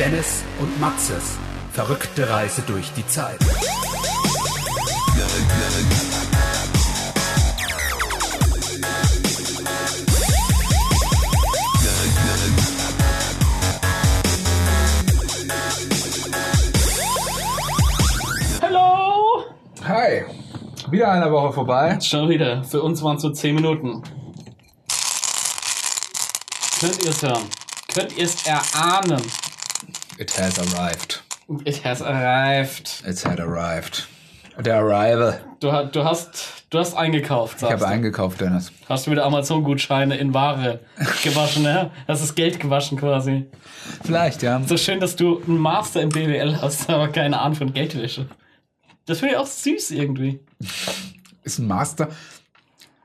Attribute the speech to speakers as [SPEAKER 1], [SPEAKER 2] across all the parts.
[SPEAKER 1] Dennis und Maxes verrückte Reise durch die Zeit.
[SPEAKER 2] Hallo!
[SPEAKER 3] Hi, wieder eine Woche vorbei.
[SPEAKER 2] Schon wieder. Für uns waren es so 10 Minuten. Könnt ihr es hören? Könnt ihr es erahnen?
[SPEAKER 3] It has arrived.
[SPEAKER 2] It has arrived.
[SPEAKER 3] It had arrived. Der Arrival.
[SPEAKER 2] Du, ha- du, hast, du hast eingekauft,
[SPEAKER 3] Ich
[SPEAKER 2] sagst
[SPEAKER 3] habe
[SPEAKER 2] du.
[SPEAKER 3] eingekauft, Dennis.
[SPEAKER 2] Hast du wieder Amazon-Gutscheine in Ware gewaschen, ne? Das ist Geld gewaschen quasi.
[SPEAKER 3] Vielleicht, ja.
[SPEAKER 2] So schön, dass du einen Master im BWL hast, aber keine Ahnung von Geldwäsche. Das finde ich auch süß irgendwie.
[SPEAKER 3] Ist ein Master.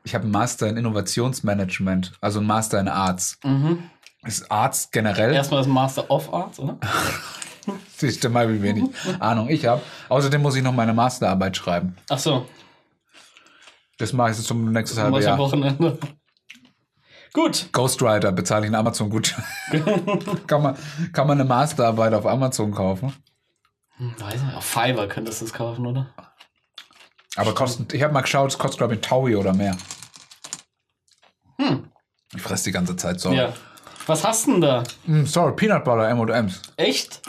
[SPEAKER 3] Ich habe einen Master in Innovationsmanagement, also einen Master in Arts. Ist Arzt generell.
[SPEAKER 2] Erstmal das Master of Arts, oder?
[SPEAKER 3] Siehst du mal, wie wenig Ahnung ich habe. Außerdem muss ich noch meine Masterarbeit schreiben.
[SPEAKER 2] Ach so,
[SPEAKER 3] Das mache ich jetzt zum nächsten halben
[SPEAKER 2] mach ich am
[SPEAKER 3] Jahr.
[SPEAKER 2] Wochenende. Gut,
[SPEAKER 3] Ghostwriter bezahle ich einen Amazon-Gutschein. kann, man, kann man eine Masterarbeit auf Amazon kaufen?
[SPEAKER 2] Hm, Weiß nicht, auf Fiverr könntest du es kaufen, oder?
[SPEAKER 3] Aber kostet, ich habe mal geschaut, es kostet, glaube ich, Taui oder mehr. Ich fresse die ganze Zeit so.
[SPEAKER 2] Hm. Ja. Was hast du denn da?
[SPEAKER 3] Mm, sorry, Peanut Butter M&M's.
[SPEAKER 2] Echt?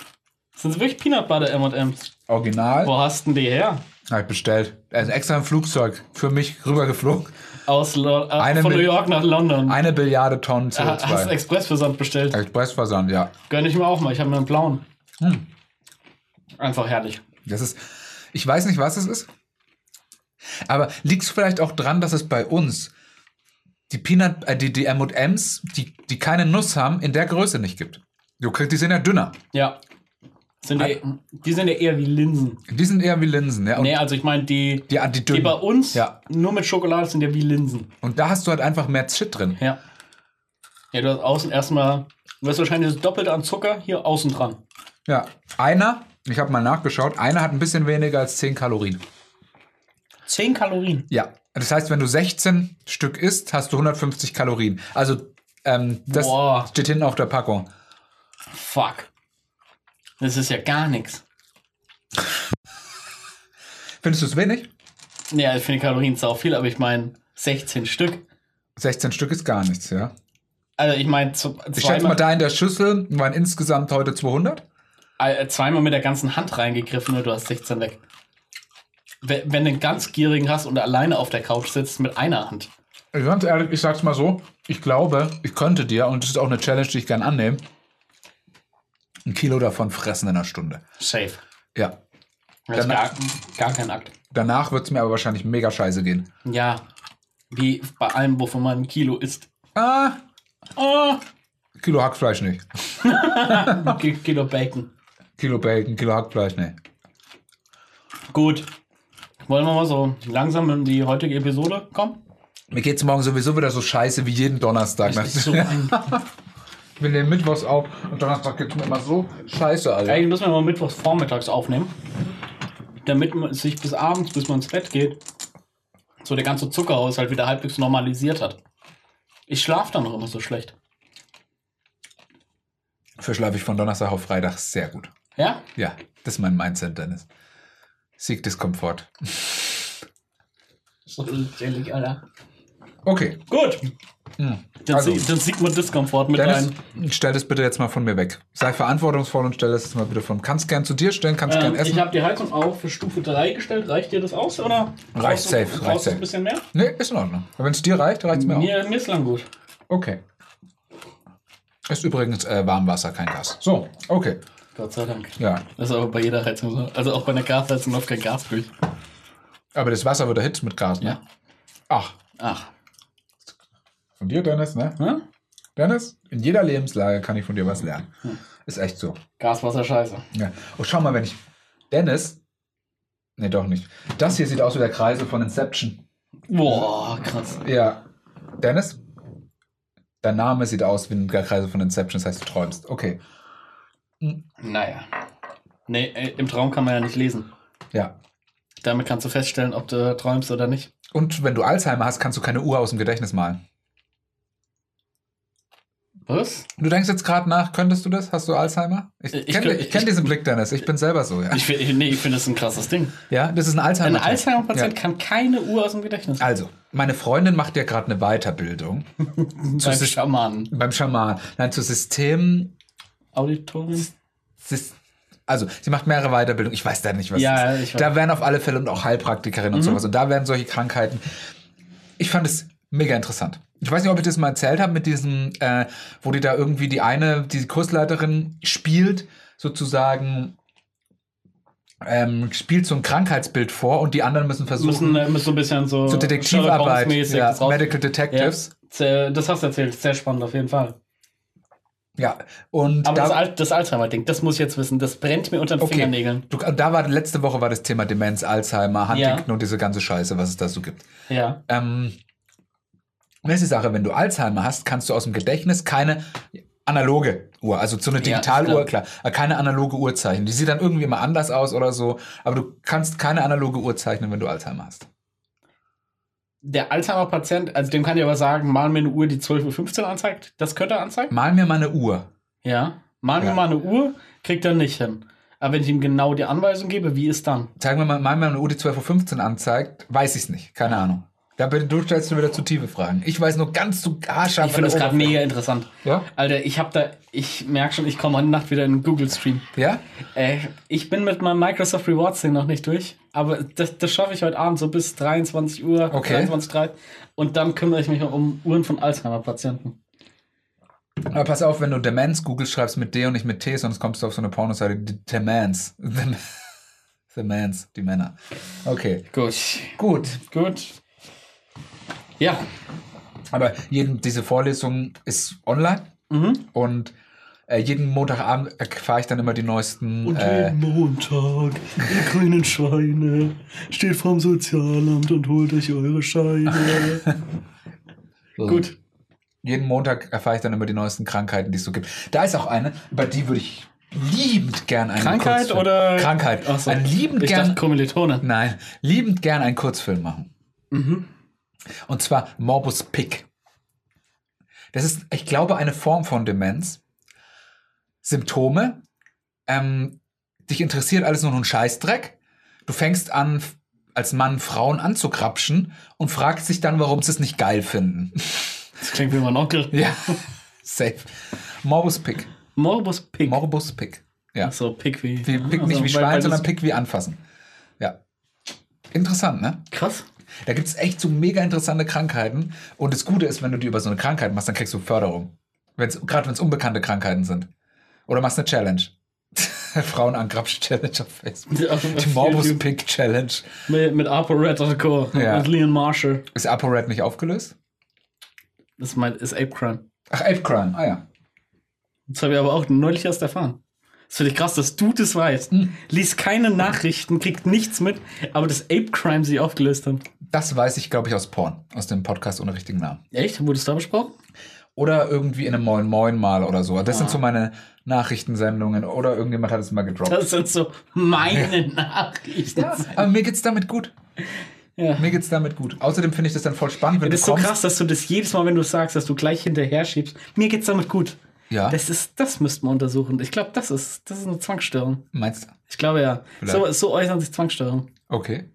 [SPEAKER 2] Sind es wirklich Peanut Butter M&M's?
[SPEAKER 3] Original.
[SPEAKER 2] Wo hast denn die her?
[SPEAKER 3] Habe ich bestellt. Er ist extra im Flugzeug für mich rübergeflogen.
[SPEAKER 2] Aus Lo äh,
[SPEAKER 3] Eine
[SPEAKER 2] von New
[SPEAKER 3] mit-
[SPEAKER 2] York nach London.
[SPEAKER 3] Eine Billiarde Tonnen
[SPEAKER 2] Ah, Hast du
[SPEAKER 3] CO2.
[SPEAKER 2] Expressversand bestellt?
[SPEAKER 3] Äh. Expressversand, ja.
[SPEAKER 2] Gönn ich mir auch mal. Ich habe mir einen blauen. Hm. Einfach herrlich.
[SPEAKER 3] Das ist, ich weiß nicht, was es ist. Aber liegt es vielleicht auch dran, dass es bei uns die Peanut, äh, die, die M&M's, die, die keine Nuss haben, in der Größe nicht gibt. Du kriegst, die sind ja dünner.
[SPEAKER 2] Ja. Sind die, die sind ja eher wie Linsen.
[SPEAKER 3] Die sind eher wie Linsen, ja. Und
[SPEAKER 2] Nee, also ich meine, die,
[SPEAKER 3] die, die,
[SPEAKER 2] die
[SPEAKER 3] dünnen.
[SPEAKER 2] bei uns
[SPEAKER 3] Ja.
[SPEAKER 2] nur mit Schokolade sind ja wie Linsen.
[SPEAKER 3] Und da hast du halt einfach mehr Shit drin.
[SPEAKER 2] Ja. Ja, du hast außen erstmal, du hast wahrscheinlich das Doppelte an Zucker hier außen dran.
[SPEAKER 3] Ja, einer, ich habe mal nachgeschaut, einer hat ein bisschen weniger als 10 Kalorien.
[SPEAKER 2] 10 Kalorien.
[SPEAKER 3] Ja, das heißt, wenn du 16 Stück isst, hast du 150 Kalorien. Also, ähm, das
[SPEAKER 2] Boah.
[SPEAKER 3] steht hinten auf der Packung.
[SPEAKER 2] Fuck. Das ist ja gar nichts.
[SPEAKER 3] Findest du es wenig?
[SPEAKER 2] Ja, ich finde Kalorien sau viel, aber ich meine 16 Stück.
[SPEAKER 3] 16 Stück ist gar nichts, ja.
[SPEAKER 2] Also ich meine zu-
[SPEAKER 3] Ich schätze mal,
[SPEAKER 2] zweimal,
[SPEAKER 3] da in der Schüssel waren insgesamt heute 200.
[SPEAKER 2] äh, zweimal mit der ganzen Hand reingegriffen und du hast 16 weg. We- Wenn du einen ganz gierigen hast und alleine auf der Couch sitzt mit einer Hand.
[SPEAKER 3] Ganz ehrlich, ich sag's mal so, ich glaube, ich könnte dir, und das ist auch eine Challenge, die ich gern annehme, ein Kilo davon fressen in einer Stunde.
[SPEAKER 2] Safe.
[SPEAKER 3] Ja.
[SPEAKER 2] Das ist gar,
[SPEAKER 3] Danach-
[SPEAKER 2] gar kein Akt.
[SPEAKER 3] Danach wird's mir aber wahrscheinlich mega scheiße gehen.
[SPEAKER 2] Ja. Wie bei allem, wovon man ein Kilo isst.
[SPEAKER 3] Ah,
[SPEAKER 2] Oh,
[SPEAKER 3] Kilo Hackfleisch nicht.
[SPEAKER 2] ein Ki- Kilo Bacon.
[SPEAKER 3] Kilo Bacon, Kilo Hackfleisch, ne.
[SPEAKER 2] Gut. Wollen wir mal so langsam in die heutige Episode kommen?
[SPEAKER 3] Mir geht's morgen sowieso wieder so scheiße wie jeden Donnerstag.
[SPEAKER 2] Das ist
[SPEAKER 3] Ich
[SPEAKER 2] so ein
[SPEAKER 3] bin den Mittwochs auf und Donnerstag geht's mir immer so scheiße, Alter.
[SPEAKER 2] Eigentlich müssen wir mal mittwochs vormittags aufnehmen, damit man sich bis abends, bis man ins Bett geht, so der ganze Zuckerhaushalt wieder halbwegs normalisiert hat. Ich schlafe dann noch immer so schlecht.
[SPEAKER 3] Verschlafe ich von Donnerstag auf Freitag sehr gut.
[SPEAKER 2] Ja?
[SPEAKER 3] Ja, das ist mein Mindset, Dennis. Sieg Diskomfort.
[SPEAKER 2] So lächerlich, Alter.
[SPEAKER 3] Okay,
[SPEAKER 2] Gut. Dann,
[SPEAKER 3] Also.
[SPEAKER 2] sie, dann sieht man Diskomfort mit
[SPEAKER 3] Dennis,
[SPEAKER 2] rein.
[SPEAKER 3] stell das bitte jetzt mal von mir weg. Sei verantwortungsvoll und stell das jetzt mal bitte von. Kannst gern zu dir stellen, kannst gern
[SPEAKER 2] Ähm, ich
[SPEAKER 3] essen.
[SPEAKER 2] habe die Heizung auf für Stufe 3 gestellt. Reicht dir das aus? Oder
[SPEAKER 3] Reicht
[SPEAKER 2] brauchst du-
[SPEAKER 3] safe,
[SPEAKER 2] brauchst
[SPEAKER 3] reicht
[SPEAKER 2] du
[SPEAKER 3] safe.
[SPEAKER 2] ein bisschen mehr?
[SPEAKER 3] Nee, ist in Ordnung. Wenn es dir reicht, reicht's mir auch.
[SPEAKER 2] Mir, mir ist lang gut.
[SPEAKER 3] Okay. Ist übrigens äh, Warmwasser, kein Gas. So, okay.
[SPEAKER 2] Gott sei Dank.
[SPEAKER 3] Ja,
[SPEAKER 2] Das ist aber bei jeder Heizung so. Also auch bei einer Gasheizung läuft kein Gas durch.
[SPEAKER 3] aber das Wasser wird erhitzt mit Gas, ne?
[SPEAKER 2] Ja.
[SPEAKER 3] Ach,
[SPEAKER 2] Ach.
[SPEAKER 3] Von dir, Dennis, ne?
[SPEAKER 2] Hm?
[SPEAKER 3] Dennis, in jeder Lebenslage kann ich von dir was lernen. Ist echt so.
[SPEAKER 2] Gas, Wasser, Scheiße.
[SPEAKER 3] Ja. Oh, schau mal, wenn ich. Dennis. Ne, doch nicht. Das hier sieht aus wie der Kreisel von Inception.
[SPEAKER 2] Boah, krass.
[SPEAKER 3] Ja. Dennis? Dein Name sieht aus wie der Kreisel von Inception, das heißt, du träumst. Okay.
[SPEAKER 2] Naja. Nee, äh, im Traum kann man ja nicht lesen.
[SPEAKER 3] Ja.
[SPEAKER 2] Damit kannst du feststellen, ob du träumst oder nicht.
[SPEAKER 3] Und wenn du Alzheimer hast, kannst du keine Uhr aus dem Gedächtnis malen.
[SPEAKER 2] Was?
[SPEAKER 3] Du denkst jetzt gerade nach, könntest du das? Hast du Alzheimer? Ich
[SPEAKER 2] Ich
[SPEAKER 3] kenne
[SPEAKER 2] glaub-
[SPEAKER 3] ich kenn
[SPEAKER 2] ich-
[SPEAKER 3] diesen Blick deines. Ich bin selber so, ja.
[SPEAKER 2] Ich, fi- nee, ich finde das ein krasses Ding.
[SPEAKER 3] ja, das ist ein
[SPEAKER 2] Ein
[SPEAKER 3] Alzheimer.
[SPEAKER 2] Alzheimer-Patient Ah, kann keine Uhr aus dem Gedächtnis.
[SPEAKER 3] Also, meine Freundin macht ja gerade eine Weiterbildung
[SPEAKER 2] Beim Schamanen.
[SPEAKER 3] beim Schaman. Nein, zu System.
[SPEAKER 2] Auditorium.
[SPEAKER 3] Sys- Also, sie macht mehrere Weiterbildungen. Ich weiß da nicht, was
[SPEAKER 2] Ja,
[SPEAKER 3] ist.
[SPEAKER 2] ich weiß. Mhm.
[SPEAKER 3] Da werden auf alle Fälle und auch Heilpraktikerinnen und sowas. Und da werden solche Krankheiten. Ich fand es mega interessant. Ich weiß nicht, ob ich das mal erzählt habe mit diesem, äh, wo die da irgendwie die eine, die Kursleiterin spielt, sozusagen, ähm, spielt so ein Krankheitsbild vor und die anderen müssen versuchen,
[SPEAKER 2] Müssen, äh, müssen so ein bisschen so.
[SPEAKER 3] so Detektivarbeit, ja,
[SPEAKER 2] das, raus-
[SPEAKER 3] Medical Detectives.
[SPEAKER 2] Sehr- das hast du erzählt. Sehr spannend auf jeden Fall.
[SPEAKER 3] Ja, und
[SPEAKER 2] Aber
[SPEAKER 3] da,
[SPEAKER 2] das, Al das Alzheimer-Ding, das muss ich jetzt wissen. Das brennt mir unter den
[SPEAKER 3] Okay.
[SPEAKER 2] Fingernägeln.
[SPEAKER 3] du, da war letzte Woche war das Thema Demenz, Alzheimer,
[SPEAKER 2] Ja.
[SPEAKER 3] Huntington und diese ganze Scheiße, was es da so gibt.
[SPEAKER 2] Ja.
[SPEAKER 3] Ähm, und das ist die Sache, wenn du Alzheimer hast, kannst du aus dem Gedächtnis keine analoge Uhr, also so eine
[SPEAKER 2] Ja,
[SPEAKER 3] Digitaluhr, klar, aber keine analoge Uhr zeichnen. Die sieht dann irgendwie immer anders aus oder so, aber du kannst keine analoge Uhr zeichnen, wenn du Alzheimer hast.
[SPEAKER 2] Der Alzheimer-Patient, also dem kann ich aber sagen, mal mir eine Uhr, die 12.15 Uhr anzeigt. Das könnte er anzeigen.
[SPEAKER 3] Mal mir mal eine Uhr.
[SPEAKER 2] Ja. Mal mir
[SPEAKER 3] Ja.
[SPEAKER 2] mal eine Uhr, kriegt er nicht hin. Aber wenn ich ihm genau die Anweisung gebe, wie ist dann?
[SPEAKER 3] Zeig mir mal, mal mir eine Uhr, die 12.15 Uhr anzeigt, weiß ich es nicht, keine Ahnung. Da bin, du stellst mir wieder zu tiefe Fragen. Ich weiß nur ganz zu haarscharf.
[SPEAKER 2] Ich finde
[SPEAKER 3] an
[SPEAKER 2] das
[SPEAKER 3] der
[SPEAKER 2] gerade
[SPEAKER 3] Oberfläche.
[SPEAKER 2] mega interessant.
[SPEAKER 3] Ja?
[SPEAKER 2] Alter, ich hab da, ich merke schon, ich komme heute Nacht wieder in den Google-Stream.
[SPEAKER 3] Ja?
[SPEAKER 2] Äh, ich bin mit meinem Microsoft Rewards Ding noch nicht durch, aber das, das schaffe ich heute Abend so bis 23 Uhr,
[SPEAKER 3] Okay.
[SPEAKER 2] 23.30 und dann kümmere ich mich noch um Uhren von Alzheimer-Patienten.
[SPEAKER 3] Aber pass auf, wenn du Demenz Google schreibst mit D und nicht mit T, sonst kommst du auf so eine Pornoseite. die Demenz. Dem- Demenz, die Männer. Okay,
[SPEAKER 2] Gut.
[SPEAKER 3] gut.
[SPEAKER 2] Gut. Ja.
[SPEAKER 3] Aber jeden, diese Vorlesung ist online
[SPEAKER 2] Mhm.
[SPEAKER 3] und äh, jeden Montagabend erfahre ich dann immer die neuesten. äh,
[SPEAKER 2] Montag, ihr grünen Schweine, steht vom Sozialamt und holt euch eure Scheine. Gut.
[SPEAKER 3] Jeden Montag erfahre ich dann immer die neuesten Krankheiten, die es so gibt. Da ist auch eine, über die würde ich liebend gern einen
[SPEAKER 2] Krankheit
[SPEAKER 3] Kurzfilm-
[SPEAKER 2] oder?
[SPEAKER 3] Krankheit.
[SPEAKER 2] Ach so.
[SPEAKER 3] Ein liebend
[SPEAKER 2] ich
[SPEAKER 3] gern
[SPEAKER 2] dachte Kommilitone.
[SPEAKER 3] Nein, liebend gern einen Kurzfilm machen.
[SPEAKER 2] Mhm.
[SPEAKER 3] Und zwar Morbus Pick. Das ist, ich glaube, eine Form von Demenz. Symptome. Ähm, dich interessiert alles nur noch ein Scheißdreck. Du fängst an, f- als Mann Frauen anzukrapschen und fragst dich dann, warum sie es nicht geil finden.
[SPEAKER 2] Das klingt wie mein Onkel.
[SPEAKER 3] ja, safe. Morbus Pick.
[SPEAKER 2] Morbus Pig.
[SPEAKER 3] Morbus Pick. Ja.
[SPEAKER 2] Ach so, Pig wie.
[SPEAKER 3] Wie, pick nicht
[SPEAKER 2] Also,
[SPEAKER 3] wie
[SPEAKER 2] weil- weil
[SPEAKER 3] Schwein,
[SPEAKER 2] das-
[SPEAKER 3] sondern Pick wie anfassen. Ja. Interessant, ne?
[SPEAKER 2] Krass.
[SPEAKER 3] Da gibt es echt so mega interessante Krankheiten. Und das Gute ist, wenn du die über so eine Krankheit machst, dann kriegst du Förderung. Wenn's, Gerade wenn es unbekannte Krankheiten sind. Oder machst eine Challenge. Frauenangrabsch-Challenge auf Facebook.
[SPEAKER 2] Ja,
[SPEAKER 3] Die Morbus-Pick-Challenge.
[SPEAKER 2] Also, Mit, mit ApoRed und Co.
[SPEAKER 3] Ja.
[SPEAKER 2] Mit Leon Marshall.
[SPEAKER 3] Ist ApoRed nicht aufgelöst?
[SPEAKER 2] Das ist, mein, ist Ape Crime.
[SPEAKER 3] Ach, Ape Crime. Ah ja.
[SPEAKER 2] Das habe ich aber auch neulich erst erfahren. Das finde ich krass, dass du das weißt. Lies keine Nachrichten, kriegt nichts mit, aber das Ape Crime sie aufgelöst haben.
[SPEAKER 3] Das weiß ich, glaube ich, aus Porn. Aus dem Podcast ohne richtigen Namen.
[SPEAKER 2] Echt? Wurde es da besprochen?
[SPEAKER 3] Oder irgendwie in einem Moin Moin mal oder so. Das
[SPEAKER 2] Ah.
[SPEAKER 3] sind so meine Nachrichtensendungen. Oder irgendjemand hat es mal gedroppt.
[SPEAKER 2] Das sind so meine Nachrichten.
[SPEAKER 3] Ja, aber mir geht's damit gut.
[SPEAKER 2] Ja.
[SPEAKER 3] Mir geht's damit gut. Außerdem finde ich das dann voll spannend, wenn
[SPEAKER 2] Das ist
[SPEAKER 3] du
[SPEAKER 2] so
[SPEAKER 3] kommst.
[SPEAKER 2] krass, dass du das jedes Mal, wenn du es sagst, dass du gleich hinterher schiebst. Mir geht's damit gut.
[SPEAKER 3] Ja,
[SPEAKER 2] Das ist, das müssten wir untersuchen. Ich glaube, das ist, das ist eine Zwangsstörung.
[SPEAKER 3] meinst du?
[SPEAKER 2] Ich glaube ja. So,
[SPEAKER 3] Vielleicht.
[SPEAKER 2] so äußern sich Zwangsstörungen.
[SPEAKER 3] Okay.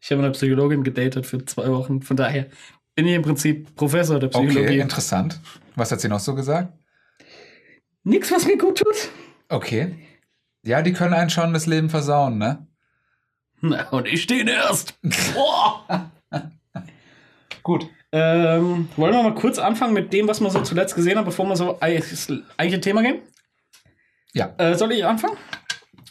[SPEAKER 2] Ich habe eine Psychologin gedatet für zwei Wochen. Von daher bin ich im Prinzip Professor der
[SPEAKER 3] Okay,
[SPEAKER 2] Psychologie.
[SPEAKER 3] interessant. Was hat sie noch so gesagt?
[SPEAKER 2] Nix, was mir gut tut.
[SPEAKER 3] Okay. Ja, die können einen schon das Leben versauen, ne?
[SPEAKER 2] Na, und ich stehe erst. Boah.
[SPEAKER 3] Gut.
[SPEAKER 2] ähm, wollen wir mal kurz anfangen mit dem, was wir so zuletzt gesehen haben, bevor wir so eigentlich eigentliche Thema gehen?
[SPEAKER 3] Ja.
[SPEAKER 2] Äh, soll ich anfangen?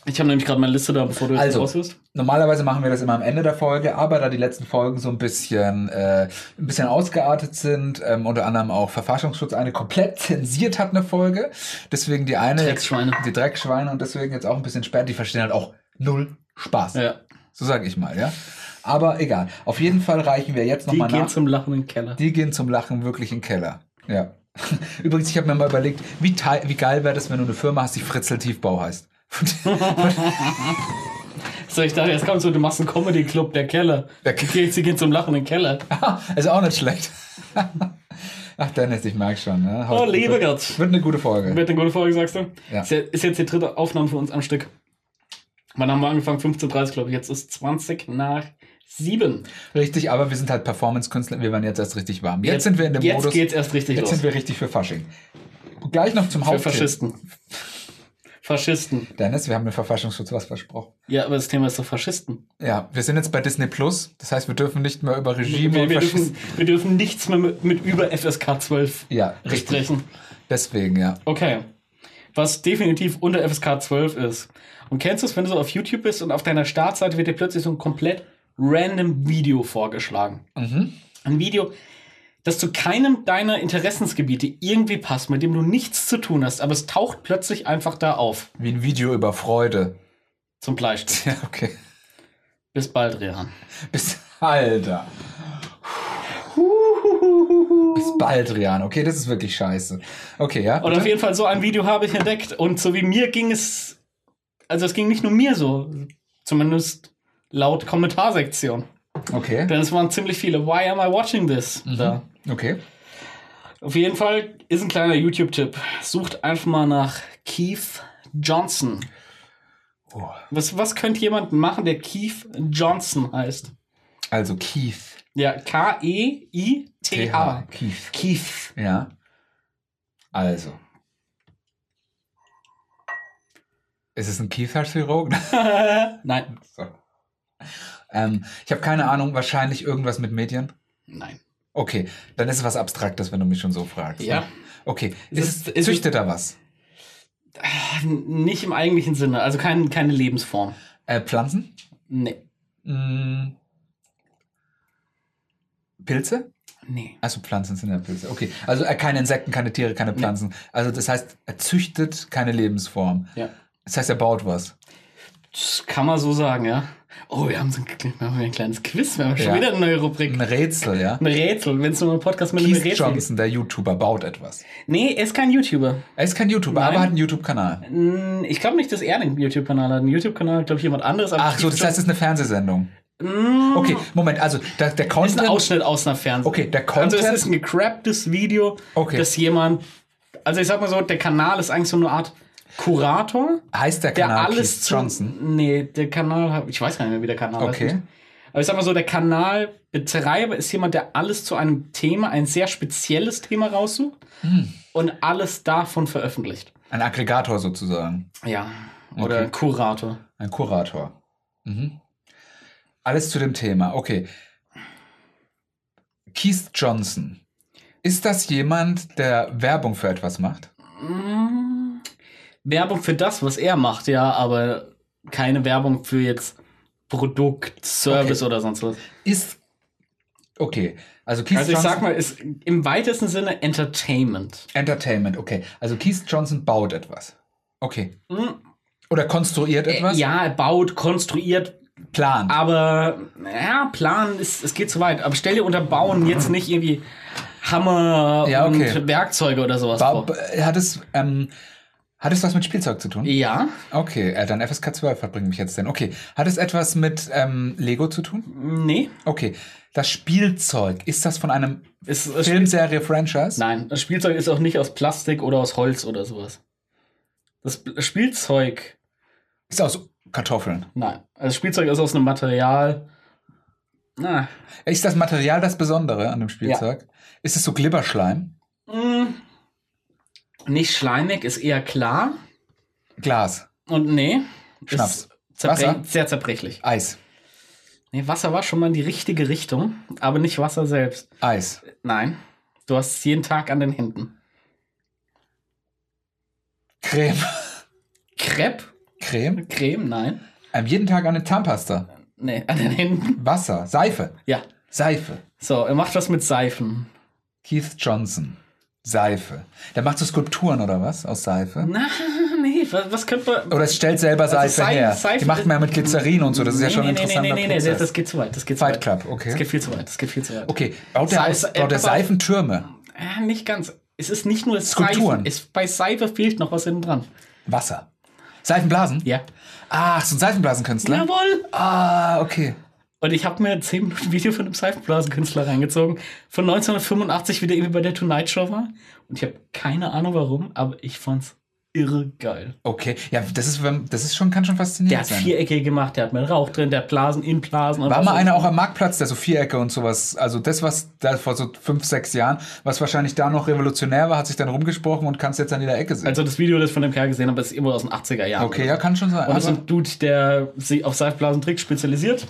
[SPEAKER 2] Ich habe nämlich gerade meine Liste da, bevor du jetzt
[SPEAKER 3] Also.
[SPEAKER 2] raus bist.
[SPEAKER 3] Normalerweise machen wir das immer am Ende der Folge, aber da die letzten Folgen so ein bisschen, äh, ein bisschen ausgeartet sind, ähm, unter anderem auch Verfassungsschutz eine komplett zensiert hat, eine Folge. Deswegen die eine.
[SPEAKER 2] Drecksschweine.
[SPEAKER 3] Die Dreckschweine und deswegen jetzt auch ein bisschen spät. Die verstehen halt auch null Spaß.
[SPEAKER 2] Ja.
[SPEAKER 3] So sage ich mal, ja. Aber egal. Auf jeden Fall reichen wir jetzt
[SPEAKER 2] Die
[SPEAKER 3] nochmal
[SPEAKER 2] gehen
[SPEAKER 3] nach.
[SPEAKER 2] zum lachenden Keller.
[SPEAKER 3] Die gehen zum Lachen wirklich in den Keller. Ja. Übrigens, ich habe mir mal überlegt, wie, teil- wie geil wäre das, wenn du eine Firma hast, die Fritzel Tiefbau heißt.
[SPEAKER 2] So, ich dachte, jetzt kommst du, du machst einen Comedy-Club, der Keller.
[SPEAKER 3] Der
[SPEAKER 2] Die gehen- Sie gehen zum lachenden Keller.
[SPEAKER 3] ist auch nicht schlecht. Ach, Dennis, ich merke schon. Ne?
[SPEAKER 2] Oh,
[SPEAKER 3] Heute-
[SPEAKER 2] liebe
[SPEAKER 3] wird,
[SPEAKER 2] Gott.
[SPEAKER 3] wird eine gute Folge.
[SPEAKER 2] Wird eine gute Folge, sagst du?
[SPEAKER 3] Ja.
[SPEAKER 2] Ist, ja, ist jetzt die dritte Aufnahme für uns am Stück. Wann haben wir angefangen? 15.30 Uhr, glaube ich. Jetzt ist 20 nach 7.
[SPEAKER 3] Richtig, aber wir sind halt Performance-Künstler. Wir waren jetzt erst richtig warm. Jetzt, sind wir in dem
[SPEAKER 2] jetzt
[SPEAKER 3] Modus.
[SPEAKER 2] geht's erst richtig
[SPEAKER 3] jetzt
[SPEAKER 2] los.
[SPEAKER 3] sind wir richtig für Fasching. Gleich noch zum
[SPEAKER 2] für
[SPEAKER 3] Hauptthema.
[SPEAKER 2] Faschisten. Faschisten.
[SPEAKER 3] Dennis, wir haben dem Verfassungsschutz was versprochen.
[SPEAKER 2] Ja, aber das Thema ist doch Faschisten.
[SPEAKER 3] Ja, wir sind jetzt bei Disney Plus. Das heißt, wir dürfen nicht mehr über
[SPEAKER 2] Wir,
[SPEAKER 3] Regime
[SPEAKER 2] wir,
[SPEAKER 3] und Faschisten.
[SPEAKER 2] dürfen, wir dürfen nichts mehr mit, mit über FSK 12
[SPEAKER 3] Ja, richtig.
[SPEAKER 2] sprechen.
[SPEAKER 3] Deswegen, ja.
[SPEAKER 2] Okay. Was definitiv unter FSK 12 ist. Und kennst du es, wenn du so auf YouTube bist und auf deiner Startseite wird dir plötzlich so ein komplett random Video vorgeschlagen?
[SPEAKER 3] Mhm.
[SPEAKER 2] Ein Video, das zu keinem deiner Interessensgebiete irgendwie passt, mit dem du nichts zu tun hast, aber es taucht plötzlich einfach da auf.
[SPEAKER 3] Wie ein Video über Freude.
[SPEAKER 2] Zum Bleistift.
[SPEAKER 3] Ja, okay.
[SPEAKER 2] Bis bald, Rehan.
[SPEAKER 3] Bis Alter. Bis bald, Rian. Okay, das ist wirklich scheiße. Okay, ja.
[SPEAKER 2] Und auf
[SPEAKER 3] bitte?
[SPEAKER 2] jeden Fall so ein Video habe ich entdeckt. Und so wie mir ging es, also es ging nicht nur mir so, zumindest laut Kommentarsektion.
[SPEAKER 3] Okay.
[SPEAKER 2] Denn es waren ziemlich viele. Why am I watching this?
[SPEAKER 3] Mhm.
[SPEAKER 2] Da.
[SPEAKER 3] Okay.
[SPEAKER 2] Auf jeden Fall ist ein kleiner YouTube-Tipp. Sucht einfach mal nach Keith Johnson.
[SPEAKER 3] Oh.
[SPEAKER 2] Was, was könnte jemand machen, der Keith Johnson heißt?
[SPEAKER 3] Also Keith.
[SPEAKER 2] Ja, E K-E-I-T-H.
[SPEAKER 3] Keith.
[SPEAKER 2] Keith.
[SPEAKER 3] Ja. Also. Ist es ein Keith-Chirurg?
[SPEAKER 2] Nein,
[SPEAKER 3] so. ähm, ich habe keine Ahnung, wahrscheinlich irgendwas mit Medien.
[SPEAKER 2] nein.
[SPEAKER 3] Okay, dann ist es was Abstraktes, wenn du mich schon so fragst.
[SPEAKER 2] Ja.
[SPEAKER 3] Ne? Okay,
[SPEAKER 2] Es
[SPEAKER 3] ist,
[SPEAKER 2] ist- es ist-
[SPEAKER 3] züchtet er was?
[SPEAKER 2] Nicht im eigentlichen Sinne, also kein, keine Lebensform.
[SPEAKER 3] Äh, Pflanzen?
[SPEAKER 2] Nee,
[SPEAKER 3] Mm. Pilze?
[SPEAKER 2] nee.
[SPEAKER 3] Also Pflanzen sind ja Pilze. Okay, also äh, keine Insekten, keine Tiere, keine Pflanzen. Also das heißt, er züchtet keine Lebensform.
[SPEAKER 2] Ja.
[SPEAKER 3] Das heißt, er baut was.
[SPEAKER 2] Das kann man so sagen, ja. Oh, wir haben so ein, wir haben ein kleines Quiz, wir haben schon
[SPEAKER 3] Ja.
[SPEAKER 2] wieder eine neue Rubrik.
[SPEAKER 3] Ein Rätsel, ja.
[SPEAKER 2] Ein Rätsel, wenn es nur ein Podcast mit einem
[SPEAKER 3] Keith
[SPEAKER 2] Rätsel gibt.
[SPEAKER 3] Johnson, der YouTuber, baut etwas.
[SPEAKER 2] Nee, er ist kein YouTuber.
[SPEAKER 3] Er ist kein YouTuber,
[SPEAKER 2] Nein.
[SPEAKER 3] aber hat einen YouTube-Kanal.
[SPEAKER 2] Mm, Ich glaube nicht, dass er einen YouTube-Kanal hat. Einen YouTube-Kanal, glaube ich, jemand anderes. aber
[SPEAKER 3] Ach so, das heißt, es ist eine Fernsehsendung.
[SPEAKER 2] Mm,
[SPEAKER 3] Okay, Moment, also da, der
[SPEAKER 2] ist ein
[SPEAKER 3] Content...
[SPEAKER 2] Ausschnitt aus einer Fernseh.
[SPEAKER 3] Okay, der
[SPEAKER 2] Also es
[SPEAKER 3] Content...
[SPEAKER 2] ist ein gecrapptes Video,
[SPEAKER 3] Okay.
[SPEAKER 2] dass jemand, also ich sag mal so, der Kanal ist eigentlich so eine Art Kurator,
[SPEAKER 3] Heißt der
[SPEAKER 2] der
[SPEAKER 3] Kanal
[SPEAKER 2] alles
[SPEAKER 3] Keith
[SPEAKER 2] zu-
[SPEAKER 3] Johnson?
[SPEAKER 2] Nee, der Kanal, ich weiß gar nicht mehr, wie der Kanal heißt.
[SPEAKER 3] Okay.
[SPEAKER 2] Aber ich sag mal so, der Kanalbetreiber ist jemand, der alles zu einem Thema, ein sehr spezielles Thema raussucht
[SPEAKER 3] Hm.
[SPEAKER 2] und alles davon veröffentlicht.
[SPEAKER 3] Ein Aggregator sozusagen.
[SPEAKER 2] Ja. Oder
[SPEAKER 3] Okay.
[SPEAKER 2] ein Kurator.
[SPEAKER 3] Ein Kurator. Mhm. Alles zu dem Thema. Okay. Keith Johnson. Ist das jemand, der Werbung für etwas macht?
[SPEAKER 2] Mm. Werbung für das, was er macht, ja, aber keine Werbung für jetzt Produkt, Service oder sonst was.
[SPEAKER 3] Ist. Okay. Also Keith
[SPEAKER 2] Also ich
[SPEAKER 3] Johnson.
[SPEAKER 2] sag mal, ist im weitesten Sinne Entertainment.
[SPEAKER 3] Entertainment, okay. Also Keith Johnson baut etwas. Okay.
[SPEAKER 2] Hm,
[SPEAKER 3] Oder konstruiert etwas?
[SPEAKER 2] Äh, Ja, Ah. er baut, konstruiert,
[SPEAKER 3] Plant.
[SPEAKER 2] aber ja, planen ist, es geht zu weit. Aber stell dir unter Bauen jetzt nicht irgendwie Hammer
[SPEAKER 3] Ja, okay.
[SPEAKER 2] und Werkzeuge oder sowas
[SPEAKER 3] Ba-
[SPEAKER 2] vor.
[SPEAKER 3] b- hat, es, ähm, hat es was mit Spielzeug zu tun?
[SPEAKER 2] Ja,
[SPEAKER 3] Okay, äh, dann FSK 12 verbringt mich jetzt denn. Okay. Hat es etwas mit ähm, Lego zu tun?
[SPEAKER 2] nee.
[SPEAKER 3] Okay, das Spielzeug, ist das von einem
[SPEAKER 2] Es, es,
[SPEAKER 3] Filmserie Franchise?
[SPEAKER 2] Nein, das Spielzeug ist auch nicht aus Plastik oder aus Holz oder sowas. Das B- Spielzeug
[SPEAKER 3] Ist aus Kartoffeln.
[SPEAKER 2] Nein. Also Spielzeug ist aus einem Material. Na.
[SPEAKER 3] Ist das Material das Besondere an dem Spielzeug? Ist es so Glibberschleim?
[SPEAKER 2] mm, Nicht schleimig, ist eher klar.
[SPEAKER 3] Glas,
[SPEAKER 2] Und nee.
[SPEAKER 3] Schnaps.
[SPEAKER 2] Ist zerbrech-
[SPEAKER 3] Wasser?
[SPEAKER 2] Sehr zerbrechlich.
[SPEAKER 3] Eis,
[SPEAKER 2] Nee, Wasser war schon mal in die richtige Richtung, aber nicht Wasser selbst.
[SPEAKER 3] Eis.
[SPEAKER 2] Nein. Du hast es jeden Tag an den Händen.
[SPEAKER 3] Creme.
[SPEAKER 2] Crepe?
[SPEAKER 3] Creme?
[SPEAKER 2] Creme? Nein.
[SPEAKER 3] Ähm, jeden Tag eine Zahnpasta.
[SPEAKER 2] Nee, an den Händen.
[SPEAKER 3] Wasser, Seife,
[SPEAKER 2] Ja.
[SPEAKER 3] Seife.
[SPEAKER 2] So, er macht was mit Seifen.
[SPEAKER 3] Keith Johnson, Seife. Der macht so Skulpturen oder was aus Seife?
[SPEAKER 2] Na, nee, was, was könnte man.
[SPEAKER 3] Oder es stellt selber Seife
[SPEAKER 2] Sei-
[SPEAKER 3] her.
[SPEAKER 2] Seife
[SPEAKER 3] Die macht man ja mit Glycerin und so. Das ist ja
[SPEAKER 2] Nee,
[SPEAKER 3] schon ein
[SPEAKER 2] nee, nee,
[SPEAKER 3] interessanter
[SPEAKER 2] nee, nee, nee,
[SPEAKER 3] Prozess.
[SPEAKER 2] das geht zu weit. Das geht zu
[SPEAKER 3] Fight
[SPEAKER 2] weit.
[SPEAKER 3] Club, okay.
[SPEAKER 2] Das geht viel zu weit. Das geht viel zu weit.
[SPEAKER 3] Okay, baut der,
[SPEAKER 2] Sei-
[SPEAKER 3] aus,
[SPEAKER 2] äh,
[SPEAKER 3] baut der
[SPEAKER 2] pass auf.
[SPEAKER 3] Seifentürme?
[SPEAKER 2] Ah, nicht ganz. Es ist nicht nur
[SPEAKER 3] Skulpturen.
[SPEAKER 2] Seife. Es, bei Seife fehlt noch was hinten dran.
[SPEAKER 3] Wasser. Seifenblasen?
[SPEAKER 2] Ja.
[SPEAKER 3] Ah, Ach, so ein Seifenblasenkünstler?
[SPEAKER 2] Jawohl.
[SPEAKER 3] Ah, okay.
[SPEAKER 2] Und ich habe mir 10 Minuten Video von einem Seifenblasenkünstler reingezogen, von 1985, wie der irgendwie bei der Tonight Show war. Und ich habe keine Ahnung warum, aber ich fand's irre geil.
[SPEAKER 3] Okay, ja, das ist, wenn- das ist schon, kann schon
[SPEAKER 2] Der
[SPEAKER 3] faszinierend
[SPEAKER 2] hat
[SPEAKER 3] sein.
[SPEAKER 2] Vierecke gemacht, der hat mit Rauch drin, der hat Blasen in Blasen. und
[SPEAKER 3] War
[SPEAKER 2] was
[SPEAKER 3] mal
[SPEAKER 2] weiß
[SPEAKER 3] einer auch am Marktplatz, der so Vierecke und sowas, also das, was da vor so fünf, sechs Jahren, was wahrscheinlich da noch revolutionär war, hat sich dann rumgesprochen und kann es jetzt an jeder Ecke sehen.
[SPEAKER 2] Also das Video, das ich von dem Kerl gesehen habe, das ist irgendwo aus den 80er Jahren.
[SPEAKER 3] okay, ja, kann schon sein. Also,
[SPEAKER 2] Und das ist
[SPEAKER 3] aber-
[SPEAKER 2] ein Dude, der sich auf Seifblasentricks spezialisiert.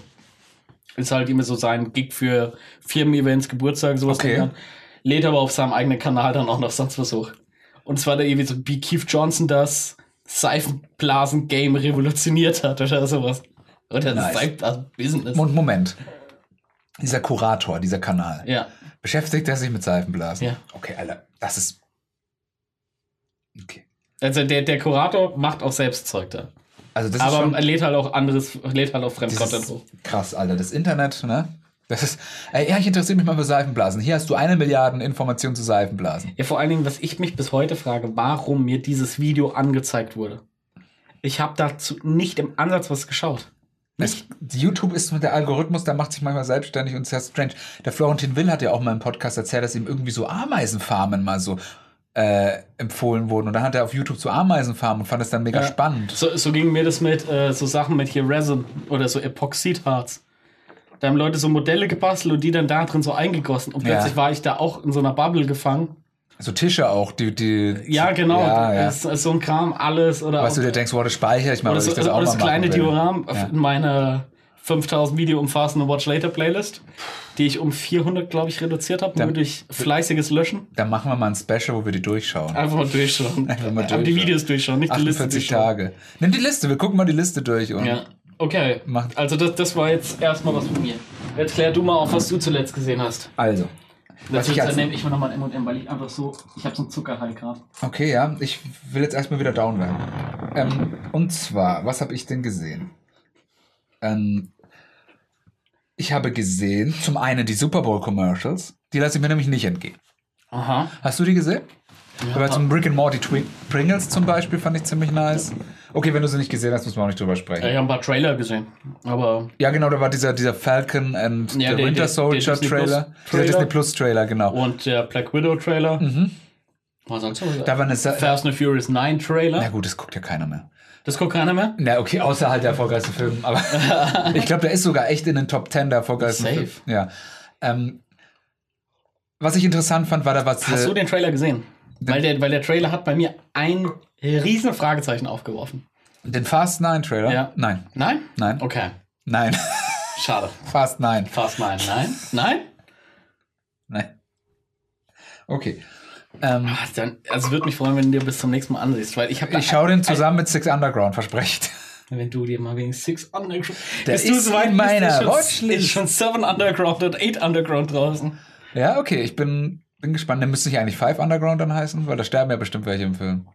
[SPEAKER 2] Ist halt immer so sein Gig für Firmen-Events, Geburtstage, sowas.
[SPEAKER 3] Okay.
[SPEAKER 2] Dann. Lädt aber auf seinem eigenen Kanal dann auch noch sonst was hoch. Und zwar der irgendwie so wie Keith Johnson das Seifenblasen-Game revolutioniert hat oder sowas. Oder das
[SPEAKER 3] Nice.
[SPEAKER 2] Seifenblasen-Business.
[SPEAKER 3] Und Moment. Dieser Kurator, dieser Kanal,
[SPEAKER 2] Ja.
[SPEAKER 3] beschäftigt er sich mit Seifenblasen?
[SPEAKER 2] Ja.
[SPEAKER 3] Okay, Alter, das ist. Okay.
[SPEAKER 2] Also der, der Kurator macht auch selbst Zeug da.
[SPEAKER 3] Also, das
[SPEAKER 2] aber
[SPEAKER 3] ist schon
[SPEAKER 2] lädt halt auch anderes, lädt halt auch Fremdcontent
[SPEAKER 3] dieses,
[SPEAKER 2] hoch.
[SPEAKER 3] krass, Alter. Das Internet, ne? Das ist. Ey, ja, ich interessiere mich mal für Seifenblasen. Hier hast du eine Milliarde Informationen zu Seifenblasen.
[SPEAKER 2] Ja, vor allen Dingen, was ich mich bis heute frage, warum mir dieses Video angezeigt wurde. Ich habe dazu nicht im Ansatz was geschaut.
[SPEAKER 3] Es, YouTube ist mit der Algorithmus, der macht sich manchmal selbstständig und sehr strange. Der Florentin Will hat ja auch mal im Podcast erzählt, dass ihm irgendwie so Ameisenfarmen mal so äh, empfohlen wurden. Und dann hat er auf YouTube zu Ameisenfarmen und fand es dann mega
[SPEAKER 2] Ja.
[SPEAKER 3] spannend.
[SPEAKER 2] So, so ging mir das mit äh, so Sachen mit hier Resin oder so Epoxidharz. Da haben Leute so Modelle gebastelt und die dann da drin so eingegossen. Und
[SPEAKER 3] Ja.
[SPEAKER 2] plötzlich war ich da auch in so einer Bubble gefangen.
[SPEAKER 3] So Tische auch, die, die.
[SPEAKER 2] Ja, genau.
[SPEAKER 3] Ja, ja.
[SPEAKER 2] Das ist so ein Kram, alles. Oder
[SPEAKER 3] Weißt du,
[SPEAKER 2] auch,
[SPEAKER 3] dir denkst, wow, das speichere ich mal,
[SPEAKER 2] oder
[SPEAKER 3] dass
[SPEAKER 2] so,
[SPEAKER 3] ich das
[SPEAKER 2] oder
[SPEAKER 3] auch
[SPEAKER 2] das
[SPEAKER 3] mal
[SPEAKER 2] kleine
[SPEAKER 3] machen will.
[SPEAKER 2] Dioram
[SPEAKER 3] Ja.
[SPEAKER 2] in meiner 5000 Video umfassende Watch Later Playlist, die ich um 400, glaube ich, reduziert habe,
[SPEAKER 3] Dann-
[SPEAKER 2] nur durch fleißiges Löschen.
[SPEAKER 3] Dann machen wir mal ein Special, wo wir die durchschauen.
[SPEAKER 2] Einfach mal durchschauen.
[SPEAKER 3] Einfach mal
[SPEAKER 2] Aber die
[SPEAKER 3] durchschauen.
[SPEAKER 2] Videos durchschauen, nicht die Liste
[SPEAKER 3] 48
[SPEAKER 2] durchschauen.
[SPEAKER 3] Tage. Nimm die Liste, wir gucken mal die Liste durch. Und
[SPEAKER 2] Ja. Okay.
[SPEAKER 3] Macht-
[SPEAKER 2] Also das, das war jetzt erstmal was von mir. Jetzt klär du mal auf, was du zuletzt gesehen hast.
[SPEAKER 3] Also. Was ich
[SPEAKER 2] Dazwischen
[SPEAKER 3] als-
[SPEAKER 2] nehme ich mir nochmal ein M&M, weil ich einfach so, ich habe so einen Zuckerhall gerade.
[SPEAKER 3] Okay, ja, ich will jetzt erstmal wieder down werden. Ähm, und zwar, was habe ich denn gesehen? Ähm, ich habe gesehen, zum einen die Super Bowl Commercials, die lasse ich mir nämlich nicht entgehen.
[SPEAKER 2] Aha.
[SPEAKER 3] Hast du die gesehen? Aber zum Brick and Morty Twi Pringles zum Beispiel fand ich ziemlich nice. Okay, wenn du sie nicht gesehen hast, müssen wir auch nicht drüber sprechen.
[SPEAKER 2] Ja, ich habe ein paar Trailer gesehen, aber
[SPEAKER 3] Ja, genau, da war dieser, dieser Falcon and
[SPEAKER 2] Ja,
[SPEAKER 3] der,
[SPEAKER 2] der-
[SPEAKER 3] Winter
[SPEAKER 2] der-
[SPEAKER 3] Soldier
[SPEAKER 2] der Disney
[SPEAKER 3] Trailer.
[SPEAKER 2] Plus
[SPEAKER 3] Dieser
[SPEAKER 2] Trailer. Oh.
[SPEAKER 3] Disney Plus Trailer, genau.
[SPEAKER 2] und der Black Widow Trailer. Was sonst?
[SPEAKER 3] Mhm. Da war eine Sa
[SPEAKER 2] Fast and Furious 9 Trailer.
[SPEAKER 3] Na gut, das guckt ja keiner mehr.
[SPEAKER 2] Das guckt keiner mehr.
[SPEAKER 3] Na okay, außer halt der erfolgreichste Film. Aber ich glaube, der ist sogar echt in den Top 10 der erfolgreichsten
[SPEAKER 2] Safe.
[SPEAKER 3] Filme. Ja. Ähm, was ich interessant fand, war da was.
[SPEAKER 2] Hast
[SPEAKER 3] äh,
[SPEAKER 2] du den Trailer gesehen? Weil der, weil der Trailer hat bei mir ein riesen Fragezeichen aufgeworfen.
[SPEAKER 3] den Fast 9 Trailer?
[SPEAKER 2] Ja.
[SPEAKER 3] Nein.
[SPEAKER 2] Nein?
[SPEAKER 3] Nein.
[SPEAKER 2] Okay.
[SPEAKER 3] Nein.
[SPEAKER 2] Schade.
[SPEAKER 3] Fast 9.
[SPEAKER 2] Fast nein. Nein? Nein?
[SPEAKER 3] Nein. Okay. Ähm,
[SPEAKER 2] Ach, Dann, also würde mich freuen, wenn du dir bis zum nächsten Mal ansiehst, weil ich habe
[SPEAKER 3] ich schaue den zusammen mit Six Underground, versprecht.
[SPEAKER 2] Wenn du dir mal wegen Six Underground.
[SPEAKER 3] Der
[SPEAKER 2] Bist du
[SPEAKER 3] ist
[SPEAKER 2] so weit
[SPEAKER 3] in meiner
[SPEAKER 2] bist, ist schon-
[SPEAKER 3] Watchlist.
[SPEAKER 2] Ist schon Seven Underground und Eight Underground draußen.
[SPEAKER 3] Ja, okay, ich bin, bin gespannt. Dann müsste ich eigentlich Five Underground dann heißen, weil da sterben ja bestimmt welche im Film.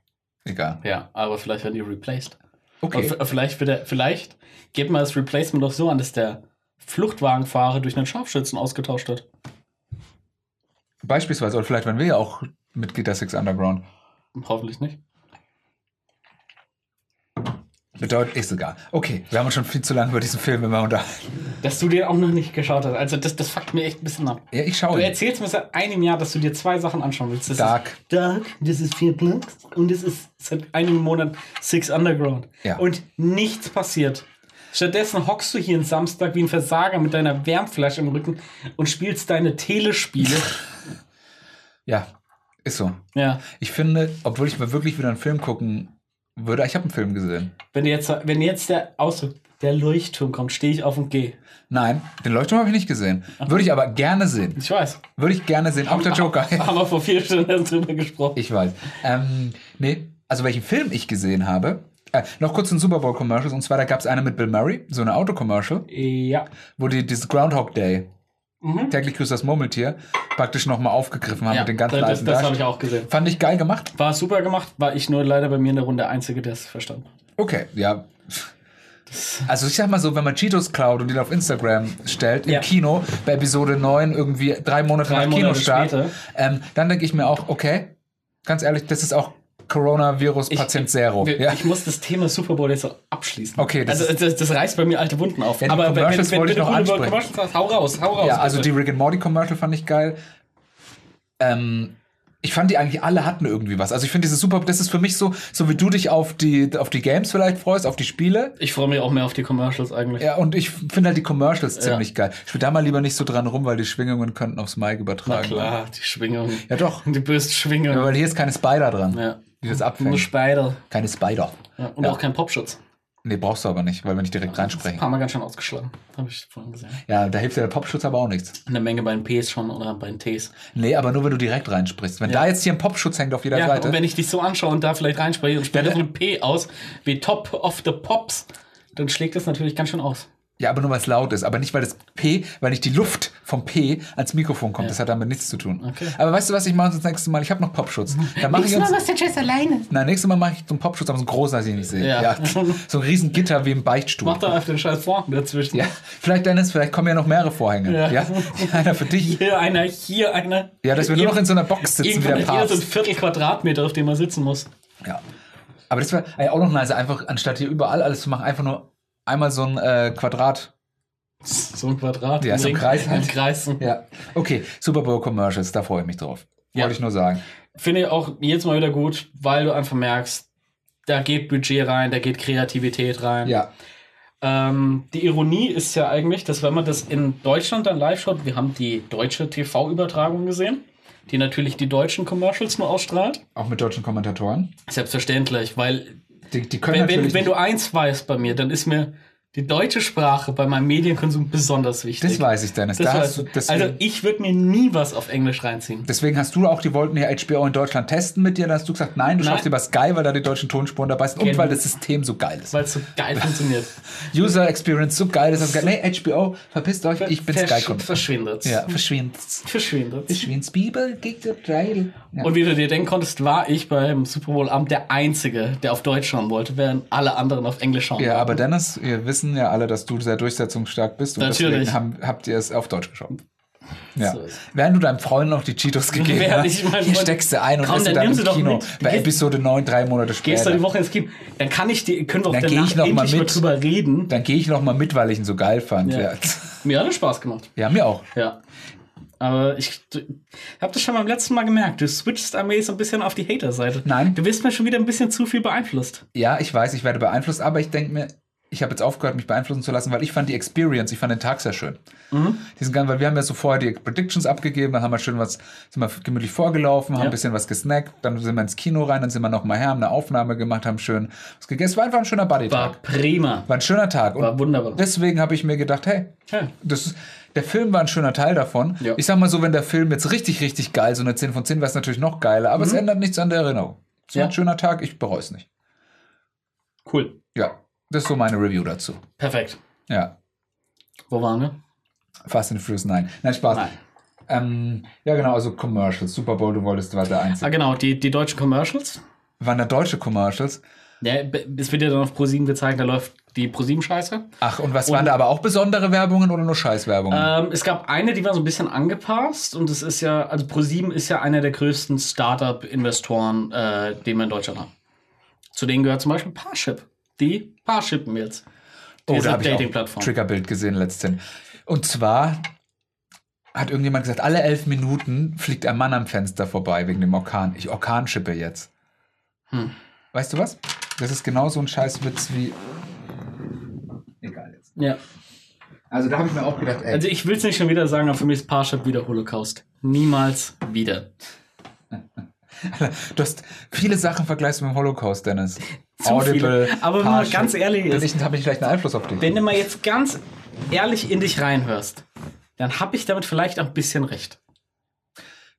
[SPEAKER 3] Egal.
[SPEAKER 2] Ja, aber vielleicht werden die replaced.
[SPEAKER 3] Okay.
[SPEAKER 2] Und v- vielleicht wird er, vielleicht geht mal das Replacement doch so an, dass der Fluchtwagenfahrer durch einen Scharfschützen ausgetauscht wird.
[SPEAKER 3] Beispielsweise, oder vielleicht werden wir ja auch Mitglied der Six Underground.
[SPEAKER 2] Hoffentlich nicht.
[SPEAKER 3] Bedeutet, ist egal. Okay, wir haben uns schon viel zu lange über diesen Film immer unterhalten.
[SPEAKER 2] Dass du den auch noch nicht geschaut hast. Also das, das fuckt mir echt ein bisschen ab.
[SPEAKER 3] Ja, ich
[SPEAKER 2] Du
[SPEAKER 3] schaue. ihn.
[SPEAKER 2] erzählst mir seit einem Jahr, dass du dir zwei Sachen anschauen willst. Das
[SPEAKER 3] Dark.
[SPEAKER 2] Ist Dark, das ist vier Blacks und das ist seit einigen Monaten Six Underground.
[SPEAKER 3] Ja.
[SPEAKER 2] Und nichts passiert. Stattdessen hockst du hier einen Samstag wie ein Versager mit deiner Wärmflasche im Rücken und spielst deine Telespiele.
[SPEAKER 3] Ja, ist so.
[SPEAKER 2] ja.
[SPEAKER 3] Ich finde, obwohl ich mal wirklich wieder einen Film gucken würde, ich habe einen Film gesehen.
[SPEAKER 2] Wenn jetzt, wenn jetzt der Ausdruck der Leuchtturm kommt, stehe ich auf und gehe.
[SPEAKER 3] Nein, den Leuchtturm habe ich nicht gesehen. Würde ich aber gerne sehen.
[SPEAKER 2] Ich weiß.
[SPEAKER 3] Würde ich gerne sehen. Auch der Joker.
[SPEAKER 2] Haben wir vor vier Stunden erst drüber gesprochen.
[SPEAKER 3] Ich weiß. Ähm, nee, also welchen Film ich gesehen habe. Äh, noch kurz ein Super Bowl Commercials. Und zwar, da gab es eine mit Bill Murray, so eine Auto-Commercial,
[SPEAKER 2] Ja.
[SPEAKER 3] wo die dieses Groundhog Day, täglich grüßt das Murmeltier, praktisch nochmal aufgegriffen haben
[SPEAKER 2] Mhm. ja.
[SPEAKER 3] mit den ganzen
[SPEAKER 2] das
[SPEAKER 3] alten
[SPEAKER 2] das habe ich
[SPEAKER 3] Darstellern.
[SPEAKER 2] auch gesehen.
[SPEAKER 3] Fand ich geil gemacht.
[SPEAKER 2] War super gemacht, war ich nur leider bei mir in der Runde der Einzige, der es verstanden hat.
[SPEAKER 3] Okay, ja. Also ich sag mal so, wenn man Cheetos klaut und die auf Instagram stellt,
[SPEAKER 2] Ja.
[SPEAKER 3] im Kino, bei Episode 9 irgendwie drei Monate
[SPEAKER 2] Drei
[SPEAKER 3] nach
[SPEAKER 2] Monate
[SPEAKER 3] Kinostart,
[SPEAKER 2] später.
[SPEAKER 3] ähm, dann denke ich mir auch, okay, ganz ehrlich, das ist auch Coronavirus-Patient Zero.
[SPEAKER 2] Wir,
[SPEAKER 3] Oh, ja.
[SPEAKER 2] Ich muss das Thema Super Bowl jetzt so abschließen.
[SPEAKER 3] Okay, das
[SPEAKER 2] das also das, das reißt bei mir alte Wunden auf.
[SPEAKER 3] Ja, die Commercials wollte ich
[SPEAKER 2] du
[SPEAKER 3] noch
[SPEAKER 2] über
[SPEAKER 3] ansprechen.
[SPEAKER 2] Commercials sagst, hau raus, hau raus.
[SPEAKER 3] ja, also die
[SPEAKER 2] bitte.
[SPEAKER 3] Rick and Morty Commercial fand ich geil. Ähm, ich fand die eigentlich alle hatten irgendwie was. Also ich finde diese Super, das ist für mich so, so wie du dich auf die, auf die Games vielleicht freust, auf die Spiele.
[SPEAKER 2] ich freue mich auch mehr auf die Commercials eigentlich.
[SPEAKER 3] Ja, und ich finde halt die Commercials ziemlich geil. Ich spiel da mal lieber nicht so dran rum, weil die Schwingungen könnten aufs Mic
[SPEAKER 2] Na
[SPEAKER 3] übertragen.
[SPEAKER 2] klar, die Schwingung.
[SPEAKER 3] Ja, doch.
[SPEAKER 2] Die böse
[SPEAKER 3] Ja,
[SPEAKER 2] Schwingung.
[SPEAKER 3] weil hier ist keine Spider dran,
[SPEAKER 2] Ja.
[SPEAKER 3] die das
[SPEAKER 2] Nur
[SPEAKER 3] abfängt.
[SPEAKER 2] Spider.
[SPEAKER 3] Keine Spider.
[SPEAKER 2] Ja. Und
[SPEAKER 3] Ja.
[SPEAKER 2] auch kein Popschutz.
[SPEAKER 3] Nee, brauchst du aber nicht, weil wir nicht direkt
[SPEAKER 2] Das ist ein
[SPEAKER 3] reinsprechen.
[SPEAKER 2] paar Mal ganz schön ausgeschlagen. Habe ich vorhin gesehen.
[SPEAKER 3] Ja, da hilft dir der Popschutz aber auch nichts.
[SPEAKER 2] Eine Menge bei den Ps schon oder bei den Ts.
[SPEAKER 3] Nee, aber nur wenn du direkt reinsprichst. Wenn da jetzt hier ein Popschutz hängt auf jeder
[SPEAKER 2] Ja,
[SPEAKER 3] Seite.
[SPEAKER 2] und wenn ich dich so anschaue und da vielleicht reinspreche und spreche
[SPEAKER 3] Ja,
[SPEAKER 2] so ein P aus, wie Top of the Pops, dann schlägt das natürlich ganz schön aus.
[SPEAKER 3] Ja, aber nur weil es laut ist. Aber nicht, weil das P, weil nicht die Luft vom P ans Mikrofon kommt. Das hat damit nichts zu tun.
[SPEAKER 2] Okay.
[SPEAKER 3] Aber weißt du was, ich mache uns das nächste Mal. Ich habe noch Popschutz. Dann mache ich uns.
[SPEAKER 2] machst du Jess alleine.
[SPEAKER 3] Nein, nächstes Mal mache ich so einen Popschutz, aber so einen großen, dass ich ihn nicht sehe.
[SPEAKER 2] Ja.
[SPEAKER 3] So ein riesen Gitter wie im Beichtstuhl.
[SPEAKER 2] Mach doch einfach den scheiß Vorhang dazwischen.
[SPEAKER 3] Ja. Vielleicht, Dennis, vielleicht kommen ja noch mehrere Vorhänge. Ja.
[SPEAKER 2] Ja.
[SPEAKER 3] Einer für dich.
[SPEAKER 2] Hier einer, hier einer.
[SPEAKER 3] Ja, dass wir nur noch in so einer Box sitzen wie
[SPEAKER 2] Irgendwann
[SPEAKER 3] der
[SPEAKER 2] hat jeder so ein
[SPEAKER 3] Papst.
[SPEAKER 2] Viertel Quadratmeter, auf dem man sitzen muss.
[SPEAKER 3] Ja. Aber das wäre auch noch nice, einfach anstatt hier überall alles zu machen, einfach nur einmal so ein äh, Quadrat.
[SPEAKER 2] So ein Quadrat.
[SPEAKER 3] Ja, so ein
[SPEAKER 2] Ring,
[SPEAKER 3] Kreis halt.
[SPEAKER 2] Ein Kreis.
[SPEAKER 3] Ja. Okay, Super Bowl Commercials, da freue ich mich drauf.
[SPEAKER 2] Ja.
[SPEAKER 3] Wollte ich nur sagen.
[SPEAKER 2] Finde ich auch jetzt mal wieder gut, weil du einfach merkst, da geht Budget rein, da geht Kreativität rein.
[SPEAKER 3] Ja.
[SPEAKER 2] Ähm, die Ironie ist ja eigentlich, dass wenn man das in Deutschland dann live schaut, wir haben die deutsche TV-Übertragung gesehen, die natürlich die deutschen Commercials nur ausstrahlt.
[SPEAKER 3] Auch mit deutschen Kommentatoren.
[SPEAKER 2] Selbstverständlich, weil
[SPEAKER 3] Die, die können
[SPEAKER 2] wenn, wenn,
[SPEAKER 3] natürlich.
[SPEAKER 2] wenn
[SPEAKER 3] nicht-
[SPEAKER 2] du eins weißt bei mir, dann ist mir die deutsche Sprache bei meinem Medienkonsum besonders wichtig.
[SPEAKER 3] das weiß ich, Dennis.
[SPEAKER 2] Das
[SPEAKER 3] da
[SPEAKER 2] weißt
[SPEAKER 3] hast du,
[SPEAKER 2] du.
[SPEAKER 3] deswegen,
[SPEAKER 2] also ich würde mir nie was auf Englisch reinziehen.
[SPEAKER 3] deswegen hast du auch, die wollten ja HBO in Deutschland testen mit dir. Da hast du gesagt, nein, du
[SPEAKER 2] Nein.
[SPEAKER 3] schaust lieber Sky, weil da die deutschen Tonspuren dabei sind und
[SPEAKER 2] Genau.
[SPEAKER 3] weil das System so geil ist.
[SPEAKER 2] Weil es so geil funktiert.
[SPEAKER 3] User Experience so geil ist. dass man sagt, nee, HBO, verpisst euch, ich bin
[SPEAKER 2] Versch-
[SPEAKER 3] Sky-Kunde.
[SPEAKER 2] Verschwindet.
[SPEAKER 3] Ja, verschwindet's.
[SPEAKER 2] Verschwindet.
[SPEAKER 3] Verschwindet's. Bibel gegen den Trail. Ja.
[SPEAKER 2] Und wie du dir denken konntest, war ich beim Super Bowl Abend der Einzige, der auf Deutsch schauen wollte, während alle anderen auf Englisch schauen
[SPEAKER 3] ja,
[SPEAKER 2] wollten.
[SPEAKER 3] aber Dennis, wir wissen ja alle, dass du sehr durchsetzungsstark bist. Und
[SPEAKER 2] Natürlich.
[SPEAKER 3] deswegen haben, habt ihr es auf Deutsch geschaut. Ja.
[SPEAKER 2] So ist es.
[SPEAKER 3] Während du deinem Freund noch die Cheetos gegeben hast,
[SPEAKER 2] Während ich meinem
[SPEAKER 3] hier
[SPEAKER 2] Freund-
[SPEAKER 3] steckst du ein und
[SPEAKER 2] Komm,
[SPEAKER 3] bist
[SPEAKER 2] dann
[SPEAKER 3] dann
[SPEAKER 2] nimm
[SPEAKER 3] im
[SPEAKER 2] sie doch
[SPEAKER 3] Kino
[SPEAKER 2] mit.
[SPEAKER 3] bei
[SPEAKER 2] Gehst-
[SPEAKER 3] Episode 9 drei Monate später.
[SPEAKER 2] Gehst du die Woche ins Kino, dann kann ich die, können wir auch
[SPEAKER 3] Dann geh
[SPEAKER 2] danach
[SPEAKER 3] ich noch mal
[SPEAKER 2] endlich mal
[SPEAKER 3] mit.
[SPEAKER 2] drüber reden.
[SPEAKER 3] Dann gehe ich noch mal mit, weil ich ihn so geil fand. Ja,
[SPEAKER 2] Ja. Mir hat es Spaß gemacht.
[SPEAKER 3] ja mir auch.
[SPEAKER 2] Ja. Aber ich habe das schon beim letzten Mal gemerkt. Du switchst an mir so ein bisschen auf die Hater-Seite.
[SPEAKER 3] Nein.
[SPEAKER 2] Du wirst mir schon wieder ein bisschen zu viel beeinflusst.
[SPEAKER 3] Ja, ich weiß, ich werde beeinflusst, aber ich denke mir, ich habe jetzt aufgehört, mich beeinflussen zu lassen, weil ich fand die Experience, ich fand den Tag sehr schön.
[SPEAKER 2] Mhm.
[SPEAKER 3] Diesen ganzen, weil wir haben ja so vorher die Predictions abgegeben, dann haben wir schön was, sind wir gemütlich vorgelaufen, haben
[SPEAKER 2] Ja.
[SPEAKER 3] ein bisschen was gesnackt, dann sind wir ins Kino rein, dann sind wir nochmal her, haben eine Aufnahme gemacht, haben schön was gegessen. War einfach ein schöner
[SPEAKER 2] War
[SPEAKER 3] Buddy-Tag.
[SPEAKER 2] prima.
[SPEAKER 3] War ein schöner Tag.
[SPEAKER 2] War
[SPEAKER 3] Und
[SPEAKER 2] wunderbar.
[SPEAKER 3] deswegen habe ich mir gedacht, hey,
[SPEAKER 2] Ja.
[SPEAKER 3] das ist, der Film war ein schöner Teil davon.
[SPEAKER 2] Ja.
[SPEAKER 3] Ich sag mal so, wenn der Film jetzt richtig, richtig geil, so eine 10 von 10 wäre es natürlich noch geiler, aber es ändert nichts an der Erinnerung. Es war
[SPEAKER 2] Mhm. Ja.
[SPEAKER 3] ein schöner Tag, ich bereue es nicht.
[SPEAKER 2] Cool.
[SPEAKER 3] Ja, das ist so meine Review dazu.
[SPEAKER 2] Perfekt.
[SPEAKER 3] Ja,
[SPEAKER 2] Wo waren wir?
[SPEAKER 3] Fast and Furious 9. Nein, Spaß. Ähm, ja, genau, also Commercials. Super Bowl, du wolltest war der
[SPEAKER 2] Ah,
[SPEAKER 3] einzige.
[SPEAKER 2] genau, die, die deutschen Commercials.
[SPEAKER 3] Waren da deutsche Commercials?
[SPEAKER 2] Ja, b- es wird ja dann auf ProSieben gezeigt, da läuft die ProSieben-Scheiße.
[SPEAKER 3] Ach, und was waren da aber auch besondere Werbungen oder nur Scheißwerbungen?
[SPEAKER 2] Ähm, es gab eine, die war so ein bisschen angepasst und es ist ja, also ProSieben ist ja einer der größten Startup-Investoren, äh, den wir in Deutschland haben. Zu denen gehört zum Beispiel Parship. Die Parshipen jetzt.
[SPEAKER 3] oh,
[SPEAKER 2] diese
[SPEAKER 3] da habe ich auch ein
[SPEAKER 2] Dating-Plattform.
[SPEAKER 3] Triggerbild gesehen letztens. Und zwar hat irgendjemand gesagt, alle elf Minuten fliegt ein Mann am Fenster vorbei wegen dem Orkan. Ich Orkanschippe jetzt. Weißt du was? Das ist genau so ein Scheißwitz wie... Egal jetzt.
[SPEAKER 2] Ja.
[SPEAKER 3] Also da habe ich mir auch gedacht, ey,
[SPEAKER 2] Also ich will es nicht schon wieder sagen, aber für mich ist Parship wieder Holocaust. Niemals wieder.
[SPEAKER 3] Du hast viele Sachen vergleichst mit dem Holocaust, Dennis.
[SPEAKER 2] Zu viele. Aber wenn man
[SPEAKER 3] Parship.
[SPEAKER 2] ganz ehrlich
[SPEAKER 3] Bin
[SPEAKER 2] ist-
[SPEAKER 3] Ich habe ich vielleicht einen Einfluss auf dich.
[SPEAKER 2] Wenn du mal jetzt ganz ehrlich in dich reinhörst, dann habe ich damit vielleicht auch ein bisschen recht.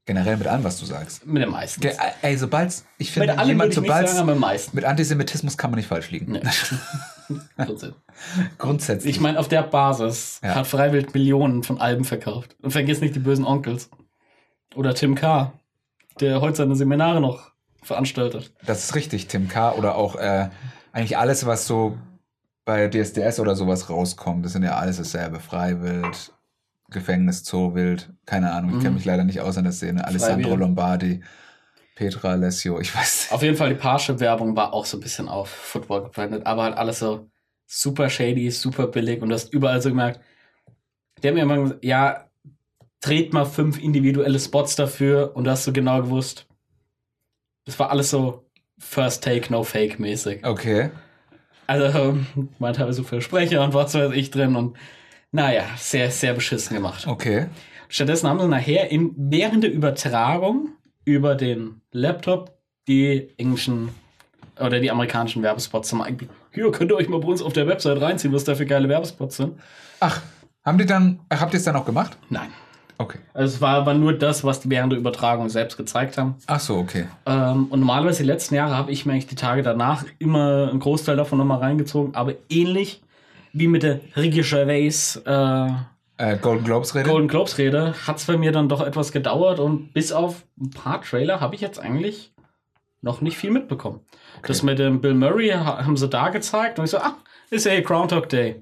[SPEAKER 3] Generell mit allem, was du sagst.
[SPEAKER 2] Mit dem meisten.
[SPEAKER 3] Ge ey, sobald ich
[SPEAKER 2] Mit
[SPEAKER 3] finde,
[SPEAKER 2] allem würde
[SPEAKER 3] jemand
[SPEAKER 2] ich nicht sagen, aber
[SPEAKER 3] sobald
[SPEAKER 2] mit dem meisten.
[SPEAKER 3] mit Antisemitismus kann man nicht falsch liegen.
[SPEAKER 2] Nee. Blödsinn.
[SPEAKER 3] Grundsätzlich.
[SPEAKER 2] Ich meine, auf der Basis
[SPEAKER 3] Ja.
[SPEAKER 2] hat Freiwild Millionen von Alben verkauft. Und vergiss nicht die bösen Onkels. Oder Tim K., der heute seine Seminare noch veranstaltet.
[SPEAKER 3] das ist richtig, Tim K. Oder auch äh, eigentlich alles, was so bei DSDS oder sowas rauskommt, das sind ja alles dasselbe. Freiwild, Gefängnis, Zoowild, keine Ahnung, ich kenne mich leider nicht aus in der Szene. Alessandro
[SPEAKER 2] Mhm. Freiwild.
[SPEAKER 3] Lombardi. Petra Alessio, ich weiß.
[SPEAKER 2] Auf jeden Fall, die Parship-Werbung war auch so ein bisschen auf Football gebrandet, aber halt alles so super shady, super billig und du hast überall so gemerkt, die haben mir immer gesagt, ja, dreht mal fünf individuelle Spots dafür und du hast so genau gewusst, das war alles so First Take, No Fake mäßig.
[SPEAKER 3] Okay.
[SPEAKER 2] Also, ähm, man hat so Versprecher und was weiß ich drin und naja, sehr, sehr beschissen gemacht.
[SPEAKER 3] Okay.
[SPEAKER 2] Stattdessen haben sie nachher in, während der Übertragung über den Laptop die englischen oder die amerikanischen Werbespots zum Beispiel. Hier könnt ihr euch mal bei uns auf der Website reinziehen, was da für geile Werbespots sind.
[SPEAKER 3] Ach, haben die dann, ach, habt ihr es dann auch gemacht?
[SPEAKER 2] Nein.
[SPEAKER 3] Okay.
[SPEAKER 2] Also es war aber nur das, was die während der Übertragung selbst gezeigt haben.
[SPEAKER 3] Ach so, okay.
[SPEAKER 2] Ähm, und normalerweise die letzten Jahre habe ich mir eigentlich die Tage danach immer einen Großteil davon nochmal reingezogen, aber ähnlich wie mit der Ricky Gervais äh,
[SPEAKER 3] Äh, Golden Globes Rede?
[SPEAKER 2] Golden Globes Rede hat es bei mir dann doch etwas gedauert und bis auf ein paar Trailer habe ich jetzt eigentlich noch nicht viel mitbekommen. Das mit dem Bill Murray ha- haben sie da gezeigt und ich so, ah, ist ja hier Groundhog Day.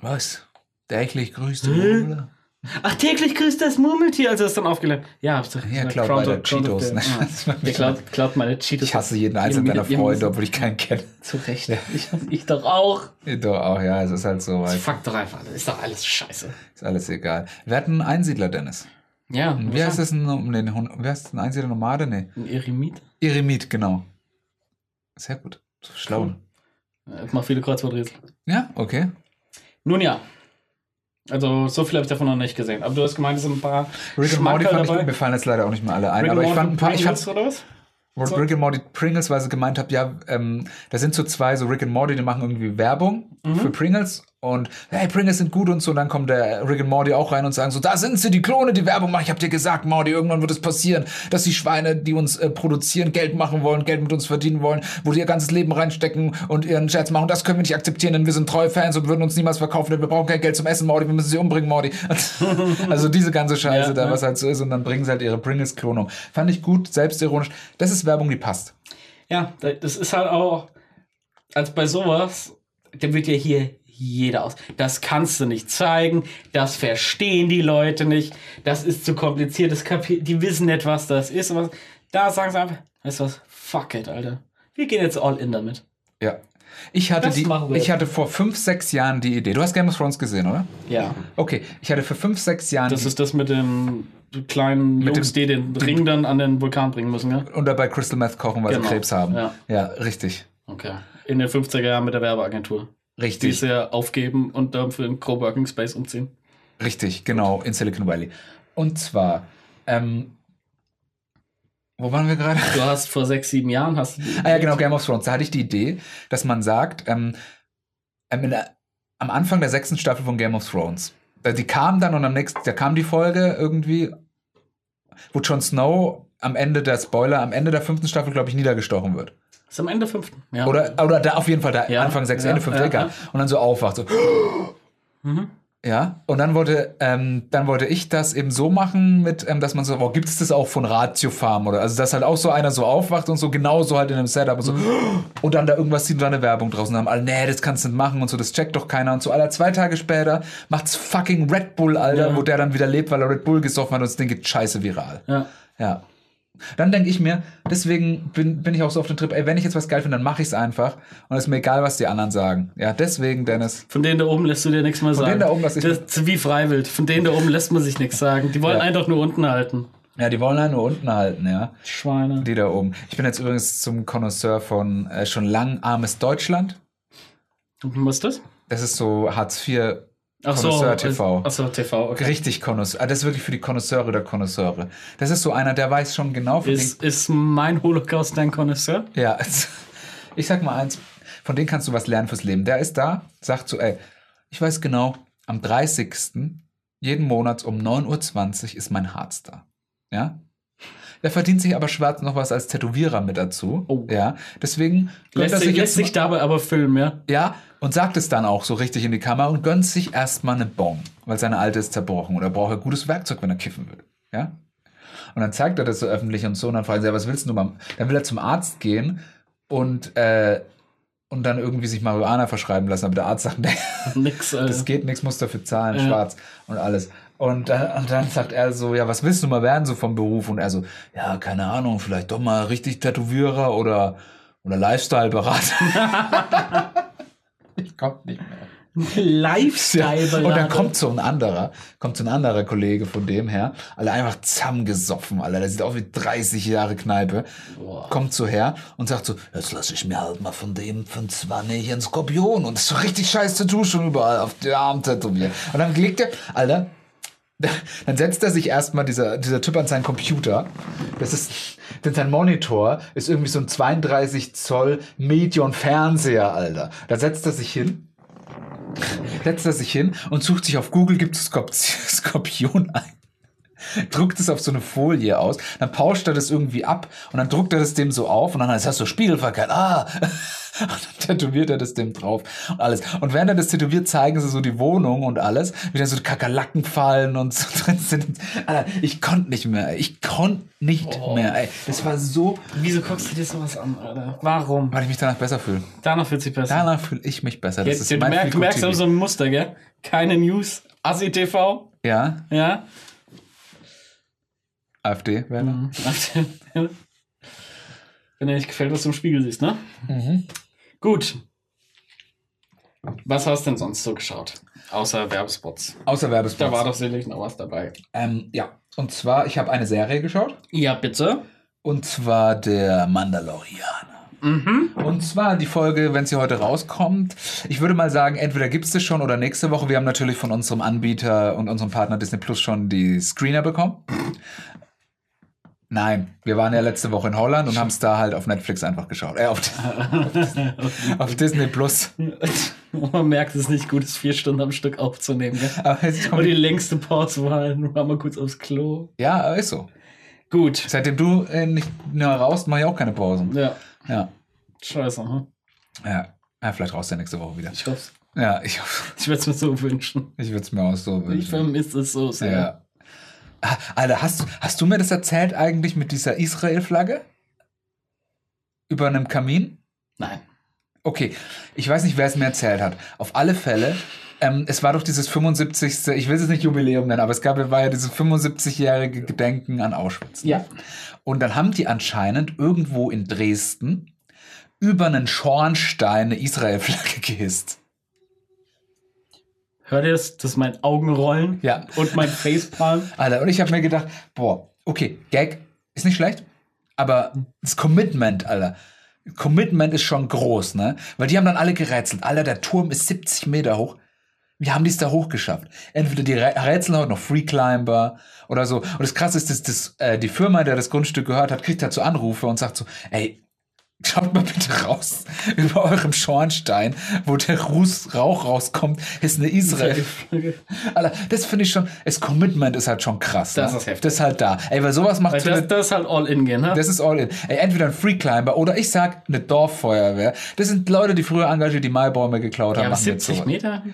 [SPEAKER 3] Was? Täglich grüßt
[SPEAKER 2] Hä?
[SPEAKER 3] du.
[SPEAKER 2] Ach, täglich grüßt das Murmeltier, als er es dann aufgelernt Ja, hab's doch
[SPEAKER 3] Ja,
[SPEAKER 2] gesagt,
[SPEAKER 3] klaut meine Cheetos. Ne?
[SPEAKER 2] Day. Ja.
[SPEAKER 3] Das war
[SPEAKER 2] Der
[SPEAKER 3] mich-
[SPEAKER 2] klaut, klaut meine Cheetos.
[SPEAKER 3] Ich hasse jeden einzelnen
[SPEAKER 2] Ihr-
[SPEAKER 3] deiner
[SPEAKER 2] ihr- ihr
[SPEAKER 3] Freunde,
[SPEAKER 2] müsst-
[SPEAKER 3] obwohl ich keinen kenne.
[SPEAKER 2] Zu Recht. Ich, ich doch auch.
[SPEAKER 3] Doch, auch ja, es ist halt so weit.
[SPEAKER 2] Fuck doch einfach alles. Ist doch alles scheiße.
[SPEAKER 3] Ist alles egal. Wir hatten einen Einsiedler, Dennis.
[SPEAKER 2] Ja,
[SPEAKER 3] Wer ist das? Ein, nee, ein Hund- wer ist das? ein Einsiedler Nomade? Nee.
[SPEAKER 2] Ein Eremit.
[SPEAKER 3] Eremit, genau. Sehr gut. So Schlau.
[SPEAKER 2] Cool. Äh, Ich mach viele Kreuzworträtsel.
[SPEAKER 3] Ja, okay.
[SPEAKER 2] Nun ja. Also, so viel habe ich davon noch nicht gesehen. Aber du hast gemeint, es sind ein paar
[SPEAKER 3] Rick and Morty
[SPEAKER 2] Schmankerl
[SPEAKER 3] fand ich,
[SPEAKER 2] dabei.
[SPEAKER 3] mir fallen jetzt leider auch nicht mehr alle ein,
[SPEAKER 2] Rick
[SPEAKER 3] aber
[SPEAKER 2] and
[SPEAKER 3] ich fand ein
[SPEAKER 2] Morty
[SPEAKER 3] paar, ich
[SPEAKER 2] Pringles
[SPEAKER 3] fand
[SPEAKER 2] oder was?
[SPEAKER 3] Rick
[SPEAKER 2] So.
[SPEAKER 3] and Morty Pringles, weil sie gemeint habe, ja, ähm, da sind so zwei, so Rick and Morty, die machen irgendwie Werbung
[SPEAKER 2] Mhm.
[SPEAKER 3] für Pringles und hey, Pringles sind gut und so. Und dann kommt der Rick and Morty auch rein und sagen so, da sind sie, die Klone, die Werbung machen. Ich hab dir gesagt, Morty, irgendwann wird es passieren, dass die Schweine, die uns äh, produzieren, Geld machen wollen, Geld mit uns verdienen wollen, wo die ihr ganzes Leben reinstecken und ihren Scherz machen. Das können wir nicht akzeptieren, denn wir sind treue Fans und würden uns niemals verkaufen, denn wir brauchen kein Geld zum Essen, Morty, wir müssen sie umbringen, Morty. also diese ganze Scheiße
[SPEAKER 2] Ja,
[SPEAKER 3] da,
[SPEAKER 2] ja.
[SPEAKER 3] was halt so ist. Und dann bringen sie halt ihre Pringles-Klonung. Fand ich gut, selbstironisch. Das ist Werbung, die passt.
[SPEAKER 2] Ja, da- das ist halt auch, als bei sowas, da wird ja hier jeder aus. Das kannst du nicht zeigen, das verstehen die Leute nicht, das ist zu kompliziert, das kapi- die wissen nicht, was das ist. und Was, da sagen sie einfach, weißt du was, fuck it, Alter. Wir gehen jetzt all in damit.
[SPEAKER 3] Ja. Ich hatte,
[SPEAKER 2] Das
[SPEAKER 3] die,
[SPEAKER 2] machen wir
[SPEAKER 3] ich
[SPEAKER 2] jetzt.
[SPEAKER 3] hatte vor fünf, sechs Jahren die Idee. Du hast Game of Thrones gesehen, oder?
[SPEAKER 2] Ja.
[SPEAKER 3] Okay, ich hatte vor fünf, sechs Jahren
[SPEAKER 2] Das
[SPEAKER 3] die,
[SPEAKER 2] ist das mit dem kleinen
[SPEAKER 3] dem-
[SPEAKER 2] Jungs, die den Ring dann an den Vulkan bringen müssen, ja?
[SPEAKER 3] und dabei Crystal Meth kochen, weil
[SPEAKER 2] Genau.
[SPEAKER 3] sie Krebs haben.
[SPEAKER 2] Ja.
[SPEAKER 3] richtig.
[SPEAKER 2] Okay. In den 50er Jahren mit der Werbeagentur. Die
[SPEAKER 3] Richtig,
[SPEAKER 2] sie ja aufgeben und dann für einen Coworking Space umziehen.
[SPEAKER 3] richtig, genau, in Silicon Valley. Und zwar, ähm, wo waren wir gerade?
[SPEAKER 2] Du hast vor sechs, sieben Jahren hast du
[SPEAKER 3] Ah ja, genau, Game of Thrones. Da hatte ich die Idee, dass man sagt, ähm, ähm, in der, am Anfang der sechsten Staffel von Game of Thrones, da, die kam dann und am nächsten, da kam die Folge irgendwie, wo Jon Snow am Ende der Spoiler, am Ende der fünften Staffel, glaube ich, niedergestochen wird.
[SPEAKER 2] Ist am Ende fünften. Ja.
[SPEAKER 3] Oder, oder da auf jeden Fall, da
[SPEAKER 2] Ja,
[SPEAKER 3] Anfang sechs,
[SPEAKER 2] ja,
[SPEAKER 3] Ende fünfte,
[SPEAKER 2] ja,
[SPEAKER 3] egal.
[SPEAKER 2] ja.
[SPEAKER 3] Und dann so aufwacht, so,
[SPEAKER 2] Mhm.
[SPEAKER 3] ja. Und dann wollte, ähm, dann wollte ich das eben so machen mit, ähm, dass man so, wow, gibt es das auch von Ratio Farm oder, also dass halt auch so einer so aufwacht und so genauso halt in einem Setup und so,
[SPEAKER 2] Mhm.
[SPEAKER 3] und dann da irgendwas sieht und dann eine Werbung draußen haben, alle, nee, das kannst du nicht machen und so, das checkt doch keiner und so, Alter, zwei Tage später macht's fucking Red Bull, Alter,
[SPEAKER 2] Ja.
[SPEAKER 3] wo der dann wieder lebt, weil er Red Bull gesoffen hat und das Ding geht scheiße viral.
[SPEAKER 2] Ja.
[SPEAKER 3] Ja. Dann denke ich mir, deswegen bin, bin ich auch so auf den Trip, ey, wenn ich jetzt was geil finde, dann mache ich es einfach. Und es ist mir egal, was die anderen sagen. Ja, deswegen, Dennis.
[SPEAKER 2] Von denen da oben lässt du dir nichts mehr sagen.
[SPEAKER 3] denen da oben lass ich-
[SPEAKER 2] das ist wie Freiwild. Von denen da oben lässt man sich nichts sagen. Die wollen
[SPEAKER 3] Ja.
[SPEAKER 2] einen doch nur unten halten.
[SPEAKER 3] Ja, die wollen einen nur unten halten, ja.
[SPEAKER 2] Schweine.
[SPEAKER 3] Die da oben. Ich bin jetzt übrigens zum Connoisseur von äh, schon lang armes Deutschland.
[SPEAKER 2] Was ist das?
[SPEAKER 3] Das ist so Hartz IV.
[SPEAKER 2] Ach so, also-
[SPEAKER 3] Connoisseur TV.
[SPEAKER 2] Ach so, TV, okay.
[SPEAKER 3] Richtig Connoisseur. Ah, das ist wirklich für die Connoisseure der Connoisseure. Das ist so einer, der weiß schon genau von
[SPEAKER 2] Ist, ist mein Holocaust dein Connoisseur?
[SPEAKER 3] denen. Ja, also, ich sag mal eins, von denen kannst du was lernen fürs Leben. Der ist da, sagt so, ey, ich weiß genau, am 30. jeden Monats um 9.20 Uhr ist mein Harz da. Ja? Der verdient sich aber schwarz noch was als Tätowierer mit dazu.
[SPEAKER 2] Oh.
[SPEAKER 3] Ja, deswegen gönnt
[SPEAKER 2] Lässt
[SPEAKER 3] er
[SPEAKER 2] sich, lässt
[SPEAKER 3] mal-
[SPEAKER 2] sich dabei aber filmen, ja?
[SPEAKER 3] Ja, und sagt es dann auch so richtig in die Kamera und gönnt sich erstmal eine Bon, weil seine alte ist zerbrochen oder braucht er gutes Werkzeug, wenn er kiffen will. Ja? Und dann zeigt er das so öffentlich und so und dann fragen sie, ja, was willst du mal? Dann will er zum Arzt gehen und, äh, und dann irgendwie sich Marihuana verschreiben lassen, aber der Arzt sagt, nee,
[SPEAKER 2] Nix,
[SPEAKER 3] das
[SPEAKER 2] Alter.
[SPEAKER 3] geht nichts, muss dafür zahlen,
[SPEAKER 2] Äh. Ja.
[SPEAKER 3] schwarz und alles. Und dann, und dann sagt er so, ja, was willst du mal werden so vom Beruf? Und er so, ja, keine Ahnung, vielleicht doch mal richtig Tätowierer oder, oder Lifestyle-Berater. ich komm nicht mehr. Ja,
[SPEAKER 2] Lifestyle.
[SPEAKER 3] und dann kommt so ein anderer, kommt so ein anderer Kollege von dem her, alle einfach zusammengesoffen, alle, der sieht auch wie 30 Jahre Kneipe, kommt so her und sagt so, jetzt lasse ich mir halt mal von dem, von 20 einen Skorpion und so richtig scheiß Tattoo schon überall auf den Arm tätowiert. Und dann legt er, Alter, dann setzt er sich erstmal, dieser, dieser Typ an seinen Computer. Das ist, denn sein Monitor ist irgendwie so ein 32 Zoll Medion-Fernseher, Alter. Da setzt er sich hin setzt er sich hin und sucht sich auf Google, gibt Skop Skorpion ein, druckt es auf so eine Folie aus, dann pauscht er das irgendwie ab und dann druckt er das dem so auf und dann heißt das so Spiegelverkehr, ah! Und dann tätowiert er das dem drauf und alles. Und während er das tätowiert, zeigen sie so die Wohnung und alles, wie dann so Kakerlaken fallen und so drin sind. Alter, ich konnte nicht mehr, ey. ich konnte nicht
[SPEAKER 2] Oh.
[SPEAKER 3] mehr. Ey. Das war so,
[SPEAKER 2] Wieso guckst du dir sowas an, Alter? Warum?
[SPEAKER 3] weil ich mich danach besser fühle.
[SPEAKER 2] Danach wird sich besser.
[SPEAKER 3] Danach fühle ich mich besser. Das
[SPEAKER 2] Jetzt,
[SPEAKER 3] ist
[SPEAKER 2] du
[SPEAKER 3] mein
[SPEAKER 2] merkst, merkst
[SPEAKER 3] Feel-Good-TV.
[SPEAKER 2] so ein Muster, gell? Keine News, Assi TV,
[SPEAKER 3] Ja,
[SPEAKER 2] ja?
[SPEAKER 3] AfD, Werner.
[SPEAKER 2] Wenn dir nicht gefällt, was du im Spiegel siehst, ne? Gut. Was hast denn sonst so geschaut? Außer Werbespots.
[SPEAKER 3] Außer Werbespots.
[SPEAKER 2] Da war doch sicherlich noch was dabei.
[SPEAKER 3] Ähm, ja, und zwar, ich habe eine Serie geschaut.
[SPEAKER 2] Ja, bitte.
[SPEAKER 3] Und zwar der Mandalorianer.
[SPEAKER 2] Mhm.
[SPEAKER 3] Und zwar die Folge, wenn sie heute rauskommt. Ich würde mal sagen, entweder gibt es das schon oder nächste Woche. Wir haben natürlich von unserem Anbieter und unserem Partner Disney Plus schon die Screener bekommen. Nein, wir waren ja letzte Woche in Holland und haben es da halt auf Netflix einfach geschaut. Äh, auf, auf Disney Plus.
[SPEAKER 2] Man merkt es ist nicht gut, es vier Stunden am Stück aufzunehmen. Gell?
[SPEAKER 3] Aber jetzt
[SPEAKER 2] Und
[SPEAKER 3] kommt,
[SPEAKER 2] die längste Pause war, halt nur mal kurz aufs Klo.
[SPEAKER 3] ja, ist so.
[SPEAKER 2] Gut.
[SPEAKER 3] Seitdem du äh, nicht mehr raus, mache ich auch keine Pausen.
[SPEAKER 2] Ja,
[SPEAKER 3] Ja.
[SPEAKER 2] scheiße. Hm?
[SPEAKER 3] Ja. ja, vielleicht raus der nächste Woche wieder.
[SPEAKER 2] Ich hoffe,
[SPEAKER 3] Ja, ich hoffe.
[SPEAKER 2] ich werde es mir so wünschen.
[SPEAKER 3] Ich würde es mir auch so
[SPEAKER 2] Ich
[SPEAKER 3] wünschen.
[SPEAKER 2] vermisse es so sehr.
[SPEAKER 3] ja. Ah, Alter, hast, du- hast du mir das erzählt eigentlich mit dieser Israel-Flagge? Über einem Kamin?
[SPEAKER 2] Nein.
[SPEAKER 3] Okay, ich weiß nicht, wer es mir erzählt hat. Auf alle Fälle, ähm, es war doch dieses 75. Ich will es nicht Jubiläum nennen, aber es gab war ja dieses 75-jährige Gedenken an Auschwitz. ne?
[SPEAKER 2] Ja.
[SPEAKER 3] Und dann haben die anscheinend irgendwo in Dresden über einen Schornstein eine Israel-Flagge gehisst.
[SPEAKER 2] Hört ihr es? Das ist mein Augenrollen
[SPEAKER 3] Ja.
[SPEAKER 2] und mein Facepalm.
[SPEAKER 3] Alter, und ich habe mir gedacht, boah, okay, Gag ist nicht schlecht, aber das Commitment, Alter. Commitment ist schon groß, ne? Weil die haben dann alle gerätselt. Alter, der Turm ist 70 Meter hoch. Wir haben dies da hochgeschafft. Entweder die Rä- Rätsel heute noch Free Climber oder so. Und das Krasse ist, dass das, äh, die Firma, der das Grundstück gehört hat, kriegt dazu Anrufe und sagt so, ey, Schaut mal bitte raus. Über eurem Schornstein, wo der Ruß Rauch rauskommt, ist eine Israel. Alter, das finde ich schon. Das Commitment ist halt schon krass.
[SPEAKER 2] Das
[SPEAKER 3] ne?
[SPEAKER 2] ist heftig.
[SPEAKER 3] Das ist halt da. Ey, weil sowas macht.
[SPEAKER 2] Weil
[SPEAKER 3] für eine-
[SPEAKER 2] das, das ist halt all in gehen, ne?
[SPEAKER 3] das ist all in. Ey, entweder ein Freeclimber oder ich sag eine Dorffeuerwehr. Das sind Leute, die früher engagiert die Maibäume geklaut haben.
[SPEAKER 2] ja, aber
[SPEAKER 3] machen jetzt
[SPEAKER 2] 70
[SPEAKER 3] sowas.
[SPEAKER 2] Meter.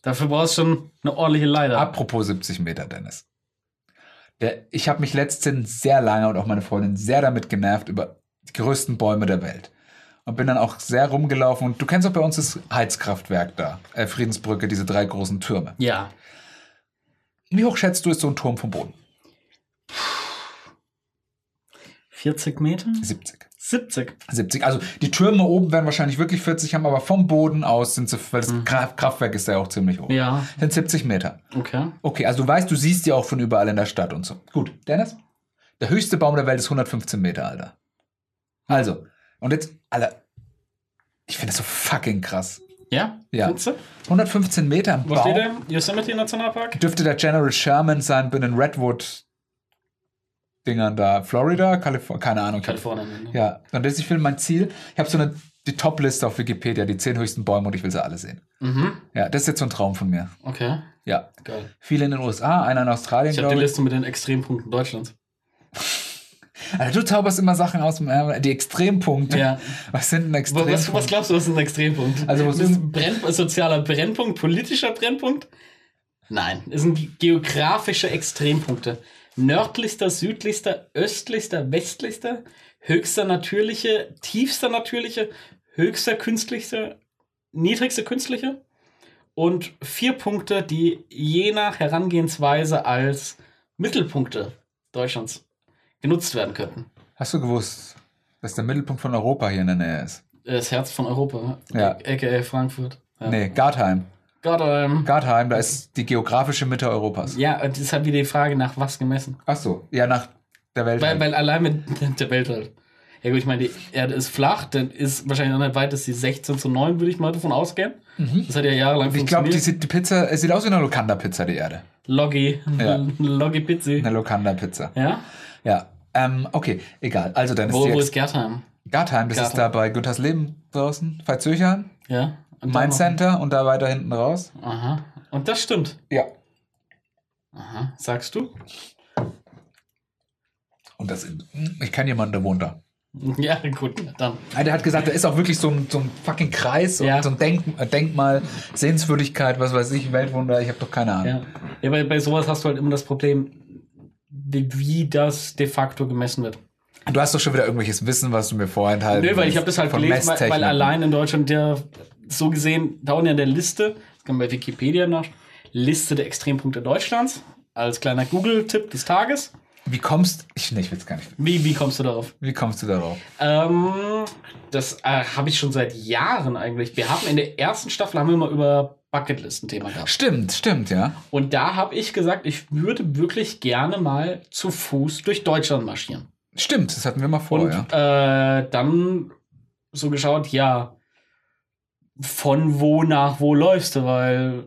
[SPEAKER 2] Dafür brauchst du schon eine ordentliche Leiter.
[SPEAKER 3] Apropos 70 Meter, Dennis. Der, ich habe mich letztens sehr lange und auch meine Freundin sehr damit genervt über die größten Bäume der Welt. Und bin dann auch sehr rumgelaufen. Und du kennst auch bei uns das Heizkraftwerk da, äh, Friedensbrücke, diese drei großen Türme.
[SPEAKER 2] Ja.
[SPEAKER 3] Wie hoch schätzt du ist so ein Turm vom Boden?
[SPEAKER 2] 40 Meter?
[SPEAKER 3] 70.
[SPEAKER 2] 70.
[SPEAKER 3] 70. Also die Türme oben werden wahrscheinlich wirklich 40 haben, aber vom Boden aus sind sie, weil das
[SPEAKER 2] Mhm.
[SPEAKER 3] Kra- Kraftwerk ist ja auch ziemlich hoch.
[SPEAKER 2] Ja,
[SPEAKER 3] Sind 70 Meter.
[SPEAKER 2] okay.
[SPEAKER 3] Okay, also du weißt, du siehst die auch von überall in der Stadt und so. Gut, Dennis? Der höchste Baum der Welt ist 115 Meter, Alter. Also, und jetzt, Alter, ich finde das so fucking krass.
[SPEAKER 2] Ja?
[SPEAKER 3] Ja.
[SPEAKER 2] Findest du?
[SPEAKER 3] 115 Meter im
[SPEAKER 2] Wo
[SPEAKER 3] Baum
[SPEAKER 2] steht der? Yosemite Nationalpark?
[SPEAKER 3] dürfte der General Sherman sein, bin in Redwood-Dingern da, Florida, Kalifornien, keine Ahnung. ich hab-
[SPEAKER 2] Kalifornien. ne?
[SPEAKER 3] Ja, und das ist viel mein Ziel. Ich habe so eine, die Top-Liste auf Wikipedia, die 10 höchsten Bäume und ich will sie alle sehen.
[SPEAKER 2] Mhm.
[SPEAKER 3] Ja, das ist jetzt so ein Traum von mir.
[SPEAKER 2] Okay.
[SPEAKER 3] Ja,
[SPEAKER 2] Geil.
[SPEAKER 3] viele in den USA, einer in Australien,
[SPEAKER 2] Ich habe
[SPEAKER 3] glaube
[SPEAKER 2] die
[SPEAKER 3] ich.
[SPEAKER 2] Liste mit den Extrempunkten Deutschlands.
[SPEAKER 3] Alter, Also du zauberst immer Sachen aus dem Ärmel. Die Extrempunkte.
[SPEAKER 2] Ja.
[SPEAKER 3] Was sind denn
[SPEAKER 2] Was, was, was
[SPEAKER 3] Extrempunkte?
[SPEAKER 2] glaubst du, was ist ein Extrempunkt?
[SPEAKER 3] Also, was
[SPEAKER 2] ist ein Brenn sozialer Brennpunkt, politischer Brennpunkt? Nein, es sind geografische Extrempunkte. Nördlichster, südlichster, östlichster, westlichster, höchster natürliche, tiefster natürliche, höchster künstlicher, niedrigster künstlicher und vier Punkte, die je nach Herangehensweise als Mittelpunkte Deutschlands genutzt werden könnten.
[SPEAKER 3] Hast du gewusst, dass der Mittelpunkt von Europa hier in der Nähe ist?
[SPEAKER 2] Das Herz von Europa,
[SPEAKER 3] Ja.
[SPEAKER 2] aka Frankfurt. Ja.
[SPEAKER 3] Nee, Gartheim.
[SPEAKER 2] Gottheim.
[SPEAKER 3] Gartheim, da ist die geografische Mitte Europas.
[SPEAKER 2] ähm, Ja, und deshalb wieder die Frage, nach was gemessen?
[SPEAKER 3] Ach so, ja, nach der Welt.
[SPEAKER 2] Weil,
[SPEAKER 3] halt.
[SPEAKER 2] weil allein mit der Welt halt. Ja gut, ich meine, die Erde ist flach, dann ist wahrscheinlich noch nicht weit, dass die 16 zu 9, würde ich mal davon ausgehen. Das hat ja jahrelang
[SPEAKER 3] ich glaube, die,
[SPEAKER 2] funktioniert.
[SPEAKER 3] sieht- die Pizza, es sieht aus wie eine Lokanda-Pizza, die Erde.
[SPEAKER 2] Loggi.
[SPEAKER 3] Ja.
[SPEAKER 2] Loggi Pizzi.
[SPEAKER 3] Eine Lokanda-Pizza.
[SPEAKER 2] Ja?
[SPEAKER 3] Ja. Ähm, okay, egal. Also dann ist
[SPEAKER 2] Wo,
[SPEAKER 3] die
[SPEAKER 2] wo
[SPEAKER 3] jetzt
[SPEAKER 2] ist Gertheim?
[SPEAKER 3] Gartheim, das ist
[SPEAKER 2] Gartheim.
[SPEAKER 3] da bei Günthers Leben draußen, bei Zürchern,
[SPEAKER 2] Ja. Und
[SPEAKER 3] Main
[SPEAKER 2] dann
[SPEAKER 3] Center und da weiter hinten raus.
[SPEAKER 2] noch- Aha. Und das stimmt.
[SPEAKER 3] Ja.
[SPEAKER 2] Aha. Sagst du?
[SPEAKER 3] Und das in- ich kenne jemanden, der wohnt da.
[SPEAKER 2] Ja, gut, dann.
[SPEAKER 3] Ah, Der hat gesagt, da ist auch wirklich so ein, so ein fucking Kreis und
[SPEAKER 2] Ja.
[SPEAKER 3] so ein Denk äh, Denkmal, Sehenswürdigkeit, was weiß ich, Weltwunder, ich habe doch keine Ahnung.
[SPEAKER 2] Ja. ja, weil bei sowas hast du halt immer das Problem, wie, wie das de facto gemessen wird.
[SPEAKER 3] Du hast doch schon wieder irgendwelches Wissen, was du mir vorenthalten
[SPEAKER 2] Nö, weil ich
[SPEAKER 3] willst,
[SPEAKER 2] habe das halt
[SPEAKER 3] Äh, von
[SPEAKER 2] gelesen, weil, weil
[SPEAKER 3] Messtechniken.
[SPEAKER 2] allein in Deutschland der, so gesehen, da unten in der Liste, das kann man bei Wikipedia nach, Liste der Extrempunkte Deutschlands, als kleiner Google-Tipp des Tages.
[SPEAKER 3] Wie kommst ich nee, ich will's gar nicht.
[SPEAKER 2] Wie, wie kommst du darauf?
[SPEAKER 3] Wie kommst du darauf?
[SPEAKER 2] Ähm, das äh, habe ich schon seit Jahren eigentlich. Wir haben in der ersten Staffel haben wir mal über Bucketlist ein Thema gehabt.
[SPEAKER 3] Stimmt, stimmt, ja.
[SPEAKER 2] Und da habe ich gesagt, ich würde wirklich gerne mal zu Fuß durch Deutschland marschieren.
[SPEAKER 3] Stimmt, das hatten wir mal vor,
[SPEAKER 2] Und
[SPEAKER 3] ja.
[SPEAKER 2] äh, dann so geschaut, ja, von wo nach wo läufst du, weil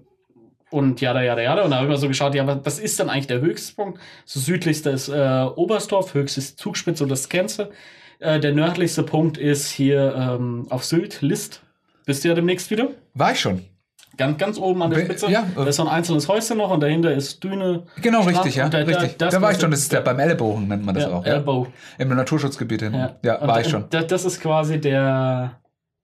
[SPEAKER 2] und jada, jada, jada. Und da habe ich mal so geschaut, ja, was, was ist dann eigentlich der Höchstpunkt? So südlichste ist äh, Oberstdorf, höchstes Zugspitze, und das kennst du. Äh, der nördlichste Punkt ist hier ähm, auf Sylt, List. Bist du ja demnächst wieder?
[SPEAKER 3] War ich schon.
[SPEAKER 2] Ganz, ganz oben an der
[SPEAKER 3] Be-
[SPEAKER 2] Spitze.
[SPEAKER 3] ja, äh-
[SPEAKER 2] da ist so ein einzelnes Häuschen noch und dahinter ist Düne.
[SPEAKER 3] Genau,
[SPEAKER 2] Straße
[SPEAKER 3] richtig, ja.
[SPEAKER 2] und da- da-
[SPEAKER 3] richtig. Da,
[SPEAKER 2] das
[SPEAKER 3] war
[SPEAKER 2] war
[SPEAKER 3] ich schon,
[SPEAKER 2] so-
[SPEAKER 3] das ist ja beim Ellenbogen nennt man das auch. Ja.
[SPEAKER 2] Elbow.
[SPEAKER 3] Im Naturschutzgebiet hin. Ja,
[SPEAKER 2] Und
[SPEAKER 3] war
[SPEAKER 2] da-
[SPEAKER 3] ich schon.
[SPEAKER 2] da- das ist quasi der,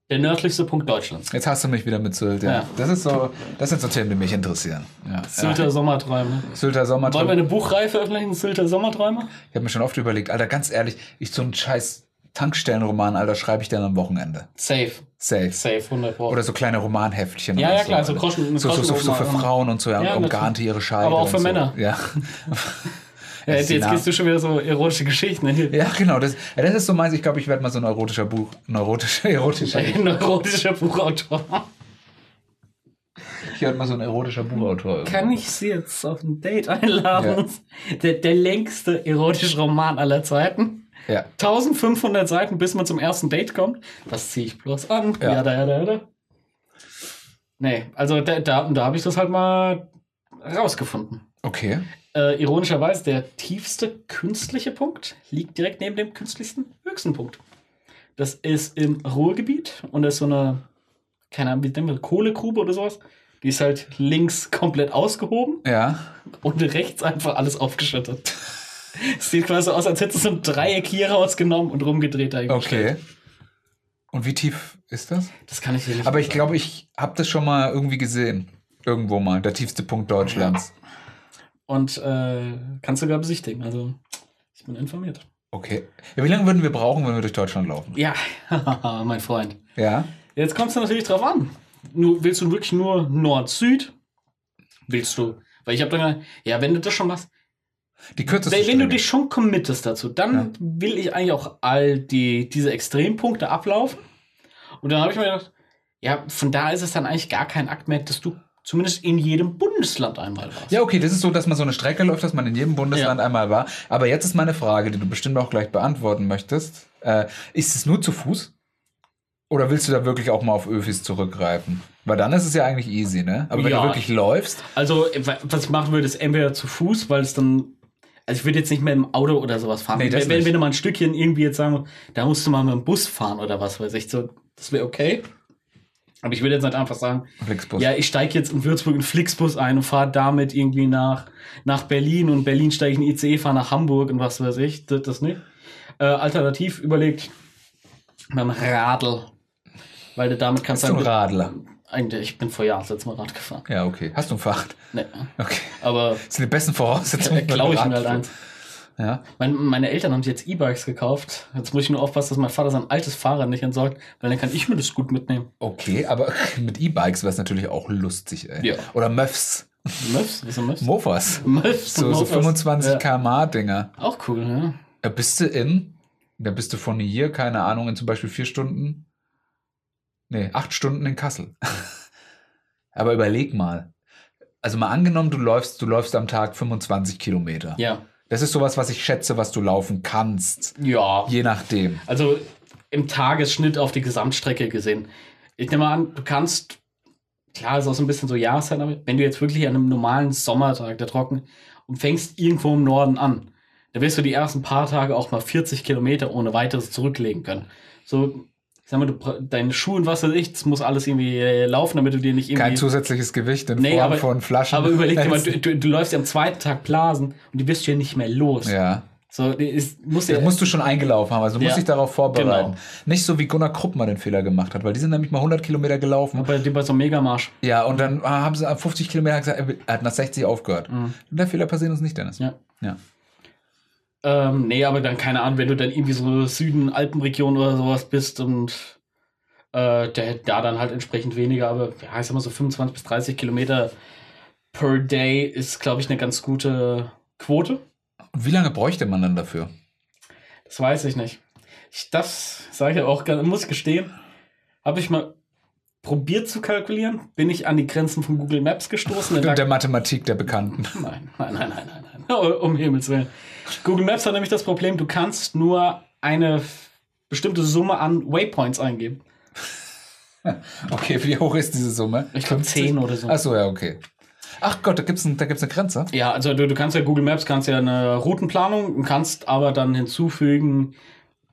[SPEAKER 2] der nördlichste Punkt Deutschlands.
[SPEAKER 3] Jetzt hast du mich wieder mit Sylt, ja.
[SPEAKER 2] Ja.
[SPEAKER 3] Das ist so, das sind so Themen, die mich interessieren. Ja.
[SPEAKER 2] Sylter Sommerträume.
[SPEAKER 3] ja. Sylter Sommer.
[SPEAKER 2] Wollen wir
[SPEAKER 3] Ich
[SPEAKER 2] eine Buchreihe veröffentlichen? Sylter Sommerträume?
[SPEAKER 3] habe mir schon oft überlegt, Alter, ganz ehrlich, ich so einen scheiß Tankstellenroman, Alter, schreibe ich dann am Wochenende.
[SPEAKER 2] Safe.
[SPEAKER 3] Safe.
[SPEAKER 2] Safe, 100 Pro.
[SPEAKER 3] Oder so kleine Romanheftchen.
[SPEAKER 2] Ja,
[SPEAKER 3] oder
[SPEAKER 2] ja, klar, so
[SPEAKER 3] Alter.
[SPEAKER 2] Groschen-
[SPEAKER 3] so, so, so, so für
[SPEAKER 2] Groschenroman.
[SPEAKER 3] Frauen und so, ja,
[SPEAKER 2] Ja,
[SPEAKER 3] und
[SPEAKER 2] natürlich.
[SPEAKER 3] umgarnte ihre Scheide.
[SPEAKER 2] Aber auch
[SPEAKER 3] und
[SPEAKER 2] für
[SPEAKER 3] so.
[SPEAKER 2] Männer.
[SPEAKER 3] Ja.
[SPEAKER 2] ja, jetzt jetzt
[SPEAKER 3] Namen.
[SPEAKER 2] gehst du schon wieder so erotische Geschichten. Ein
[SPEAKER 3] ja, genau. Das, ja, das ist so meins. Ich glaube, ich werde mal so ein erotischer Buch, ein erotischer, erotischer
[SPEAKER 2] erotischer Buchautor.
[SPEAKER 3] Ich werde mal so ein erotischer Buchautor. irgendwann.
[SPEAKER 2] Kann ich sie jetzt auf ein Date einladen? Der, der längste erotische Roman aller Zeiten.
[SPEAKER 3] Ja.
[SPEAKER 2] 1500 Seiten, bis man zum ersten Date kommt. Was ziehe ich bloß an?
[SPEAKER 3] Ja.
[SPEAKER 2] Ja, da, ja, da, da. Nee, also da, da, da habe ich das halt mal rausgefunden.
[SPEAKER 3] Okay.
[SPEAKER 2] Äh, ironischerweise, der tiefste künstliche Punkt liegt direkt neben dem künstlichsten höchsten Punkt. Das ist im Ruhrgebiet und das ist so eine, keine Ahnung, wie nennen wir, Kohlegrube oder sowas. Die ist halt links komplett ausgehoben
[SPEAKER 3] Ja.
[SPEAKER 2] und rechts einfach alles aufgeschüttet. Sieht quasi so aus, als hättest du so ein Dreieck hier rausgenommen und rumgedreht eingestellt.
[SPEAKER 3] Okay. Und wie tief ist das?
[SPEAKER 2] Das kann ich dir nicht
[SPEAKER 3] Aber ich
[SPEAKER 2] sagen.
[SPEAKER 3] glaube, ich habe das schon mal irgendwie gesehen. Irgendwo mal. Der tiefste Punkt Deutschlands.
[SPEAKER 2] Und äh, kannst du sogar besichtigen. Also, ich bin informiert.
[SPEAKER 3] Okay. Ja, wie lange würden wir brauchen, wenn wir durch Deutschland laufen?
[SPEAKER 2] Ja, mein Freund.
[SPEAKER 3] Ja.
[SPEAKER 2] Jetzt kommt es natürlich drauf an. Nur, willst du wirklich nur Nord-Süd? Willst du? Weil ich habe dann gedacht, ja, wenn du das schon machst,
[SPEAKER 3] Die kürzeste
[SPEAKER 2] wenn, wenn du
[SPEAKER 3] Strecke.
[SPEAKER 2] dich schon committest dazu, dann
[SPEAKER 3] Ja.
[SPEAKER 2] will ich eigentlich auch all die, diese Extrempunkte ablaufen. Und dann habe ich mir gedacht, ja, von da ist es dann eigentlich gar kein Akt mehr, dass du zumindest in jedem Bundesland einmal warst.
[SPEAKER 3] Ja, okay, das ist so, dass man so eine Strecke läuft, dass man in jedem Bundesland einmal war. Aber jetzt ist meine Frage, die du bestimmt auch gleich beantworten möchtest. Äh, ist es nur zu Fuß? Oder willst du da wirklich auch mal auf Öfis zurückgreifen? Weil dann ist es ja eigentlich easy, ne? Aber wenn
[SPEAKER 2] Ja.
[SPEAKER 3] du wirklich läufst,
[SPEAKER 2] Also, wa- was ich machen würde, ist entweder zu Fuß, weil es dann. Also, ich würde jetzt nicht mehr im Auto oder sowas fahren.
[SPEAKER 3] Nee, das
[SPEAKER 2] wenn, wenn,
[SPEAKER 3] nicht.
[SPEAKER 2] wenn du mal ein Stückchen irgendwie jetzt sagen würdest, da musst du mal mit dem Bus fahren oder was weiß ich, so, das wäre okay. Aber ich würde jetzt nicht einfach sagen,
[SPEAKER 3] Flixbus.
[SPEAKER 2] ja, ich steige jetzt in Würzburg in Flixbus ein und fahre damit irgendwie nach, nach Berlin und Berlin steige ich in ICE, fahre nach Hamburg und was weiß ich, das, das nicht. Äh, alternativ überlegt, mit dem Radl. Weil du damit kannst
[SPEAKER 3] Bist du ein
[SPEAKER 2] halt-
[SPEAKER 3] Radler?
[SPEAKER 2] Eigentlich, ich bin vor Jahren das letzte Mal Rad gefahren.
[SPEAKER 3] Ja, okay. Hast du ein Fahrrad?
[SPEAKER 2] Nee.
[SPEAKER 3] Okay.
[SPEAKER 2] Aber
[SPEAKER 3] Das sind die besten Voraussetzungen.
[SPEAKER 2] Äh, klau ich mir halt
[SPEAKER 3] Radfahren.
[SPEAKER 2] eins.
[SPEAKER 3] Ja.
[SPEAKER 2] Mein, meine Eltern haben sich jetzt E-Bikes gekauft. Jetzt muss ich nur aufpassen, dass mein Vater sein altes Fahrrad nicht entsorgt, weil dann kann ich mir das gut mitnehmen.
[SPEAKER 3] Okay, aber mit E-Bikes wäre es natürlich auch lustig, ey.
[SPEAKER 2] Ja.
[SPEAKER 3] Oder Möffs.
[SPEAKER 2] Möffs? Wieso Möffs?
[SPEAKER 3] Mofas.
[SPEAKER 2] Möffs.
[SPEAKER 3] So, so
[SPEAKER 2] Mofas.
[SPEAKER 3] 25
[SPEAKER 2] Ja.
[SPEAKER 3] km/h Dinger.
[SPEAKER 2] Auch cool, ne? ja.
[SPEAKER 3] Da bist du in, da bist du von hier, keine Ahnung, in zum Beispiel vier Stunden, nee, acht Stunden in Kassel. Aber überleg mal. Also mal angenommen, du läufst, du läufst am Tag 25 Kilometer.
[SPEAKER 2] Ja.
[SPEAKER 3] Das ist sowas, was ich schätze, was du laufen kannst.
[SPEAKER 2] Ja.
[SPEAKER 3] Je nachdem.
[SPEAKER 2] Also im Tagesschnitt auf die Gesamtstrecke gesehen. Ich nehme mal an, du kannst, klar, ist auch so ein bisschen so Jahreszeit, aber wenn du jetzt wirklich an einem normalen Sommertag, der trocken, und fängst irgendwo im Norden an, dann wirst du die ersten paar Tage auch mal 40 Kilometer ohne weiteres zurücklegen können. So, ich sag mal, du, bra- deine Schuhe und was weiß ich, das muss alles irgendwie äh, laufen, damit du dir nicht irgendwie.
[SPEAKER 3] Kein zusätzliches Gewicht in
[SPEAKER 2] Nee,
[SPEAKER 3] Form
[SPEAKER 2] aber-
[SPEAKER 3] von Flaschen.
[SPEAKER 2] aber überleg dir mal, du, du, du läufst ja am zweiten Tag Blasen und die wirst du ja nicht mehr los.
[SPEAKER 3] ja.
[SPEAKER 2] So, die ist, musst ja,
[SPEAKER 3] Das musst du schon eingelaufen haben, also du musst
[SPEAKER 2] Ja.
[SPEAKER 3] dich darauf vorbereiten.
[SPEAKER 2] Genau.
[SPEAKER 3] Nicht so wie Gunnar Kruppmann den Fehler gemacht hat, weil die sind nämlich mal 100 Kilometer gelaufen.
[SPEAKER 2] bei, bei so einem Megamarsch.
[SPEAKER 3] Ja, und dann ah, haben sie ab 50 Kilometer gesagt, er hat nach 60 aufgehört. Und der Fehler passiert uns nicht, Dennis.
[SPEAKER 2] Ja.
[SPEAKER 3] ja.
[SPEAKER 2] Ähm, nee, aber dann keine Ahnung, wenn du dann irgendwie so Süden, Alpenregion oder sowas bist und äh, der, da dann halt entsprechend weniger, aber ja, ich sag mal so 25 bis 30 Kilometer per Day ist, glaube ich, eine ganz gute Quote.
[SPEAKER 3] Und wie lange bräuchte man dann dafür?
[SPEAKER 2] Das weiß ich nicht. Ich, das sage ich aber auch, gerne- muss gestehen, habe ich mal probiert zu kalkulieren, bin ich an die Grenzen von Google Maps gestoßen.
[SPEAKER 3] Der, der Mathematik der Bekannten.
[SPEAKER 2] Nein, nein, nein, nein, nein, nein. Oh, Um Himmels Willen. Google Maps hat nämlich das Problem, du kannst nur eine f- bestimmte Summe an Waypoints eingeben.
[SPEAKER 3] Okay, wie hoch ist diese Summe?
[SPEAKER 2] Ich glaube 10 oder so.
[SPEAKER 3] Achso, ja, okay. Ach Gott, da gibt es da gibt's eine Grenze.
[SPEAKER 2] Ja, also du, du kannst ja Google Maps, kannst ja eine Routenplanung und kannst aber dann hinzufügen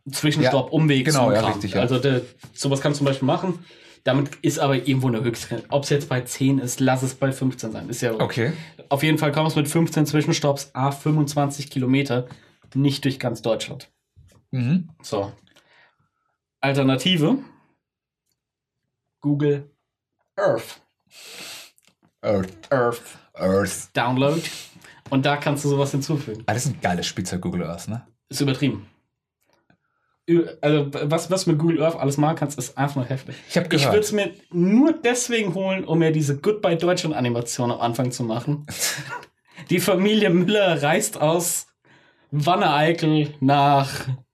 [SPEAKER 2] Zwischenstopp,
[SPEAKER 3] Ja,
[SPEAKER 2] Umweg.
[SPEAKER 3] genau,
[SPEAKER 2] so ein
[SPEAKER 3] ja,
[SPEAKER 2] Kram.
[SPEAKER 3] richtig, ja.
[SPEAKER 2] Also der, sowas kannst du zum Beispiel machen. Damit ist aber irgendwo eine Höchstgrenze. Ob es jetzt bei 10 ist, lass es bei 15 sein. Ist ja
[SPEAKER 3] Okay.
[SPEAKER 2] Auf jeden Fall kommst du mit 15 Zwischenstopps, a 25 Kilometer, nicht durch ganz Deutschland.
[SPEAKER 3] Mhm.
[SPEAKER 2] So. Alternative. Google Earth.
[SPEAKER 3] Earth.
[SPEAKER 2] Earth.
[SPEAKER 3] Earth.
[SPEAKER 2] Download. Und da kannst du sowas hinzufügen.
[SPEAKER 3] Ah, das ist ein geiles Spielzeug, Google Earth, ne?
[SPEAKER 2] Ist übertrieben. Ü- Also, was, was du mit Google Earth alles machen kannst, ist einfach nur heftig.
[SPEAKER 3] Ich habe
[SPEAKER 2] Ich
[SPEAKER 3] gehört.
[SPEAKER 2] würde es mir nur deswegen holen, um mir diese Goodbye Deutschland-Animation am Anfang zu machen. Die Familie Müller reist aus Wanne-Eickel nach.
[SPEAKER 3] kann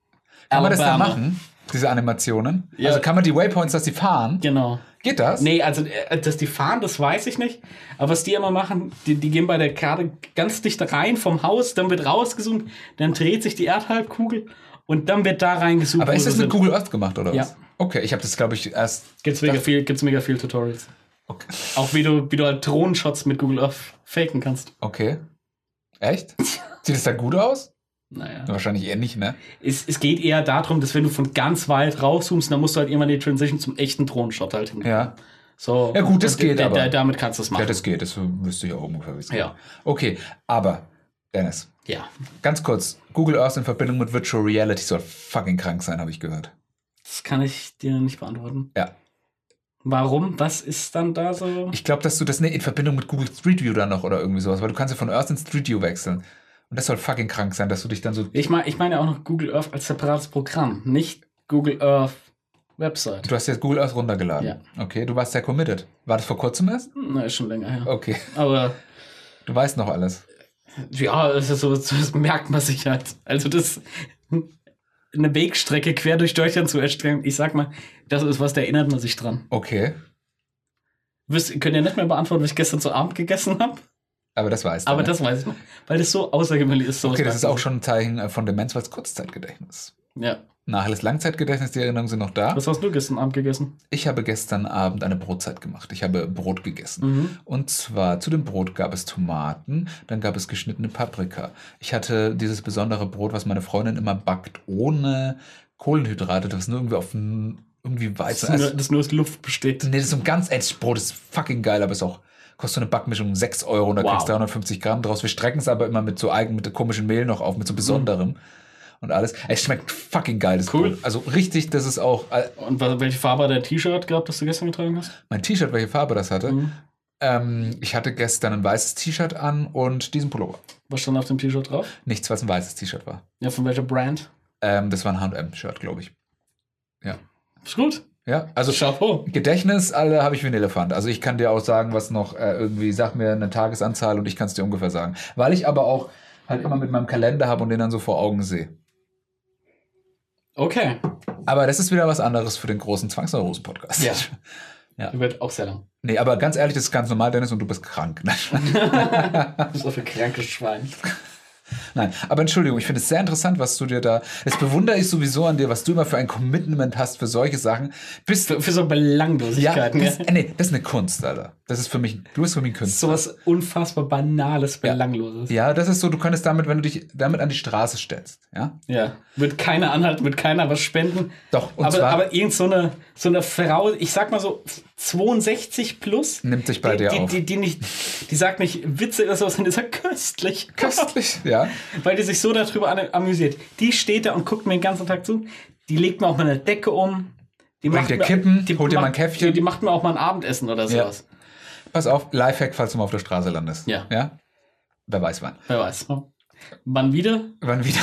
[SPEAKER 3] man das dann
[SPEAKER 2] Alabama.
[SPEAKER 3] machen? Diese Animationen?
[SPEAKER 2] Ja.
[SPEAKER 3] Also kann man die Waypoints, dass die fahren?
[SPEAKER 2] Genau.
[SPEAKER 3] Geht das?
[SPEAKER 2] Nee, also äh, dass die fahren, das weiß ich nicht. Aber was die immer machen, die, die gehen bei der Karte ganz dicht rein vom Haus, dann wird rausgezoomt, dann dreht sich die Erdhalbkugel und dann wird da reingezoomt.
[SPEAKER 3] Aber
[SPEAKER 2] wo
[SPEAKER 3] ist
[SPEAKER 2] sie
[SPEAKER 3] das mit
[SPEAKER 2] sind.
[SPEAKER 3] Google Earth gemacht, oder
[SPEAKER 2] Ja.
[SPEAKER 3] was? Okay, ich habe das, glaube ich, erst.
[SPEAKER 2] Gibt's mega viel, gibt's mega viel Tutorials.
[SPEAKER 3] Okay.
[SPEAKER 2] Auch wie du, wie du halt Drohnenshots mit Google Earth faken kannst.
[SPEAKER 3] Okay. Echt? Sieht es da gut aus?
[SPEAKER 2] Naja.
[SPEAKER 3] Wahrscheinlich eher nicht, ne?
[SPEAKER 2] Es, es geht eher darum, dass wenn du von ganz weit rauszoomst, dann musst du halt irgendwann die Transition zum echten Drohnenshot halt hin.
[SPEAKER 3] Ja.
[SPEAKER 2] So.
[SPEAKER 3] Ja, gut, das
[SPEAKER 2] Und
[SPEAKER 3] geht
[SPEAKER 2] da- da-
[SPEAKER 3] aber.
[SPEAKER 2] Damit kannst du es machen.
[SPEAKER 3] Ja, das geht. Das müsste ich auch ungefähr wissen.
[SPEAKER 2] Ja.
[SPEAKER 3] Okay, aber, Dennis,
[SPEAKER 2] ja.
[SPEAKER 3] ganz kurz. Google Earth in Verbindung mit Virtual Reality soll fucking krank sein, habe ich gehört.
[SPEAKER 2] Das kann ich dir nicht beantworten.
[SPEAKER 3] Ja.
[SPEAKER 2] Warum? Was ist dann da so?
[SPEAKER 3] Ich glaube, dass du das, ne, in Verbindung mit Google Street View dann noch oder irgendwie sowas, weil du kannst ja von Earth in Street View wechseln. Und das soll fucking krank sein, dass du dich dann so.
[SPEAKER 2] Ich meine ich meine ja auch noch Google Earth als separates Programm, nicht Google Earth Website.
[SPEAKER 3] Du hast jetzt Google Earth runtergeladen.
[SPEAKER 2] Ja. Mhm.
[SPEAKER 3] Okay, du warst sehr committed. War das vor kurzem erst?
[SPEAKER 2] Hm, Na, ist schon länger her.
[SPEAKER 3] Okay,
[SPEAKER 2] Aber
[SPEAKER 3] du weißt noch alles.
[SPEAKER 2] ja, es ist so, das merkt man sich halt. Also das eine Wegstrecke quer durch Deutschland zu erstellen, ich sag mal, das ist was, da erinnert man sich dran.
[SPEAKER 3] Okay,
[SPEAKER 2] Wisst, könnt ihr nicht mehr beantworten, was ich gestern zu Abend gegessen habe?
[SPEAKER 3] aber das weißt du.
[SPEAKER 2] Aber
[SPEAKER 3] ne?
[SPEAKER 2] das weiß ich noch, weil das so außergewöhnlich ist. sowas
[SPEAKER 3] Okay, das
[SPEAKER 2] merkt
[SPEAKER 3] ist
[SPEAKER 2] man
[SPEAKER 3] auch
[SPEAKER 2] sich.
[SPEAKER 3] schon ein Zeichen äh, von Demenz, weil es Kurzzeitgedächtnis.
[SPEAKER 2] Ja.
[SPEAKER 3] Nachles Langzeitgedächtnis, die Erinnerungen sind noch da.
[SPEAKER 2] Was hast du gestern Abend gegessen?
[SPEAKER 3] Ich habe gestern Abend eine Brotzeit gemacht. Ich habe Brot gegessen.
[SPEAKER 2] Mhm.
[SPEAKER 3] Und zwar zu dem Brot gab es Tomaten, dann gab es geschnittene Paprika. Ich hatte dieses besondere Brot, was meine Freundin immer backt, ohne Kohlenhydrate, das nur irgendwie auf n- irgendwie
[SPEAKER 2] Das,
[SPEAKER 3] weiß.
[SPEAKER 2] ist nur, das nur aus Luft besteht.
[SPEAKER 3] nee, das ist so ein ganz echtes Brot, das ist fucking geil, aber ist auch kostet so eine Backmischung 6 Euro und da
[SPEAKER 2] Wow.
[SPEAKER 3] kriegst du 350 Gramm draus. Wir strecken es aber immer mit so eigen, mit komischem Mehl noch auf, mit
[SPEAKER 2] Mhm.
[SPEAKER 3] so besonderem und alles. Es schmeckt fucking geil, das
[SPEAKER 2] Cool.
[SPEAKER 3] Brot. Also richtig, das ist auch äh,
[SPEAKER 2] Und wa- welche Farbe hat dein T-Shirt gehabt, das du gestern getragen hast? Mhm. Hm.
[SPEAKER 3] mein T-Shirt, welche Farbe das hatte. Ähm, ich hatte gestern ein weißes T-Shirt an und diesen Pullover.
[SPEAKER 2] Was stand auf dem T-Shirt drauf?
[SPEAKER 3] Nichts, was ein weißes T-Shirt war.
[SPEAKER 2] Ja, von welcher Brand?
[SPEAKER 3] Ähm, das war ein H&M-Shirt, glaube ich.
[SPEAKER 2] Ist gut.
[SPEAKER 3] Ja, also
[SPEAKER 2] Chapeau.
[SPEAKER 3] Gedächtnis, alle habe ich wie ein Elefant. Also ich kann dir auch sagen, was noch äh, irgendwie, sag mir eine Tagesanzahl und ich kann es dir ungefähr sagen. Weil ich aber auch halt immer mit meinem Kalender habe und den dann so vor Augen sehe.
[SPEAKER 2] Okay.
[SPEAKER 3] Aber das ist wieder was anderes für den großen Zwangsneurosen-Podcast.
[SPEAKER 2] Ja.
[SPEAKER 3] Ja.
[SPEAKER 2] Die wird auch sehr lang.
[SPEAKER 3] Nee, aber ganz ehrlich, das ist ganz normal, Dennis, und du bist krank. ne?
[SPEAKER 2] Das ist auf ein krankes Schwein.
[SPEAKER 3] Nein, aber Entschuldigung, ich finde es sehr interessant, was du dir da. Das bewundere ich sowieso an dir, was du immer für ein Commitment hast für solche Sachen. Bist du.
[SPEAKER 2] Für so Belanglosigkeiten.
[SPEAKER 3] das,
[SPEAKER 2] Ja,
[SPEAKER 3] äh, nee, das ist eine Kunst, Alter. Das ist für mich. Du bist für mich ein Künstler.
[SPEAKER 2] so was unfassbar Banales, Belangloses.
[SPEAKER 3] Ja, das ist so, du könntest damit, wenn du dich damit an die Straße stellst, ja?
[SPEAKER 2] Ja. Wird keiner anhalten, wird keiner was spenden.
[SPEAKER 3] Doch, und
[SPEAKER 2] aber,
[SPEAKER 3] zwar
[SPEAKER 2] aber irgend so eine, so eine Frau, ich sag mal so 62 plus.
[SPEAKER 3] nimmt sich bei
[SPEAKER 2] die,
[SPEAKER 3] dir
[SPEAKER 2] die,
[SPEAKER 3] auf.
[SPEAKER 2] Die, die, nicht, die sagt nicht Witze oder sowas, sondern die sagt köstlich.
[SPEAKER 3] Köstlich, ja.
[SPEAKER 2] Weil die sich so darüber an- amüsiert. Die steht da und guckt mir den ganzen Tag zu. Die legt mir auch mal eine Decke um. Die
[SPEAKER 3] Bringt dir Kippen, holt dir mal ein
[SPEAKER 2] macht-
[SPEAKER 3] Käffchen.
[SPEAKER 2] Die, die macht mir auch mal ein Abendessen oder
[SPEAKER 3] Ja.
[SPEAKER 2] sowas.
[SPEAKER 3] Pass auf, Lifehack, falls du mal auf der Straße landest.
[SPEAKER 2] Ja.
[SPEAKER 3] Ja? Wer weiß wann.
[SPEAKER 2] Wer weiß. ne? Wann wieder?
[SPEAKER 3] Wann wieder?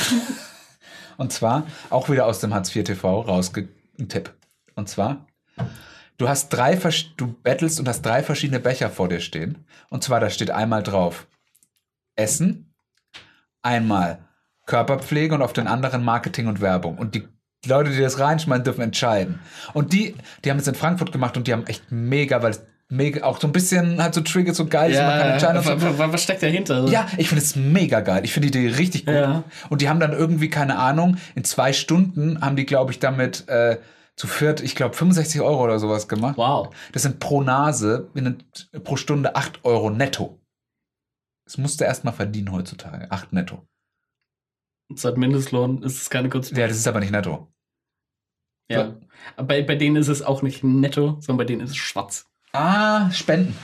[SPEAKER 3] Und zwar auch wieder aus dem Hartz IV TV rausge ein Tipp. Und zwar du hast drei versch- du bettelst und hast drei verschiedene Becher vor dir stehen. Und zwar da steht einmal drauf Essen, einmal Körperpflege und auf den anderen Marketing und Werbung. Und die Leute, die das reinschmeißen, dürfen entscheiden. Und die, die haben es in Frankfurt gemacht und die haben echt mega, weil es mega auch so ein bisschen halt so Trigger so geil ist, und man kann entscheiden. und so.
[SPEAKER 2] wa- wa- wa- was steckt dahinter?
[SPEAKER 3] Ja, ich finde es mega geil. Ich finde die Idee richtig gut.
[SPEAKER 2] Ja.
[SPEAKER 3] Und die haben dann irgendwie, keine Ahnung, in zwei Stunden haben die, glaube ich, damit äh, zu viert, ich glaube, 65 Euro oder sowas gemacht.
[SPEAKER 2] Wow.
[SPEAKER 3] Das sind pro Nase in, pro Stunde 8 Euro netto. Das musst du erstmal verdienen heutzutage. 8 netto.
[SPEAKER 2] Seit Mindestlohn ist es keine Kunst.
[SPEAKER 3] Ja, das ist aber nicht netto.
[SPEAKER 2] Ja. Aber Bei, bei denen ist es auch nicht netto, sondern bei denen ist es schwarz.
[SPEAKER 3] Ah, Spenden.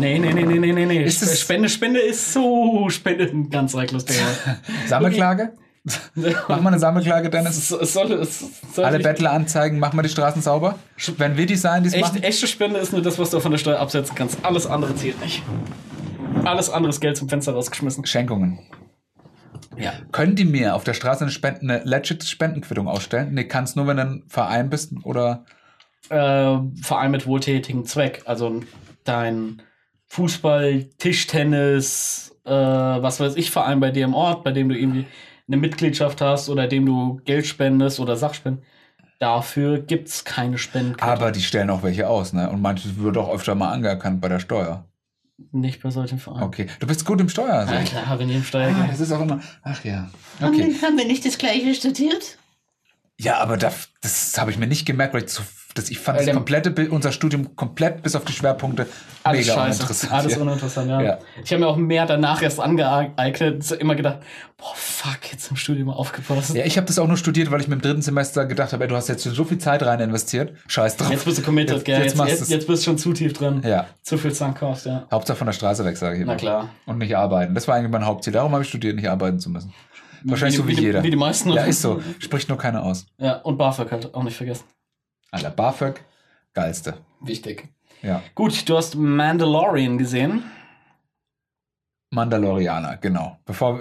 [SPEAKER 2] Nee, nee, nee, nee, nee, nee, nee.
[SPEAKER 3] Ist es-
[SPEAKER 2] Spende, Spende ist so. Spende ist ein ganz reikles Thema.
[SPEAKER 3] Sammelklage? Mach mal eine Sammelklage, Dennis.
[SPEAKER 2] Es soll, es soll
[SPEAKER 3] Alle
[SPEAKER 2] nicht-
[SPEAKER 3] Bettler anzeigen, mach mal die Straßen sauber. Wenn wir die sein, die es
[SPEAKER 2] Echt,
[SPEAKER 3] machen.
[SPEAKER 2] echte Spende ist nur das, was du von der Steuer absetzen kannst. Alles andere zählt nicht. Alles andere ist Geld zum Fenster rausgeschmissen.
[SPEAKER 3] Schenkungen.
[SPEAKER 2] Ja.
[SPEAKER 3] Können die mir auf der Straße eine, Spenden, eine legit Spendenquittung ausstellen? Nee, kannst nur, wenn du ein Verein bist oder.
[SPEAKER 2] Äh, vor allem mit wohltätigem Zweck. Also dein Fußball, Tischtennis, äh, was weiß ich, Verein bei dir im Ort, bei dem du irgendwie eine Mitgliedschaft hast oder dem du Geld spendest oder Sachspenden. Dafür gibt es keine Spenden.
[SPEAKER 3] Aber die stellen auch welche aus, ne? Und manches wird auch öfter mal angeerkannt bei der Steuer.
[SPEAKER 2] Nicht bei solchen Vereinen.
[SPEAKER 3] Okay. Du bist gut im Steuer.
[SPEAKER 2] Ja,
[SPEAKER 3] Also.
[SPEAKER 2] klar, wenn ihr im
[SPEAKER 3] Ah,
[SPEAKER 2] Steuergeld.
[SPEAKER 3] das ist auch immer. Ach ja. Okay.
[SPEAKER 4] Haben wir nicht das gleiche studiert?
[SPEAKER 3] Ja, aber das, das habe ich mir nicht gemerkt, weil ich, zu, das, ich fand
[SPEAKER 2] Weil
[SPEAKER 3] das
[SPEAKER 2] der-
[SPEAKER 3] komplette, Bild- unser Studium komplett bis auf die Schwerpunkte
[SPEAKER 2] Alles
[SPEAKER 3] mega
[SPEAKER 2] scheiße.
[SPEAKER 3] uninteressant.
[SPEAKER 2] Alles
[SPEAKER 3] ja.
[SPEAKER 2] uninteressant, ja.
[SPEAKER 3] Ja.
[SPEAKER 2] Ich habe mir auch mehr danach erst angeeignet. So immer gedacht, boah, fuck, jetzt im Studium aufgepasst.
[SPEAKER 3] ja, ich habe das auch nur studiert, weil ich mir im dritten Semester gedacht habe, ey, du hast jetzt so viel Zeit rein investiert. Scheiß drauf.
[SPEAKER 2] Jetzt bist du committed,
[SPEAKER 3] Jetzt-
[SPEAKER 2] gell?
[SPEAKER 3] jetzt
[SPEAKER 2] Jetzt,
[SPEAKER 3] machst
[SPEAKER 2] jetzt,
[SPEAKER 3] du's.
[SPEAKER 2] jetzt bist du schon zu tief drin.
[SPEAKER 3] Ja. Genau.
[SPEAKER 2] Zu viel Sunk cost, ja.
[SPEAKER 3] Hauptsache von der Straße weg, sage ich immer.
[SPEAKER 2] Na klar.
[SPEAKER 3] Und nicht arbeiten. Das war eigentlich mein Hauptziel. Darum habe ich studiert, nicht arbeiten zu müssen. Wahrscheinlich
[SPEAKER 2] die-
[SPEAKER 3] so wie,
[SPEAKER 2] die-
[SPEAKER 3] jeder.
[SPEAKER 2] Wie die meisten.
[SPEAKER 3] ja, ist so. Spricht nur keiner aus.
[SPEAKER 2] Ja, und BAföG halt auch nicht vergessen.
[SPEAKER 3] Alter, BAföG, geilste.
[SPEAKER 2] Wichtig.
[SPEAKER 3] Ja.
[SPEAKER 2] Gut, du hast Mandalorian gesehen.
[SPEAKER 3] Mandalorianer, genau. Bevor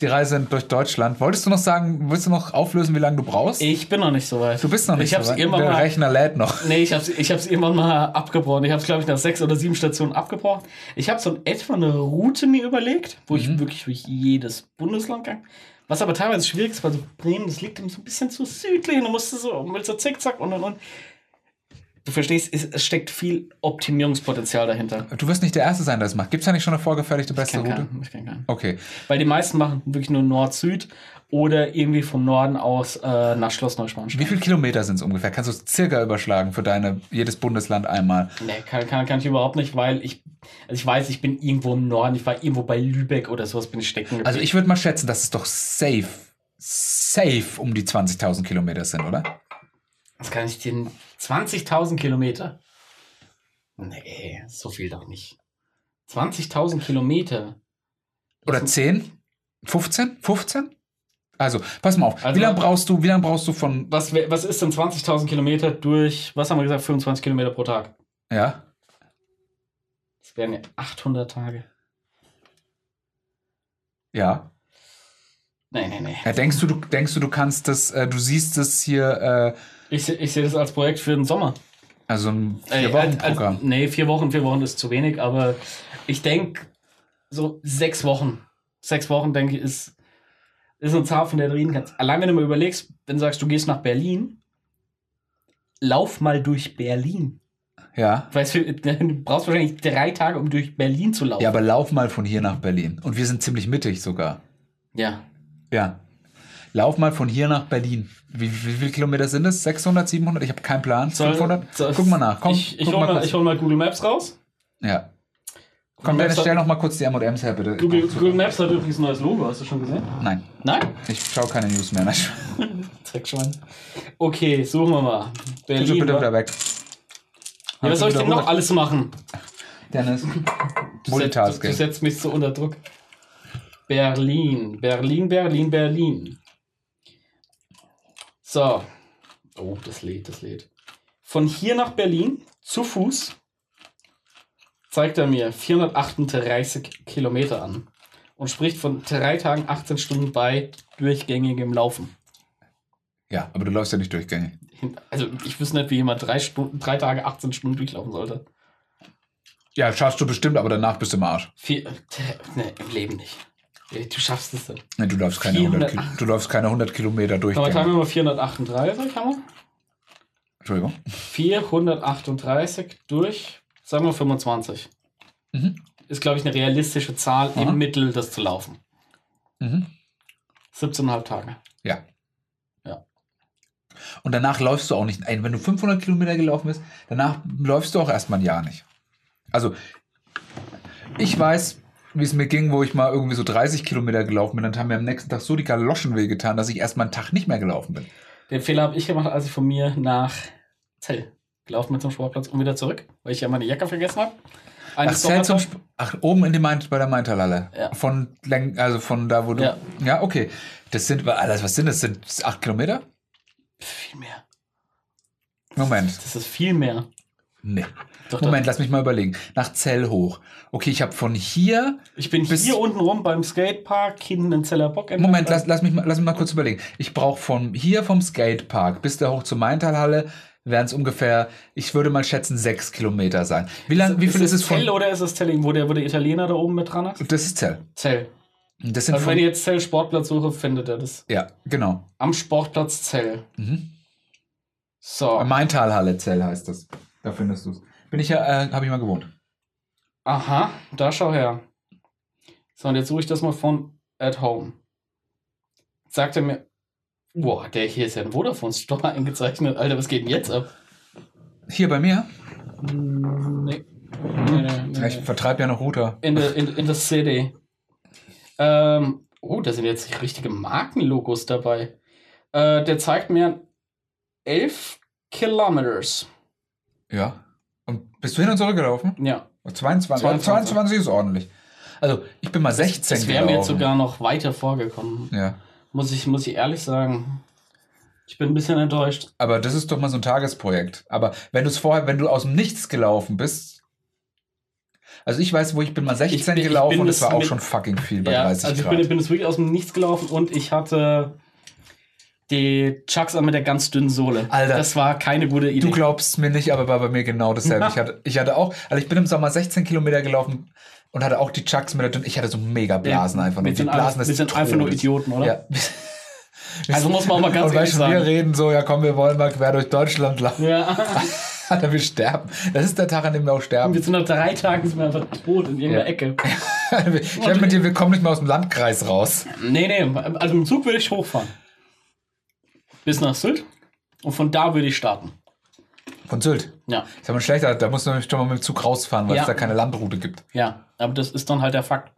[SPEAKER 3] die Reise durch Deutschland. Wolltest du noch sagen, willst du noch auflösen, wie lange du brauchst?
[SPEAKER 2] Ich bin noch nicht so weit.
[SPEAKER 3] du bist noch nicht
[SPEAKER 2] ich hab's
[SPEAKER 3] so weit.
[SPEAKER 2] irgendwann
[SPEAKER 3] Der
[SPEAKER 2] mal-
[SPEAKER 3] Rechner lädt noch.
[SPEAKER 2] Nee, ich hab's, ich hab's irgendwann mal abgebrochen. Ich hab's, glaube ich, nach sechs oder sieben Stationen abgebrochen. Ich habe so in etwa eine Route mir überlegt, wo ich wirklich durch jedes Bundesland gang. Was aber teilweise schwierig ist, weil so Bremen, das liegt eben so ein bisschen zu südlich und du musst so, willst so zickzack und und und. Du verstehst, es, es steckt viel Optimierungspotenzial dahinter.
[SPEAKER 3] Du wirst nicht der Erste sein, der das macht. Gibt es da nicht schon eine vorgefertigte beste
[SPEAKER 2] Kann
[SPEAKER 3] Route?
[SPEAKER 2] keinen, ich kenn keinen.
[SPEAKER 3] Okay.
[SPEAKER 2] Weil die meisten machen wirklich nur Nord-Süd oder irgendwie vom Norden aus äh, nach Schloss Neuschwanstein.
[SPEAKER 3] Wie viele Kilometer sind es ungefähr? Kannst du es circa überschlagen für deine jedes Bundesland einmal?
[SPEAKER 2] Nee, kann, kann, kann ich überhaupt nicht, weil ich, also ich weiß, ich bin irgendwo im Norden, ich war irgendwo bei Lübeck oder sowas, bin ich stecken geblieben.
[SPEAKER 3] Also ich würde mal schätzen, dass es doch safe, safe um die 20.000 Kilometer sind, oder?
[SPEAKER 2] Was kann ich denn? 20.000 Kilometer? Nee, so viel doch nicht. 20.000 Kilometer?
[SPEAKER 3] Oder 10? 15? 15? Also, pass mal auf.
[SPEAKER 2] Also-
[SPEAKER 3] wie lange brauchst du, wie lange brauchst du von,
[SPEAKER 2] Was, wär- was ist denn 20.000 Kilometer durch, was haben wir gesagt, 25 Kilometer pro Tag?
[SPEAKER 3] ja?
[SPEAKER 2] Das wären ja 800 Tage.
[SPEAKER 3] Ja.
[SPEAKER 2] Nee, nee, nee.
[SPEAKER 3] ja denkst, du, du, denkst du, du kannst das, äh, du siehst das hier, äh,
[SPEAKER 2] Ich, se- ich sehe das als Projekt für den Sommer.
[SPEAKER 3] also ein
[SPEAKER 2] Äh,
[SPEAKER 3] Vier-Wochen-Programm.
[SPEAKER 2] äh, äh, nee, vier Wochen, vier Wochen ist zu wenig, aber ich denke, so sechs Wochen. Sechs Wochen, denke ich, ist, ist eine Zahl, von der du reden kannst. Allein wenn du mal überlegst, wenn du sagst, du gehst nach Berlin, lauf mal durch Berlin.
[SPEAKER 3] ja.
[SPEAKER 2] Weißt du, du brauchst wahrscheinlich drei Tage, um durch Berlin zu laufen.
[SPEAKER 3] Ja, aber lauf mal von hier nach Berlin. Und wir sind ziemlich mittig sogar.
[SPEAKER 2] ja.
[SPEAKER 3] Ja. Lauf mal von hier nach Berlin. Wie, wie viele Kilometer sind es? 600, 700? Ich habe keinen Plan.
[SPEAKER 2] Soll-
[SPEAKER 3] 500?
[SPEAKER 2] soll-
[SPEAKER 3] Guck mal nach. Komm,
[SPEAKER 2] ich ich
[SPEAKER 3] guck
[SPEAKER 2] hole mal,
[SPEAKER 3] kurz.
[SPEAKER 2] ich hol mal Google Maps raus.
[SPEAKER 3] ja. Komm, Dennis,
[SPEAKER 2] Google Maps,
[SPEAKER 3] stell
[SPEAKER 2] hat,
[SPEAKER 3] noch mal kurz die M&M's her, bitte.
[SPEAKER 2] Google, Google Maps hat übrigens ein neues Logo, hast du schon gesehen?
[SPEAKER 3] Nein,
[SPEAKER 2] Nein?
[SPEAKER 3] ich schaue keine News mehr. Nein,
[SPEAKER 2] Zeig schon. Okay, suchen wir mal.
[SPEAKER 3] bitte,
[SPEAKER 2] Berlin.
[SPEAKER 3] bitte
[SPEAKER 2] wa?
[SPEAKER 3] wieder weg.
[SPEAKER 2] ja, was soll ich
[SPEAKER 3] Bitte
[SPEAKER 2] denn
[SPEAKER 3] wieder
[SPEAKER 2] noch alles machen?
[SPEAKER 3] Dennis,
[SPEAKER 2] Du setzt, du
[SPEAKER 3] Multitasking.
[SPEAKER 2] setzt mich so unter Druck. Berlin, Berlin, Berlin, Berlin. So. Oh, das lädt, das lädt. Von hier nach Berlin zu Fuß zeigt er mir 438 Kilometer an und spricht von drei Tagen, 18 Stunden bei durchgängigem Laufen.
[SPEAKER 3] Ja, aber du läufst ja nicht durchgängig.
[SPEAKER 2] Also ich wüsste nicht, wie jemand drei, Stunden, drei Tage, 18 Stunden durchlaufen sollte.
[SPEAKER 3] Ja, schaffst du bestimmt, aber danach bist du im Arsch.
[SPEAKER 2] Vier, nee, im Leben nicht. Du schaffst es dann.
[SPEAKER 3] Nee, du läufst keine 100, Kil- du läufst keine 100 Kilometer
[SPEAKER 2] Kann man
[SPEAKER 3] durchgängig.
[SPEAKER 2] teilen wir 438, haben wir?
[SPEAKER 3] Entschuldigung.
[SPEAKER 2] 438 durch, sagen wir 25.
[SPEAKER 3] Mhm.
[SPEAKER 2] Ist, glaube ich, eine realistische Zahl
[SPEAKER 3] Aha.
[SPEAKER 2] im Mittel, das zu laufen.
[SPEAKER 3] Mhm.
[SPEAKER 2] 17,5 Tage.
[SPEAKER 3] Ja.
[SPEAKER 2] Ja.
[SPEAKER 3] Und danach läufst du auch nicht. Ey, Wenn du 500 Kilometer gelaufen bist, danach läufst du auch erstmal ein Jahr nicht. Also, ich weiß, wie es mir ging, wo ich mal irgendwie so 30 Kilometer gelaufen bin, dann haben mir am nächsten Tag so die Galoschen wehgetan, dass ich erstmal einen Tag nicht mehr gelaufen bin.
[SPEAKER 2] Den Fehler habe ich gemacht, als ich von mir nach Zell gelaufen bin zum Sportplatz und wieder zurück, weil ich ja meine Jacke vergessen habe.
[SPEAKER 3] Ach, Zell zum Sp Ach oben in dem Main bei der Maintalhalle.
[SPEAKER 2] Ja.
[SPEAKER 3] Von Lenk also von da, wo du. Ja,
[SPEAKER 2] Ja.
[SPEAKER 3] okay. Das sind alles, was sind das? Sind das acht Kilometer?
[SPEAKER 2] Viel mehr.
[SPEAKER 3] Moment.
[SPEAKER 2] Das ist viel mehr.
[SPEAKER 3] Nee.
[SPEAKER 2] Doch, doch.
[SPEAKER 3] Moment, lass mich mal überlegen. Nach Zell hoch. Okay, ich habe von hier
[SPEAKER 2] Ich bin
[SPEAKER 3] Bis-
[SPEAKER 2] hier unten rum beim Skatepark, hinten in Zeller Bock. entlang.
[SPEAKER 3] Moment, lass, lass, mich, mal- lass mich mal kurz überlegen. Ich brauche von hier vom Skatepark bis da hoch zur Maintalhalle wären es ungefähr, ich würde mal schätzen, sechs Kilometer sein. Wie, lang, wie viel ist es von...
[SPEAKER 2] Zell oder ist es Telling, wo der, wo der Italiener da oben mit dran hat?
[SPEAKER 3] Das ist Zell.
[SPEAKER 2] Zell.
[SPEAKER 3] Das sind
[SPEAKER 2] Also wenn ihr
[SPEAKER 3] von,
[SPEAKER 2] jetzt Zell Sportplatz suche, findet ihr das.
[SPEAKER 3] ja, genau.
[SPEAKER 2] Am Sportplatz Zell.
[SPEAKER 3] Mhm.
[SPEAKER 2] So.
[SPEAKER 3] Maintalhalle Zell heißt das. Da findest du es. Bin ich ja, äh, habe ich mal gewohnt.
[SPEAKER 2] Aha, da schau her. So, und jetzt suche ich das mal von at home. Sagt er mir. Boah, der hier ist ja ein Vodafone-Store eingezeichnet. Alter, was geht denn jetzt ab?
[SPEAKER 3] Hier bei mir? Hm,
[SPEAKER 2] Nee. nee, nee, nee,
[SPEAKER 3] Ich
[SPEAKER 2] nee.
[SPEAKER 3] vertreibe ja noch Router.
[SPEAKER 2] In, the, in, in the city. Ähm, oh, da sind jetzt richtige Markenlogos dabei. Äh, der zeigt mir 11 Kilometers.
[SPEAKER 3] Ja. Und bist du hin und zurück gelaufen?
[SPEAKER 2] Ja,
[SPEAKER 3] 22. 22,
[SPEAKER 2] 22.
[SPEAKER 3] 22 ist ordentlich. Also, ich bin mal 16
[SPEAKER 2] Das wäre mir jetzt
[SPEAKER 3] gelaufen.
[SPEAKER 2] sogar noch weiter vorgekommen.
[SPEAKER 3] Ja.
[SPEAKER 2] Muss ich, muss ich ehrlich sagen. Ich bin ein bisschen enttäuscht.
[SPEAKER 3] Aber das ist doch mal so ein Tagesprojekt. Aber wenn du es vorher, wenn du aus dem Nichts gelaufen bist. Also ich weiß, wo ich bin mal 16
[SPEAKER 2] Ich bin- ich
[SPEAKER 3] gelaufen
[SPEAKER 2] bin
[SPEAKER 3] und das
[SPEAKER 2] das
[SPEAKER 3] war auch
[SPEAKER 2] mit-
[SPEAKER 3] schon fucking viel bei
[SPEAKER 2] ja,
[SPEAKER 3] 30
[SPEAKER 2] also ich
[SPEAKER 3] Grad.
[SPEAKER 2] bin, bin jetzt wirklich aus dem Nichts gelaufen und ich hatte die Chucks an mit der ganz dünnen Sohle.
[SPEAKER 3] Alter.
[SPEAKER 2] Das war keine gute Idee.
[SPEAKER 3] du glaubst mir nicht, aber war bei mir genau dasselbe. ich, hatte, ich hatte auch, also ich bin im Sommer 16 Kilometer gelaufen und hatte auch die Chucks mit der dünnen, ich hatte so mega Blasen
[SPEAKER 2] Ja,
[SPEAKER 3] einfach nur.
[SPEAKER 2] Wir
[SPEAKER 3] Die
[SPEAKER 2] sind,
[SPEAKER 3] Blasen
[SPEAKER 2] alle,
[SPEAKER 3] des
[SPEAKER 2] wir sind einfach nur
[SPEAKER 3] Todes.
[SPEAKER 2] Idioten, oder?
[SPEAKER 3] Ja.
[SPEAKER 2] Also muss man auch mal ganz
[SPEAKER 3] und weil
[SPEAKER 2] ehrlich
[SPEAKER 3] schon wir
[SPEAKER 2] sagen.
[SPEAKER 3] reden so, ja komm, wir wollen mal quer durch Deutschland laufen.
[SPEAKER 2] Ja.
[SPEAKER 3] Alter, wir sterben. Das ist der Tag, an dem wir auch sterben.
[SPEAKER 2] Wir sind nach drei Tagen sind wir einfach tot in irgendeiner
[SPEAKER 3] Ja.
[SPEAKER 2] Ecke.
[SPEAKER 3] Ich hab mit dir, wir kommen nicht mal aus dem Landkreis raus.
[SPEAKER 2] Nee, nee, also im Zug würde ich hochfahren. Bis nach Sylt. Und von da würde ich starten.
[SPEAKER 3] Von Sylt.
[SPEAKER 2] Ja.
[SPEAKER 3] Ist aber schlechter, da muss man nämlich schon mal mit dem Zug rausfahren, weil
[SPEAKER 2] Ja.
[SPEAKER 3] es da keine Landroute gibt.
[SPEAKER 2] Ja, aber das ist dann halt der Fakt.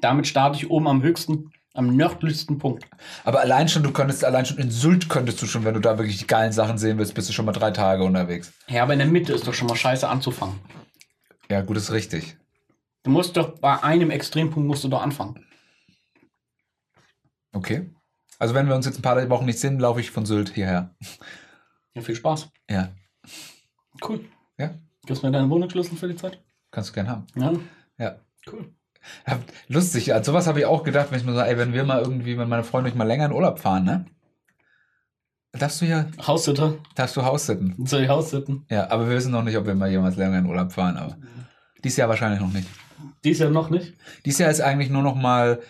[SPEAKER 2] Damit starte ich oben am höchsten, am nördlichsten Punkt.
[SPEAKER 3] Aber allein schon, du könntest, allein schon in Sylt könntest du schon, wenn du da wirklich die geilen Sachen sehen willst, bist du schon mal drei Tage unterwegs.
[SPEAKER 2] Ja, aber in der Mitte ist doch schon mal scheiße anzufangen.
[SPEAKER 3] Ja, gut, ist richtig.
[SPEAKER 2] Du musst doch bei einem Extrempunkt musst du doch anfangen.
[SPEAKER 3] Okay. Also wenn wir uns jetzt ein paar Wochen nicht sehen, laufe ich von Sylt hierher.
[SPEAKER 2] Ja, viel Spaß.
[SPEAKER 3] Ja.
[SPEAKER 2] Cool.
[SPEAKER 3] Ja.
[SPEAKER 2] Gibst mir deinen Wohnungsschlüssel für die Zeit?
[SPEAKER 3] Kannst du gern haben.
[SPEAKER 2] Ja?
[SPEAKER 3] Ja.
[SPEAKER 2] Cool.
[SPEAKER 3] Hab- Lustig, an sowas habe ich auch gedacht, wenn ich mir so, ey, wenn wir mal irgendwie, wenn meine Freunde und ich mal länger in Urlaub fahren, ne? Darfst du ja,
[SPEAKER 2] Haussitter.
[SPEAKER 3] darfst du Haus sitten.
[SPEAKER 2] Soll ich Haussitten?
[SPEAKER 3] Ja, aber wir wissen noch nicht, ob wir mal jemals länger in Urlaub fahren, aber dieses Jahr wahrscheinlich noch nicht.
[SPEAKER 2] Dies Jahr noch nicht.
[SPEAKER 3] Dieses Jahr ist eigentlich nur noch mal,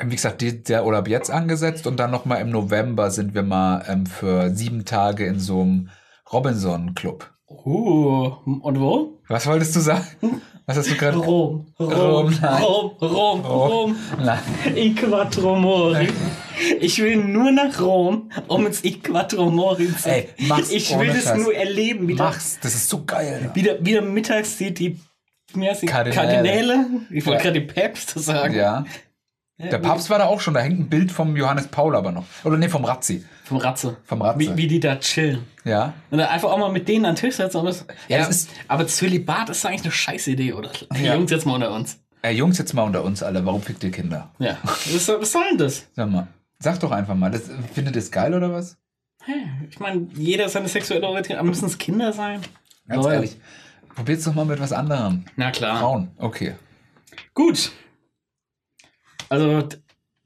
[SPEAKER 3] wie gesagt, die, der Urlaub jetzt angesetzt und dann noch mal im November sind wir mal ähm, für sieben Tage in so einem Robinson-Club.
[SPEAKER 2] Uh, und wo?
[SPEAKER 3] Was wolltest du sagen? Was hast du gerade?
[SPEAKER 2] Rom. Rom.
[SPEAKER 3] Rom, nein.
[SPEAKER 2] Rom. Rom. Rom.
[SPEAKER 3] Nein.
[SPEAKER 2] I Quattromori. Ich will nur nach Rom, um ins I Quattromori zu.
[SPEAKER 3] Ey, mach's
[SPEAKER 2] ich
[SPEAKER 3] ohne
[SPEAKER 2] will es
[SPEAKER 3] Scheiß.
[SPEAKER 2] nur erleben, wie das
[SPEAKER 3] Mach's, das ist so geil.
[SPEAKER 2] Wieder, wieder mittags die, die wie heißt die?
[SPEAKER 3] Kardinäle.
[SPEAKER 2] Kardinäle. Ich wollte
[SPEAKER 3] Ja.
[SPEAKER 2] gerade die Päpste sagen.
[SPEAKER 3] Ja. Der Papst war da auch schon, da hängt ein Bild vom Johannes Paul aber noch. Oder nee, vom Razzi.
[SPEAKER 2] Vom Ratze.
[SPEAKER 3] Vom Ratze.
[SPEAKER 2] Wie, wie die da chillen.
[SPEAKER 3] Ja.
[SPEAKER 2] Und dann einfach auch mal mit denen an den Tisch setzen. Aber, das,
[SPEAKER 3] Ja,
[SPEAKER 2] das
[SPEAKER 3] das
[SPEAKER 2] ist, aber Zölibat ist eigentlich eine scheiß Idee, oder? Die
[SPEAKER 3] Ja.
[SPEAKER 2] Jungs jetzt mal unter uns.
[SPEAKER 3] Ey, Jungs, jetzt mal unter uns alle, warum fickt ihr Kinder?
[SPEAKER 2] Ja. Was, soll- was soll denn das?
[SPEAKER 3] Sag mal, sag doch einfach mal, das, findet ihr es geil oder was?
[SPEAKER 2] Ich meine, jeder ist seine sexuelle Orientierung. Aber müssen es Kinder sein?
[SPEAKER 3] Ganz
[SPEAKER 2] Leute.
[SPEAKER 3] ehrlich. Probiert's doch mal mit was anderem.
[SPEAKER 2] Na klar.
[SPEAKER 3] Frauen, okay.
[SPEAKER 2] Gut. Also, d-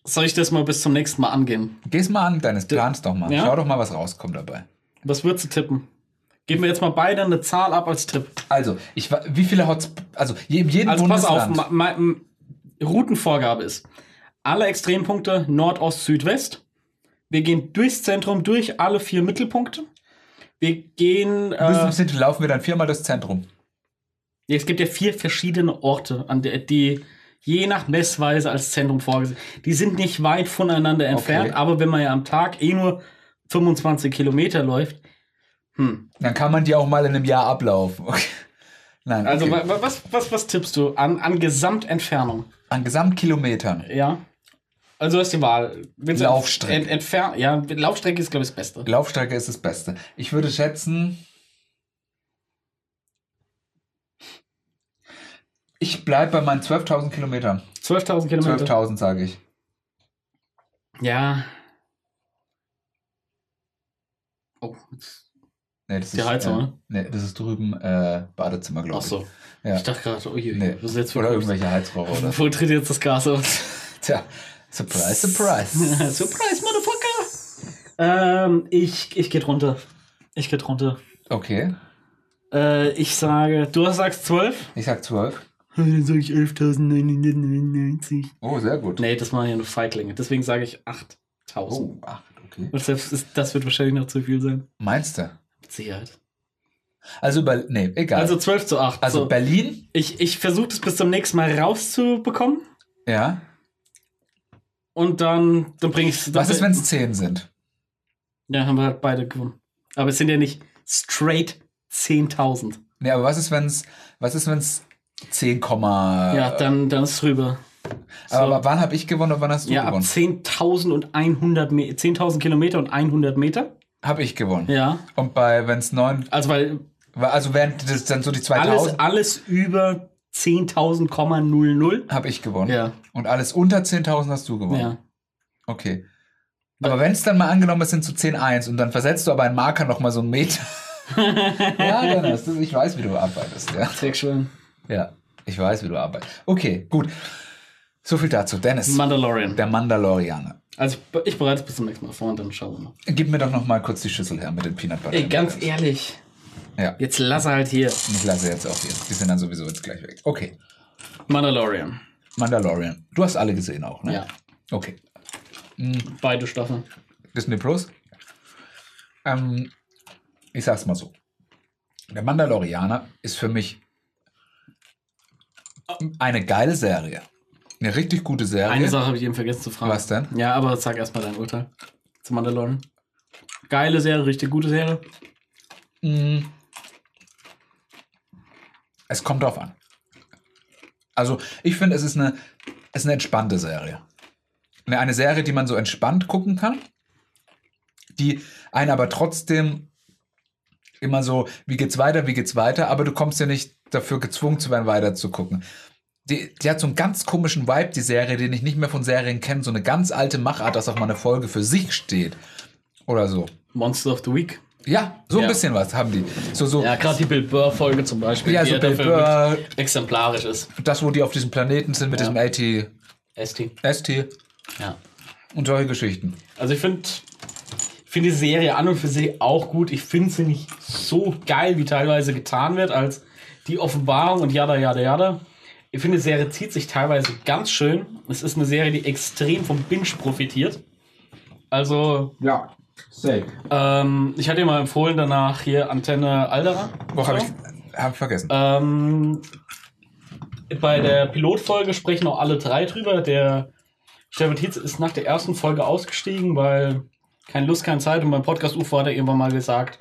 [SPEAKER 2] soll ich das mal bis zum nächsten Mal angehen?
[SPEAKER 3] Geh's mal an, deines Plans doch mal.
[SPEAKER 2] Ja.
[SPEAKER 3] Schau doch mal, was rauskommt dabei.
[SPEAKER 2] Was würdest du tippen? Geben wir jetzt mal beide eine Zahl ab als Tipp.
[SPEAKER 3] Also, ich wa- wie viele Hots, also je- in jedem
[SPEAKER 2] Also pass auf,
[SPEAKER 3] Bundesland.
[SPEAKER 2] ma, ma, m- Routenvorgabe ist, alle Extrempunkte Nord, Ost, Süd, West. Wir gehen durchs Zentrum durch, alle vier Mittelpunkte. Wir gehen, äh,
[SPEAKER 3] Bis zum City laufen wir dann viermal durchs Zentrum.
[SPEAKER 2] es gibt ja vier verschiedene Orte, an der, die je nach Messweise als Zentrum vorgesehen Die sind nicht weit voneinander entfernt,
[SPEAKER 3] Okay.
[SPEAKER 2] aber wenn man ja am Tag eh nur 25 Kilometer läuft, hm.
[SPEAKER 3] Dann kann man die auch mal in einem Jahr ablaufen. Okay. Nein,
[SPEAKER 2] Also
[SPEAKER 3] okay.
[SPEAKER 2] wa- wa- was, was, was tippst du an, an Gesamtentfernung?
[SPEAKER 3] an Gesamtkilometern.
[SPEAKER 2] Ja. Also hast du die Wahl. Willst du
[SPEAKER 3] Laufstrecke.
[SPEAKER 2] Ent entfern ja, Laufstrecke ist, glaube ich, das Beste.
[SPEAKER 3] Laufstrecke ist das Beste. Ich würde schätzen. Ich bleibe bei meinen 12.000 Kilometern.
[SPEAKER 2] 12.000 Kilometer.
[SPEAKER 3] 12.000 sage ich.
[SPEAKER 2] Ja. Oh, jetzt-
[SPEAKER 3] Nee, das
[SPEAKER 2] Die Heizung,
[SPEAKER 3] äh,
[SPEAKER 2] ne?
[SPEAKER 3] Nee, das ist drüben äh, Badezimmer, glaube
[SPEAKER 2] ach
[SPEAKER 3] ich.
[SPEAKER 2] so.
[SPEAKER 3] Ja.
[SPEAKER 2] Ich dachte gerade, oh je,
[SPEAKER 3] Nee.
[SPEAKER 2] was ist jetzt für
[SPEAKER 3] Oder
[SPEAKER 2] irgendwelche.
[SPEAKER 3] irgendwelche Heizrohre oder so.
[SPEAKER 2] Wo tritt jetzt das Gas aus?
[SPEAKER 3] Tja, surprise, surprise.
[SPEAKER 2] Surprise, Motherfucker! Ähm, ich, ich geht runter. Ich geht runter.
[SPEAKER 3] Okay,
[SPEAKER 2] Äh, ich sage, du hast sagst 12?
[SPEAKER 3] ich sag 12.
[SPEAKER 2] Dann sage ich 11.999.
[SPEAKER 3] Oh, sehr gut.
[SPEAKER 2] Nee, das waren ja nur Feiglinge. Deswegen sage ich 8.000.
[SPEAKER 3] Oh, acht, okay.
[SPEAKER 2] Und selbst ist, das wird wahrscheinlich noch zu viel sein.
[SPEAKER 3] Meinst du?
[SPEAKER 2] Mit Sicherheit.
[SPEAKER 3] Also über. Nee, egal.
[SPEAKER 2] Also
[SPEAKER 3] Also,
[SPEAKER 2] 12 zu 8. so,
[SPEAKER 3] Berlin,
[SPEAKER 2] ich ich versuche das bis zum nächsten Mal rauszubekommen.
[SPEAKER 3] ja.
[SPEAKER 2] Und dann, dann bringe ich
[SPEAKER 3] Was ist, wenn es 10 sind?
[SPEAKER 2] Ja, haben wir halt beide gewonnen. Aber es sind ja nicht straight 10.000.
[SPEAKER 3] Nee, aber was ist, wenn es. Was ist, wenn es 10, Komma-
[SPEAKER 2] ja, dann, dann ist es rüber.
[SPEAKER 3] Aber
[SPEAKER 2] so.
[SPEAKER 3] ab wann habe ich gewonnen und wann hast du
[SPEAKER 2] Ja, ab
[SPEAKER 3] gewonnen?
[SPEAKER 2] 10.000 und 100 Me- 10.000 Kilometer und 100 Meter.
[SPEAKER 3] Habe ich gewonnen.
[SPEAKER 2] Ja,
[SPEAKER 3] Und bei, wenn es 9,
[SPEAKER 2] also weil
[SPEAKER 3] also wären das dann so die
[SPEAKER 2] alles,
[SPEAKER 3] 2000,
[SPEAKER 2] alles über 10.000,00.
[SPEAKER 3] habe ich gewonnen.
[SPEAKER 2] Ja,
[SPEAKER 3] Und alles unter 10.000 hast du gewonnen.
[SPEAKER 2] ja.
[SPEAKER 3] Okay. Aber wenn es dann mal angenommen ist, sind zu 10,1 und dann versetzt du aber einen Marker nochmal so einen Meter. ja, dann ist das, ich weiß, wie du arbeitest. Ja.
[SPEAKER 2] Sehr schön.
[SPEAKER 3] ja, ich weiß, wie du arbeitest. Okay, gut. So viel dazu. Dennis,
[SPEAKER 2] Mandalorian.
[SPEAKER 3] der Mandalorianer.
[SPEAKER 2] Also ich bereite es bis zum nächsten Mal vor und dann schauen wir mal.
[SPEAKER 3] Gib mir doch nochmal kurz die Schüssel her mit den Peanut Butter.
[SPEAKER 2] Ey, Äh, ganz ehrlich.
[SPEAKER 3] Ja.
[SPEAKER 2] Jetzt lass halt hier.
[SPEAKER 3] Ich lasse jetzt auch hier. Die sind dann sowieso jetzt gleich weg. Okay.
[SPEAKER 2] Mandalorian.
[SPEAKER 3] Mandalorian. Du hast alle gesehen auch, ne?
[SPEAKER 2] Ja.
[SPEAKER 3] Okay.
[SPEAKER 2] Beide Staffeln.
[SPEAKER 3] Disney Plus. Ähm, ich sag's mal so. Der Mandalorianer ist für mich eine geile Serie. Eine richtig gute Serie.
[SPEAKER 2] Eine Sache habe ich eben vergessen zu fragen.
[SPEAKER 3] Was denn?
[SPEAKER 2] Ja, aber sag erstmal dein Urteil. Zu Mandalorian. Geile Serie, richtig gute Serie. Mhm.
[SPEAKER 3] Mm. Es kommt drauf an. Also, ich finde, es ist eine, es ist eine entspannte Serie. Eine, eine Serie, die man so entspannt gucken kann, die einen aber trotzdem immer so, wie geht's weiter, wie geht's weiter, aber du kommst ja nicht dafür gezwungen zu werden, weiter zu gucken. Die, die hat so einen ganz komischen Vibe, die Serie, den ich nicht mehr von Serien kenne. So eine ganz alte Machart, dass auch mal eine Folge für sich steht. Oder so.
[SPEAKER 2] Monster of the Week.
[SPEAKER 3] Ja, so ein
[SPEAKER 2] Ja.
[SPEAKER 3] bisschen was haben die. So, so
[SPEAKER 2] Ja, gerade die Bill Burr-Folge zum Beispiel,
[SPEAKER 3] Ja,
[SPEAKER 2] die
[SPEAKER 3] so
[SPEAKER 2] ja
[SPEAKER 3] Bill
[SPEAKER 2] dafür
[SPEAKER 3] Burr.
[SPEAKER 2] wirklich exemplarisch ist.
[SPEAKER 3] das, wo die auf diesem Planeten sind mit
[SPEAKER 2] Ja.
[SPEAKER 3] diesem AT-ST
[SPEAKER 2] ST. Ja.
[SPEAKER 3] und solche Geschichten.
[SPEAKER 2] Also ich finde find die Serie an und für sich auch gut. Ich finde sie nicht so geil, wie teilweise getan wird, als die Offenbarung und jada, jada, jada. Ich finde, die Serie zieht sich teilweise ganz schön. Es ist eine Serie, die extrem vom Binge profitiert. Also,
[SPEAKER 5] Ja, safe.
[SPEAKER 2] ähm, ich hatte dir mal empfohlen, danach hier Antenne Aldera.
[SPEAKER 3] Wo habe ich hab vergessen?
[SPEAKER 2] Ähm, bei der Pilotfolge sprechen auch alle drei drüber. Der Stefan Tietz ist nach der ersten Folge ausgestiegen, weil keine Lust, keine Zeit. Und beim Podcast UFO hat er irgendwann mal gesagt,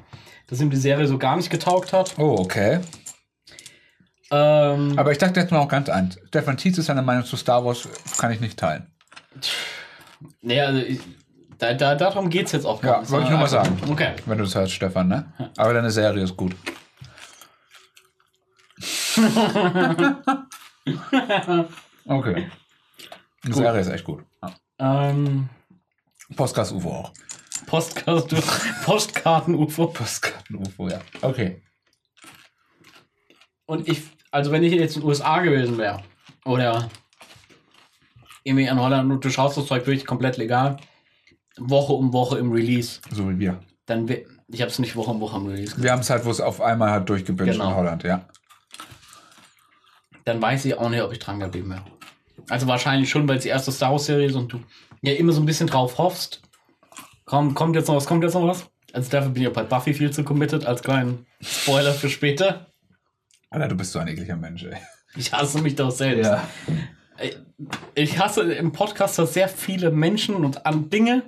[SPEAKER 2] dass ihm die Serie so gar nicht getaugt hat.
[SPEAKER 3] Oh, okay.
[SPEAKER 2] Ähm,
[SPEAKER 3] Aber ich dachte jetzt mal auch ganz eins. Stefan Tietz ist seine Meinung zu Star Wars, kann ich nicht teilen.
[SPEAKER 2] nee, also ich, da, da, darum geht es jetzt auch
[SPEAKER 3] Ja, wollte ich nur mal
[SPEAKER 2] Also,
[SPEAKER 3] sagen.
[SPEAKER 2] Okay.
[SPEAKER 3] Wenn du das hörst, Stefan, ne? Aber deine Serie ist gut. okay. Die Serie ist echt gut.
[SPEAKER 2] Ähm,
[SPEAKER 3] Postcast UFO auch.
[SPEAKER 2] Postcast, Postkarten UFO.
[SPEAKER 3] Postkarten UFO, ja. Okay.
[SPEAKER 2] Und ich, also wenn ich jetzt in den USA gewesen wäre oder irgendwie in Holland und du schaust das Zeug wirklich komplett legal, Woche um Woche im Release,
[SPEAKER 3] So wie wir.
[SPEAKER 2] dann wär- ich habe es nicht Woche um Woche im Release, gesehen.
[SPEAKER 3] Wir haben es halt, wo es auf einmal halt durchgebünscht
[SPEAKER 2] Genau.
[SPEAKER 3] in Holland, ja.
[SPEAKER 2] dann weiß ich auch nicht, ob ich dran geblieben wäre. Also wahrscheinlich schon, weil es die erste Star Wars Serie ist und du ja immer so ein bisschen drauf hoffst. Komm, kommt jetzt noch was, kommt jetzt noch was. Also dafür bin ich auch bei Buffy viel zu committed als kleinen Spoiler für später.
[SPEAKER 3] Alter, du bist so ein ekliger Mensch, ey.
[SPEAKER 2] Ich hasse mich doch selbst.
[SPEAKER 5] Ja.
[SPEAKER 2] Ich hasse im Podcast sehr viele Menschen und an Dinge,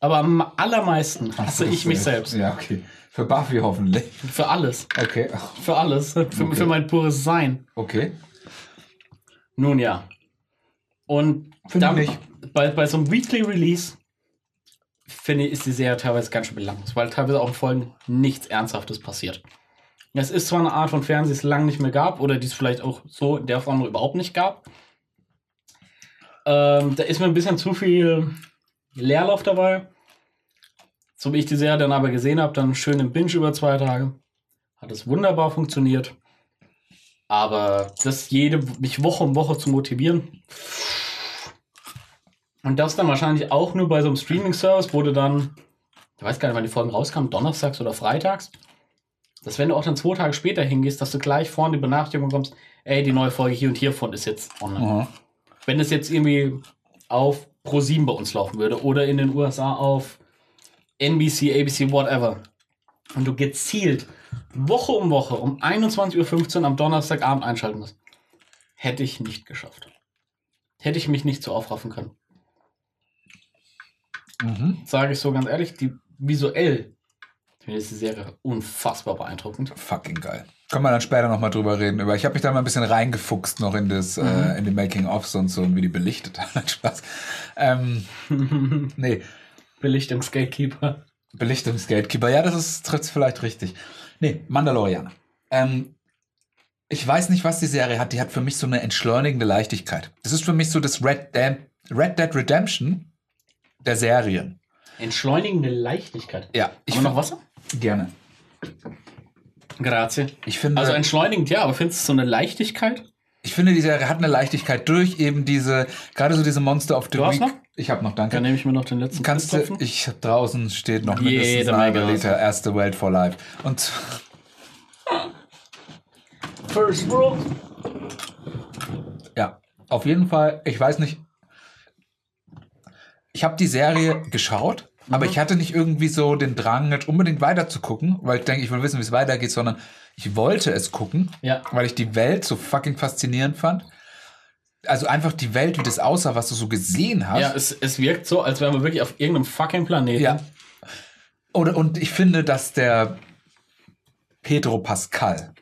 [SPEAKER 2] aber am allermeisten hasse Also ich mich selbst.
[SPEAKER 3] Ja, okay. Für Buffy hoffentlich.
[SPEAKER 2] Für alles.
[SPEAKER 3] Okay.
[SPEAKER 2] Für alles. Für, für mein pures Sein.
[SPEAKER 3] Okay.
[SPEAKER 2] Nun ja. Und
[SPEAKER 3] Finde ich
[SPEAKER 2] Bei, bei so einem Weekly Release finde ich, ist die Serie teilweise ganz schön belanglos, weil teilweise auch in Folgen nichts Ernsthaftes passiert. Es ist zwar eine Art von Fernsehen, die es lange nicht mehr gab oder die es vielleicht auch so in der Form überhaupt nicht gab. Ähm, da ist mir ein bisschen zu viel Leerlauf dabei. So wie ich die Serie dann aber gesehen habe, dann schön im Binge über zwei Tage. Hat es wunderbar funktioniert. Aber das jede, mich Woche um Woche zu motivieren. Und das dann wahrscheinlich auch nur bei so einem Streaming-Service, wo du dann, ich weiß gar nicht, wann die Folgen rauskamen, donnerstags oder freitags, dass wenn du auch dann zwei Tage später hingehst, dass du gleich vorne die Benachrichtigung kommst, ey, die neue Folge hier und hiervon ist jetzt online.
[SPEAKER 3] Aha.
[SPEAKER 2] Wenn es jetzt irgendwie auf Pro7 bei uns laufen würde oder in den USA auf NBC, ABC, whatever. Und du gezielt Woche um Woche um 21.15 Uhr am Donnerstagabend einschalten musst, hätte ich nicht geschafft. Hätte ich mich nicht so aufraffen können.
[SPEAKER 3] Mhm.
[SPEAKER 2] Sage ich so ganz ehrlich, die visuell finde ich die Serie unfassbar beeindruckend.
[SPEAKER 3] Fucking geil. Können wir dann später nochmal drüber reden. Aber ich habe mich da mal ein bisschen reingefuchst noch in das,
[SPEAKER 2] Mhm.
[SPEAKER 3] äh, in die Making-ofs und so und wie die belichtet haben. Spaß. Ähm, nee,
[SPEAKER 2] Billig im Gatekeeper.
[SPEAKER 3] Belichtungsgatekeeper. Ja, das ist trifft's vielleicht richtig. Nee, Mandalorianer. Ähm, ich weiß nicht, was die Serie hat. Die hat für mich so eine entschleunigende Leichtigkeit. Das ist für mich so das Red, Dam Red Dead Redemption der Serien.
[SPEAKER 2] Entschleunigende Leichtigkeit.
[SPEAKER 3] Ja, ich
[SPEAKER 2] Ich noch
[SPEAKER 3] finde
[SPEAKER 2] Wasser?
[SPEAKER 3] gerne.
[SPEAKER 2] Grazie.
[SPEAKER 3] Ich finde,
[SPEAKER 2] Also entschleunigend, ja, aber findest du so eine Leichtigkeit?
[SPEAKER 3] ich finde, die Serie hat eine Leichtigkeit durch eben diese, gerade so diese Monster of the
[SPEAKER 2] Du
[SPEAKER 3] Week.
[SPEAKER 2] hast noch?
[SPEAKER 3] Ich habe noch, danke.
[SPEAKER 2] Dann nehme ich mir noch den letzten
[SPEAKER 3] Kannst du,
[SPEAKER 2] Pistopfen.
[SPEAKER 3] ich draußen steht noch
[SPEAKER 2] Jede
[SPEAKER 3] mindestens eine halbe
[SPEAKER 2] Menge
[SPEAKER 3] Liter erste Welt for Life. Und
[SPEAKER 2] First World.
[SPEAKER 3] ja, auf jeden Fall, ich weiß nicht. Ich habe die Serie geschaut,
[SPEAKER 2] Mhm.
[SPEAKER 3] aber ich hatte nicht irgendwie so den Drang, jetzt unbedingt weiter zu gucken, weil ich denke, ich will wissen, wie es weitergeht, sondern ich wollte es gucken,
[SPEAKER 2] Ja.
[SPEAKER 3] weil ich die Welt so fucking faszinierend fand. Also einfach die Welt, wie das aussah, was du so gesehen hast.
[SPEAKER 2] Ja, es, es wirkt so, als wären wir wirklich auf irgendeinem fucking Planeten.
[SPEAKER 3] Ja. Oder, und ich finde, dass der Pedro Pascal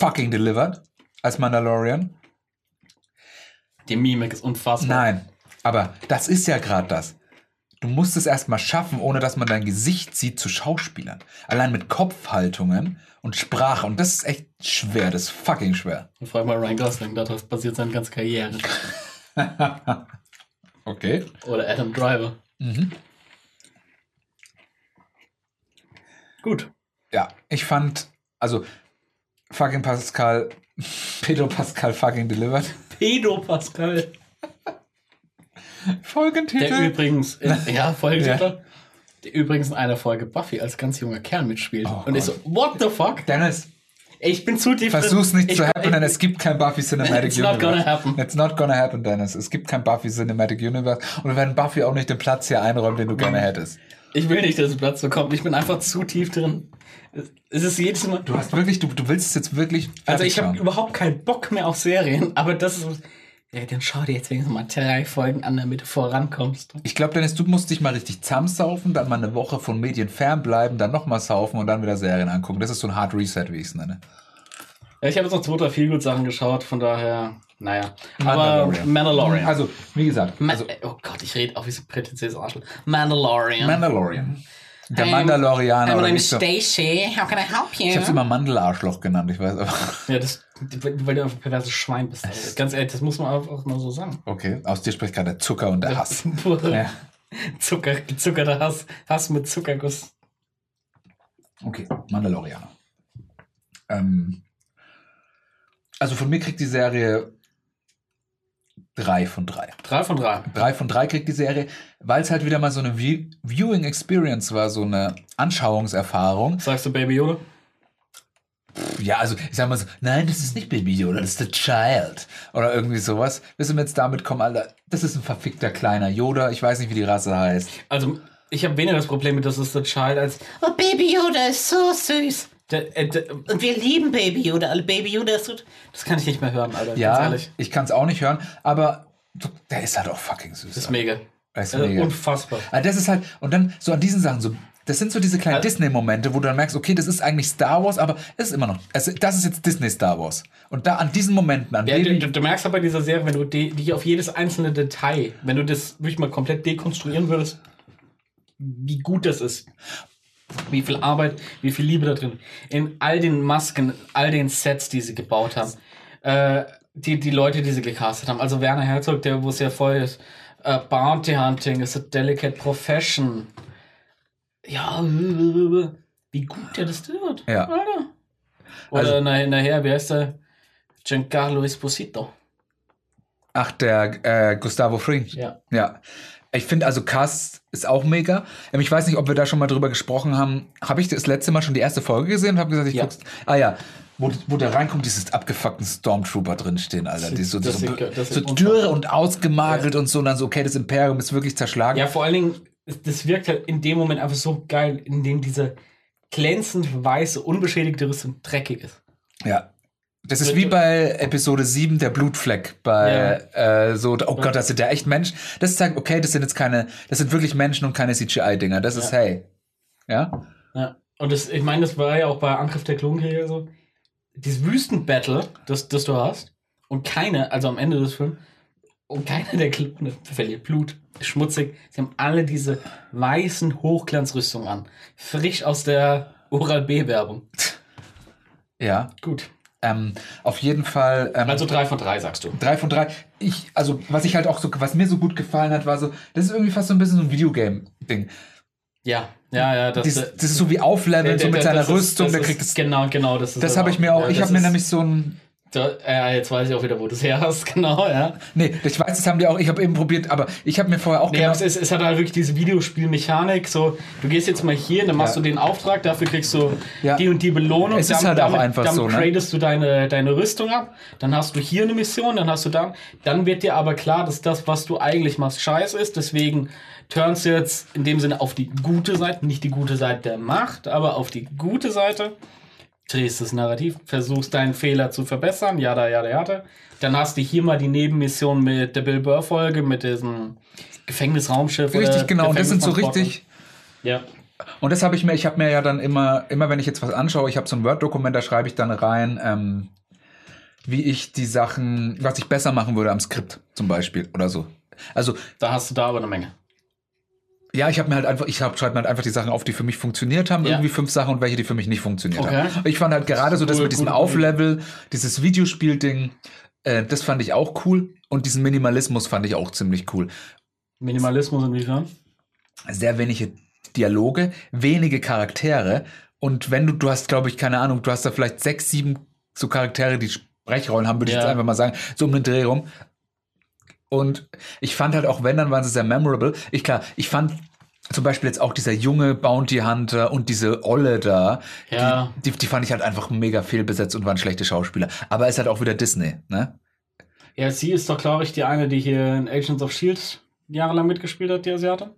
[SPEAKER 3] fucking delivered als Mandalorian.
[SPEAKER 2] Die Mimik ist unfassbar.
[SPEAKER 3] Nein, aber das ist ja gerade das. Du musst es erstmal schaffen, ohne dass man dein Gesicht sieht zu Schauspielern. Allein mit Kopfhaltungen und Sprache. Und das ist echt schwer, das ist fucking schwer.
[SPEAKER 2] Dann frag mal Ryan Gosling, darauf basiert seine ganze Karriere.
[SPEAKER 3] Okay. Mhm.
[SPEAKER 2] Oder Adam Driver. Gut.
[SPEAKER 3] Ja, ich fand, also fucking Pascal, Pedro Pascal fucking delivered.
[SPEAKER 2] Pedo Pascal. Der
[SPEAKER 3] Folgentitel.
[SPEAKER 2] übrigens, in, ja, Folgentitel. Der übrigens in einer Folge Buffy als ganz junger Kerl mitspielt.
[SPEAKER 3] Oh
[SPEAKER 2] und ich so, what the fuck?
[SPEAKER 3] Dennis,
[SPEAKER 2] Ich bin zu tief. drin.
[SPEAKER 3] versuch's nicht
[SPEAKER 2] ich,
[SPEAKER 3] zu happen, denn
[SPEAKER 2] Ich,
[SPEAKER 3] es gibt kein Buffy Cinematic
[SPEAKER 2] It's
[SPEAKER 3] Universe.
[SPEAKER 2] not gonna happen.
[SPEAKER 3] It's not gonna happen, Dennis. Es gibt kein Buffy Cinematic Universe. Und wir werden Buffy auch nicht den Platz hier einräumen, den du gerne hättest.
[SPEAKER 2] ich will nicht, dass es Platz bekommt. Ich bin einfach zu tief drin. Es- Es ist jedes Mal.
[SPEAKER 3] Du hast wirklich, du, du willst es jetzt wirklich.
[SPEAKER 2] Also
[SPEAKER 3] fertig
[SPEAKER 2] ich habe
[SPEAKER 3] schauen.
[SPEAKER 2] überhaupt keinen Bock mehr auf Serien, aber das ist. Ja, dann schau dir jetzt wenigstens mal drei Folgen an, damit du vorankommst.
[SPEAKER 3] Ich glaube, Dennis, du musst dich mal richtig zusammensaufen, dann mal eine Woche von Medien fernbleiben, dann nochmal saufen und dann wieder Serien angucken. Das ist so ein Hard Reset, wie ich es nenne.
[SPEAKER 2] Ja, ich habe jetzt noch zwei oder vier gut Sachen geschaut, von daher, naja. Aber
[SPEAKER 3] Mandalorian.
[SPEAKER 2] Mandalorian.
[SPEAKER 3] Also, wie gesagt,
[SPEAKER 2] Ma
[SPEAKER 3] also
[SPEAKER 2] oh Gott, ich rede auch wie so ein prätentiöses Arschloch. Mandalorian.
[SPEAKER 3] Mandalorian. Der
[SPEAKER 2] I'm-
[SPEAKER 3] Mandalorianer.
[SPEAKER 2] I'm
[SPEAKER 3] oder
[SPEAKER 2] named
[SPEAKER 3] nicht so.
[SPEAKER 2] Um Stacy. How can I help you?
[SPEAKER 3] Ich hab's immer Mandelarschloch genannt, ich weiß aber.
[SPEAKER 2] ja, das, weil weil du einfach ein perverses Schwein bist. Also, ganz ehrlich, das muss man einfach mal so sagen. Also
[SPEAKER 3] Okay, aus dir spricht gerade der Zucker und der Hass. Ja.
[SPEAKER 2] Zucker, gezuckerter Hass, Hass mit Zuckerguss.
[SPEAKER 3] Okay, Mandalorianer. Ähm, also von mir kriegt die Serie drei von drei.
[SPEAKER 2] Drei von drei.
[SPEAKER 3] Drei von drei kriegt die Serie, weil es halt wieder mal so eine View Viewing Experience war, so eine Anschauungserfahrung.
[SPEAKER 2] Sagst du Baby Yoda?
[SPEAKER 3] Ja, also ich sag mal so, nein, das ist nicht Baby Yoda, das ist der Child. Oder irgendwie sowas. Wissen wir jetzt damit kommen, Alter, das ist ein verfickter kleiner Yoda, ich weiß nicht, wie die Rasse heißt.
[SPEAKER 2] Also, ich habe weniger das Problem mit, dass es The Child als.
[SPEAKER 4] Oh, Baby Yoda ist so süß.
[SPEAKER 2] Der, äh, der,
[SPEAKER 4] Und wir lieben Baby Yoda. Alle Baby Yoda ist so.
[SPEAKER 2] das kann ich nicht mehr hören, Alter. Ganz
[SPEAKER 3] Ja,
[SPEAKER 2] ehrlich.
[SPEAKER 3] ich kann es auch nicht hören, aber so, der ist halt auch fucking süß.
[SPEAKER 2] Das ist mega.
[SPEAKER 3] Er ist
[SPEAKER 2] Also,
[SPEAKER 3] mega.
[SPEAKER 2] unfassbar.
[SPEAKER 3] Ah, das ist halt, und dann so an diesen Sachen, so, das sind so diese kleinen
[SPEAKER 2] Also-
[SPEAKER 3] Disney-Momente, wo du dann merkst, okay, das ist eigentlich Star Wars, aber es ist immer noch, es, das ist jetzt Disney Star Wars. Und da an diesen Momenten, an
[SPEAKER 2] Ja, du,
[SPEAKER 3] denen.
[SPEAKER 2] du, du merkst aber bei dieser Serie, wenn du die, die auf jedes einzelne Detail, wenn du das wirklich mal komplett dekonstruieren würdest, wie gut das ist. Wie viel Arbeit, wie viel Liebe da drin. In all den Masken, in all den Sets, die sie gebaut haben. Äh, die, die Leute, die sie gecastet haben. Also Werner Herzog, der, wo es ja voll ist. Äh, Bounty Hunting is a delicate profession. Ja, wie gut der das tut.
[SPEAKER 3] Ja.
[SPEAKER 2] Alter. Oder
[SPEAKER 3] Also-
[SPEAKER 2] na, nachher, wie heißt der? Giancarlo Esposito.
[SPEAKER 3] Ach, der äh, Gustavo Fring.
[SPEAKER 2] Ja.
[SPEAKER 3] Ja. Ich finde, also Cast ist auch mega. Ähm, Ich weiß nicht, ob wir da schon mal drüber gesprochen haben. Habe ich das letzte Mal schon die erste Folge gesehen und habe gesagt, ich
[SPEAKER 2] Ja.
[SPEAKER 3] guck's. Ah ja. Wo, wo der reinkommt, dieses abgefuckten Stormtrooper drinstehen, Alter. Die so,
[SPEAKER 2] Das
[SPEAKER 3] so,
[SPEAKER 2] sind- das
[SPEAKER 3] so
[SPEAKER 2] sind
[SPEAKER 3] dürre
[SPEAKER 2] unfassbar.
[SPEAKER 3] und ausgemagelt und so. Und dann so, okay, das Imperium ist wirklich zerschlagen.
[SPEAKER 2] Ja, vor allen Dingen, es- das wirkt halt in dem Moment einfach so geil, in dem diese glänzend weiße, unbeschädigte Rüstung dreckig ist.
[SPEAKER 3] Ja. Das ist
[SPEAKER 2] Bitte.
[SPEAKER 3] wie bei Episode 7, der Blutfleck. Bei äh, so, oh Gott, das sind ja echt Menschen. Das zeigt, okay, das sind jetzt keine, das sind wirklich Menschen und keine CGI-Dinger. Das ist,
[SPEAKER 2] Ja.
[SPEAKER 3] hey. Ja?
[SPEAKER 2] Ja. Und das, ich meine, das war ja auch bei Angriff der Klonkrieger so. Dieses Wüstenbattle, das, das du hast, und keine, also am Ende des Films, und keiner der ne, Klone verliert Blut, ist schmutzig. Sie haben alle diese weißen Hochglanzrüstungen an. Frisch aus der Oral-B-Werbung.
[SPEAKER 3] Ja.
[SPEAKER 2] Gut.
[SPEAKER 3] Ähm, auf jeden Fall. Ähm,
[SPEAKER 2] Also drei von drei, sagst du.
[SPEAKER 3] drei von drei. Ich, also, was ich halt auch so, was mir so gut gefallen hat, war so, das ist irgendwie fast so ein bisschen so ein Videogame-Ding.
[SPEAKER 2] Ja, ja, ja. Das, äh,
[SPEAKER 3] Das, das ist so wie Aufleveln, so mit seiner
[SPEAKER 2] das ist-
[SPEAKER 3] Rüstung,
[SPEAKER 2] das
[SPEAKER 3] der
[SPEAKER 2] ist-
[SPEAKER 3] kriegt das.
[SPEAKER 2] Genau, genau. Das, ist
[SPEAKER 3] Das
[SPEAKER 2] dann
[SPEAKER 3] habe ich mir auch,
[SPEAKER 2] ja,
[SPEAKER 3] ich
[SPEAKER 2] das
[SPEAKER 3] habe mir
[SPEAKER 2] ist-
[SPEAKER 3] nämlich so ein,
[SPEAKER 2] Da, äh, ja, jetzt weiß ich auch wieder, wo du es her hast, genau, ja.
[SPEAKER 3] nee, ich weiß, das haben die auch, ich habe eben probiert, aber ich habe mir vorher auch genau
[SPEAKER 2] Nee, aber es, ist, es hat halt wirklich diese Videospielmechanik, so, du gehst jetzt mal hier, dann machst
[SPEAKER 3] Ja.
[SPEAKER 2] du den Auftrag, dafür kririegst du
[SPEAKER 3] Ja.
[SPEAKER 2] die und die Belohnung.
[SPEAKER 3] Es ist halt auch einfach
[SPEAKER 2] damit
[SPEAKER 3] so, ne?
[SPEAKER 2] gradest du deine, deine Rüstung ab, dann hast du hier eine Mission, dann hast du dann, dann wird dir aber klar, dass das, was du eigentlich machst, scheiße ist, deswegen turns du jetzt in dem Sinne auf die gute Seite, nicht die gute Seite der Macht, aber auf die gute Seite. drehst das Narrativ, versuchst deinen Fehler zu verbessern, jada, jada, jada. Dann hast du hier mal die Nebenmission mit der Bill Burr-Folge, mit diesem Gefängnisraumschiff. oder
[SPEAKER 3] richtig genau, und das sind so
[SPEAKER 2] Gefängnistransporter.
[SPEAKER 3] richtig.
[SPEAKER 2] Ja.
[SPEAKER 3] Und das habe ich mir, ich habe mir ja dann immer, immer wenn ich jetzt was anschaue, ich habe so ein Word-Dokument, da schreibe ich dann rein, ähm, wie ich die Sachen, was ich besser machen würde am Skript zum Beispiel oder so. Also,
[SPEAKER 2] Da hast du da aber eine Menge.
[SPEAKER 3] ja, ich habe mir halt einfach, ich hab- schreibe mir halt einfach die Sachen auf, die für mich funktioniert haben,
[SPEAKER 2] Ja.
[SPEAKER 3] irgendwie fünf Sachen und welche, die für mich nicht funktioniert
[SPEAKER 2] Okay.
[SPEAKER 3] haben. Ich fand halt gerade so das
[SPEAKER 2] Cool,
[SPEAKER 3] mit diesem
[SPEAKER 2] cool.
[SPEAKER 3] Auflevel, dieses Videospiel-Ding, äh, das fand ich auch cool und diesen Minimalismus fand ich auch ziemlich cool.
[SPEAKER 2] Minimalismus inwiefern?
[SPEAKER 3] sehr wenige Dialoge, wenige Charaktere Und wenn du, du hast, glaube ich, keine Ahnung, du hast da vielleicht sechs, sieben so Charaktere, die Sprechrollen haben, würde ich
[SPEAKER 2] Ja.
[SPEAKER 3] jetzt einfach mal sagen, so um den Dreh rum. Und ich fand halt auch, wenn, dann waren sie sehr memorable. Ich klar, ich fand zum Beispiel jetzt auch dieser junge Bounty Hunter und diese Olle da,
[SPEAKER 2] Ja.
[SPEAKER 3] die, die, die fand ich halt einfach mega fehlbesetzt und waren schlechte Schauspieler. Aber es ist halt auch wieder Disney, ne?
[SPEAKER 2] Ja, sie ist doch, glaube ich, die eine, die hier in Agents of Shield E jahrelang mitgespielt hat, die Asiate.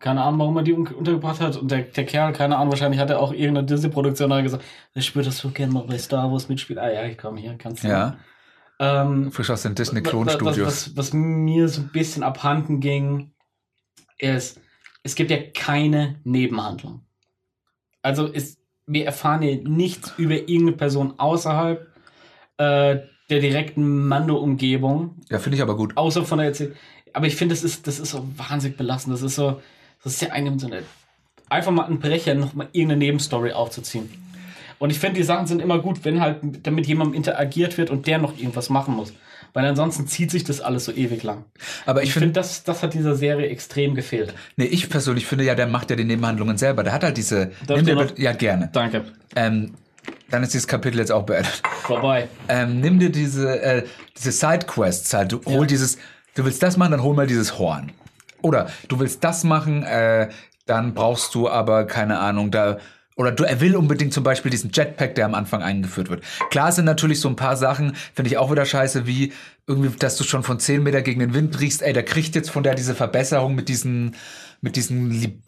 [SPEAKER 2] Keine Ahnung, warum man die un untergebracht hat. Und der, der Kerl, keine Ahnung, wahrscheinlich hat er auch irgendeine Disney-Produktion da gesagt, ich spüre, dass du gerne mal bei Star Wars mitspielst. Ah ja, ich komme hier, kannst du.
[SPEAKER 3] Ja.
[SPEAKER 2] Ähm,
[SPEAKER 3] Frisch aus den
[SPEAKER 2] was,
[SPEAKER 3] Disney-Klonstudios.
[SPEAKER 2] was, was mir so ein bisschen abhanden ging, ist, es gibt ja keine Nebenhandlung. Also ist, wir erfahren hier nichts über irgendeine Person außerhalb äh, der direkten Mando-Umgebung,
[SPEAKER 3] Ja, finde ich aber gut.
[SPEAKER 2] außer von der Erzählung. Aber ich finde, das ist, das ist so wahnsinnig belastend. Das ist so, das ist ja einem so eine, einfach mal ein Brecher, nochmal irgendeine Nebenstory aufzuziehen. Und ich finde, die Sachen sind immer gut, wenn halt damit jemandem interagiert wird und der noch irgendwas machen muss. Weil ansonsten zieht sich das alles so ewig lang.
[SPEAKER 3] Aber ich
[SPEAKER 2] Ich finde,
[SPEAKER 3] finde,
[SPEAKER 2] das, das hat dieser Serie extrem gefehlt.
[SPEAKER 3] nee, ich persönlich finde ja, der macht ja die Nebenhandlungen selber. Der hat halt diese.
[SPEAKER 2] Darf
[SPEAKER 3] Nimm
[SPEAKER 2] ich
[SPEAKER 3] dir
[SPEAKER 2] noch-
[SPEAKER 3] bitte- ja, gerne.
[SPEAKER 2] Danke.
[SPEAKER 3] Ähm, dann ist dieses Kapitel jetzt auch beendet.
[SPEAKER 2] Vorbei.
[SPEAKER 3] Ähm, nimm dir diese, äh, diese Sidequests halt. Du hol dieses, du willst das machen, dann hol mal dieses Horn. Oder du willst das machen, äh, dann brauchst du aber, keine Ahnung, da. Oder du, er will unbedingt zum Beispiel diesen Jetpack, der am Anfang eingeführt wird. Klar sind natürlich so ein paar Sachen, finde ich auch wieder scheiße, wie irgendwie, dass du schon von 10 Meter gegen den Wind riechst, ey, der kriegt jetzt von der diese Verbesserung mit diesen, mit diesen, li-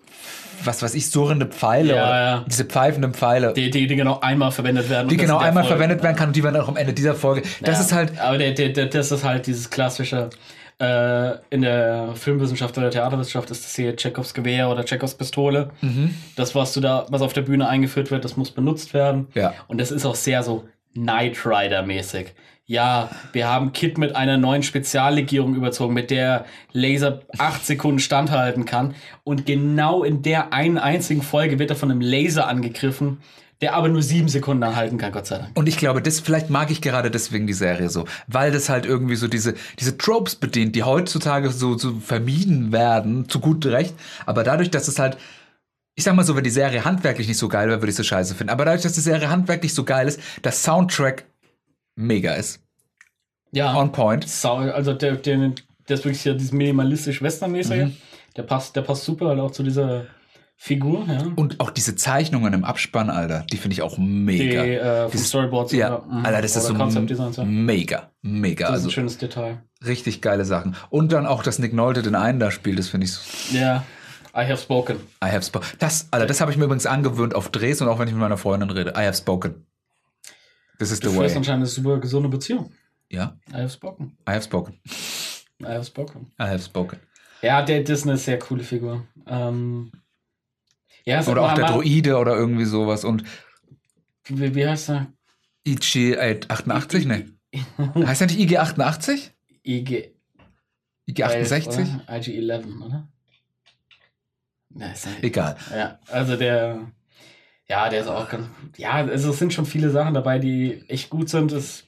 [SPEAKER 3] was weiß ich, surrende Pfeile.
[SPEAKER 2] Ja,
[SPEAKER 3] oder
[SPEAKER 2] ja.
[SPEAKER 3] Diese pfeifenden Pfeile
[SPEAKER 2] Die, die, die genau einmal verwendet werden.
[SPEAKER 3] die
[SPEAKER 2] und das
[SPEAKER 3] genau
[SPEAKER 2] in der
[SPEAKER 3] einmal
[SPEAKER 2] Folge.
[SPEAKER 3] verwendet werden kann und die werden auch am Ende dieser Folge. Das
[SPEAKER 2] Ja,
[SPEAKER 3] ist halt,
[SPEAKER 2] Aber der, der, der, das ist halt dieses klassische. Äh, in der Filmwissenschaft oder Theaterwissenschaft ist das hier Tschechows Gewehr oder Tschechows Pistole.
[SPEAKER 3] Mhm.
[SPEAKER 2] Das, was du da, was auf der Bühne eingeführt wird, das muss benutzt werden.
[SPEAKER 3] Ja.
[SPEAKER 2] Und das ist auch sehr so Knight Rider-mäßig. Ja, wir haben Kit mit einer neuen Speziallegierung überzogen, mit der Laser acht Sekunden standhalten kann. Und genau in der einen einzigen Folge wird er von einem Laser angegriffen, der aber nur sieben Sekunden anhalten kann, Gott sei Dank.
[SPEAKER 3] und ich glaube, das vielleicht mag ich gerade deswegen die Serie so, weil das halt irgendwie so diese, diese Tropes bedient, die heutzutage so, so vermieden werden, zu gut recht. Aber dadurch, dass es halt, ich sag mal so, wenn die Serie handwerklich nicht so geil wäre, würde ich sie scheiße finden. Aber dadurch, dass die Serie handwerklich so geil ist, das Soundtrack mega ist.
[SPEAKER 2] Ja.
[SPEAKER 3] On point.
[SPEAKER 2] Sau, also der, der, der ist wirklich ja dieses minimalistisch westernmäßige.
[SPEAKER 3] Mhm.
[SPEAKER 2] Der passt, der passt super halt auch zu dieser Figur, ja.
[SPEAKER 3] Und auch diese Zeichnungen im Abspann, Alter, die finde ich auch
[SPEAKER 2] Die
[SPEAKER 3] mega.
[SPEAKER 2] äh, vom
[SPEAKER 3] Dieses-
[SPEAKER 2] Storyboard Mhm.
[SPEAKER 3] ja, Alter, das ist so
[SPEAKER 2] Concept Designs, ja. Das
[SPEAKER 3] mega, mega.
[SPEAKER 2] ist
[SPEAKER 3] Also
[SPEAKER 2] ein schönes Detail.
[SPEAKER 3] richtig geile Sachen. Und dann auch, dass Nick Nolte den einen da spielt, das finde ich so.
[SPEAKER 2] Ja. I have spoken.
[SPEAKER 3] I have spoken. Das, Alter, das habe ich mir übrigens angewöhnt auf Drehs und auch wenn ich mit meiner Freundin rede. I have spoken. This is
[SPEAKER 2] Du
[SPEAKER 3] the
[SPEAKER 2] führst
[SPEAKER 3] way.
[SPEAKER 2] anscheinend eine super gesunde Beziehung.
[SPEAKER 3] Ja,
[SPEAKER 2] I have spoken.
[SPEAKER 3] I have spoken.
[SPEAKER 2] I have spoken.
[SPEAKER 3] I have spoken.
[SPEAKER 2] Ja, der Disney ist eine sehr coole Figur. Ähm, ja, es
[SPEAKER 3] Oder
[SPEAKER 2] hat
[SPEAKER 3] auch der
[SPEAKER 2] mal-
[SPEAKER 3] Droide oder irgendwie sowas. Und
[SPEAKER 2] Wie, wie heißt er?
[SPEAKER 3] IG äh, 88, ne? Heißt er nicht IG 88?
[SPEAKER 2] IG.
[SPEAKER 3] IG 68?
[SPEAKER 2] IG-11, oder? Na, ist ja
[SPEAKER 3] Egal.
[SPEAKER 2] Ja, also der, ja, der ist auch ganz, ja, also es sind schon viele Sachen dabei, die echt gut sind. Es,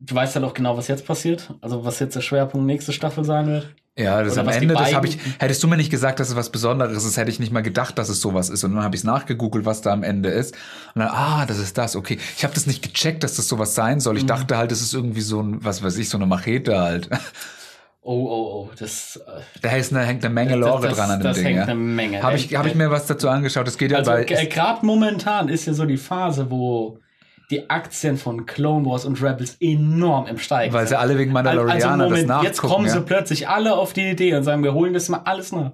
[SPEAKER 2] du weißt halt auch genau, was jetzt passiert. Also was jetzt der Schwerpunkt nächste Staffel sein wird.
[SPEAKER 3] Ja, das
[SPEAKER 2] Oder
[SPEAKER 3] am
[SPEAKER 2] was die
[SPEAKER 3] Ende, das habe ich.
[SPEAKER 2] beiden-
[SPEAKER 3] Hättest du mir nicht gesagt, dass es was Besonderes ist, hätte ich nicht mal gedacht, dass es sowas ist. Und dann habe ich es nachgegoogelt, was da am Ende ist. Und dann, ah, das ist das, okay. Ich habe das nicht gecheckt, dass das sowas sein soll.
[SPEAKER 2] Mhm.
[SPEAKER 3] Ich dachte halt, das ist irgendwie so ein, was weiß ich, so eine Machete halt.
[SPEAKER 2] Oh, oh, oh, das, äh,
[SPEAKER 3] Da hängt eine, hängt eine Menge
[SPEAKER 2] das,
[SPEAKER 3] Lore
[SPEAKER 2] das,
[SPEAKER 3] dran an dem
[SPEAKER 2] das
[SPEAKER 3] Ding.
[SPEAKER 2] hängt
[SPEAKER 3] Ja.
[SPEAKER 2] eine Menge.
[SPEAKER 3] Habe ich, hab ich mir was dazu angeschaut. Das geht ja
[SPEAKER 2] also
[SPEAKER 3] bei.
[SPEAKER 2] gerade momentan ist ja so die Phase, wo die Aktien von Clone Wars und Rebels enorm im Steigen Also
[SPEAKER 3] weil sie alle wegen Mandalorianer das nachgucken.
[SPEAKER 2] jetzt kommen sie
[SPEAKER 3] ja.
[SPEAKER 2] plötzlich alle auf die Idee und sagen, wir holen das mal alles nach.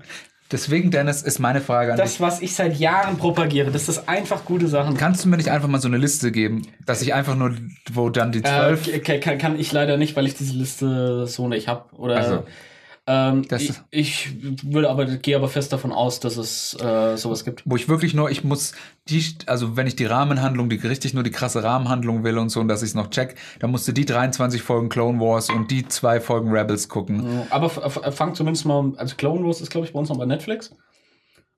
[SPEAKER 3] Deswegen, Dennis, ist meine Frage an dich.
[SPEAKER 2] Das, was ich seit Jahren propagiere, dass das einfach gute Sachen
[SPEAKER 3] Kannst du mir nicht einfach mal so eine Liste geben, dass ich einfach nur, wo dann die
[SPEAKER 2] Äh,
[SPEAKER 3] zwölf.
[SPEAKER 2] k- kann, kann ich leider nicht, weil ich diese Liste so nicht habe. Oder
[SPEAKER 3] Also.
[SPEAKER 2] ähm,
[SPEAKER 3] Das-
[SPEAKER 2] ich, ich würde aber gehe aber fest davon aus, dass es äh, sowas gibt.
[SPEAKER 3] wo ich wirklich nur, ich muss die, also wenn ich die Rahmenhandlung, die richtig nur die krasse Rahmenhandlung will und so und dass ich es noch check, dann musst du die 23 Folgen Clone Wars und die zwei Folgen Rebels gucken.
[SPEAKER 2] Aber f- f- fang zumindest mal, also Clone Wars ist glaube ich bei uns noch bei Netflix.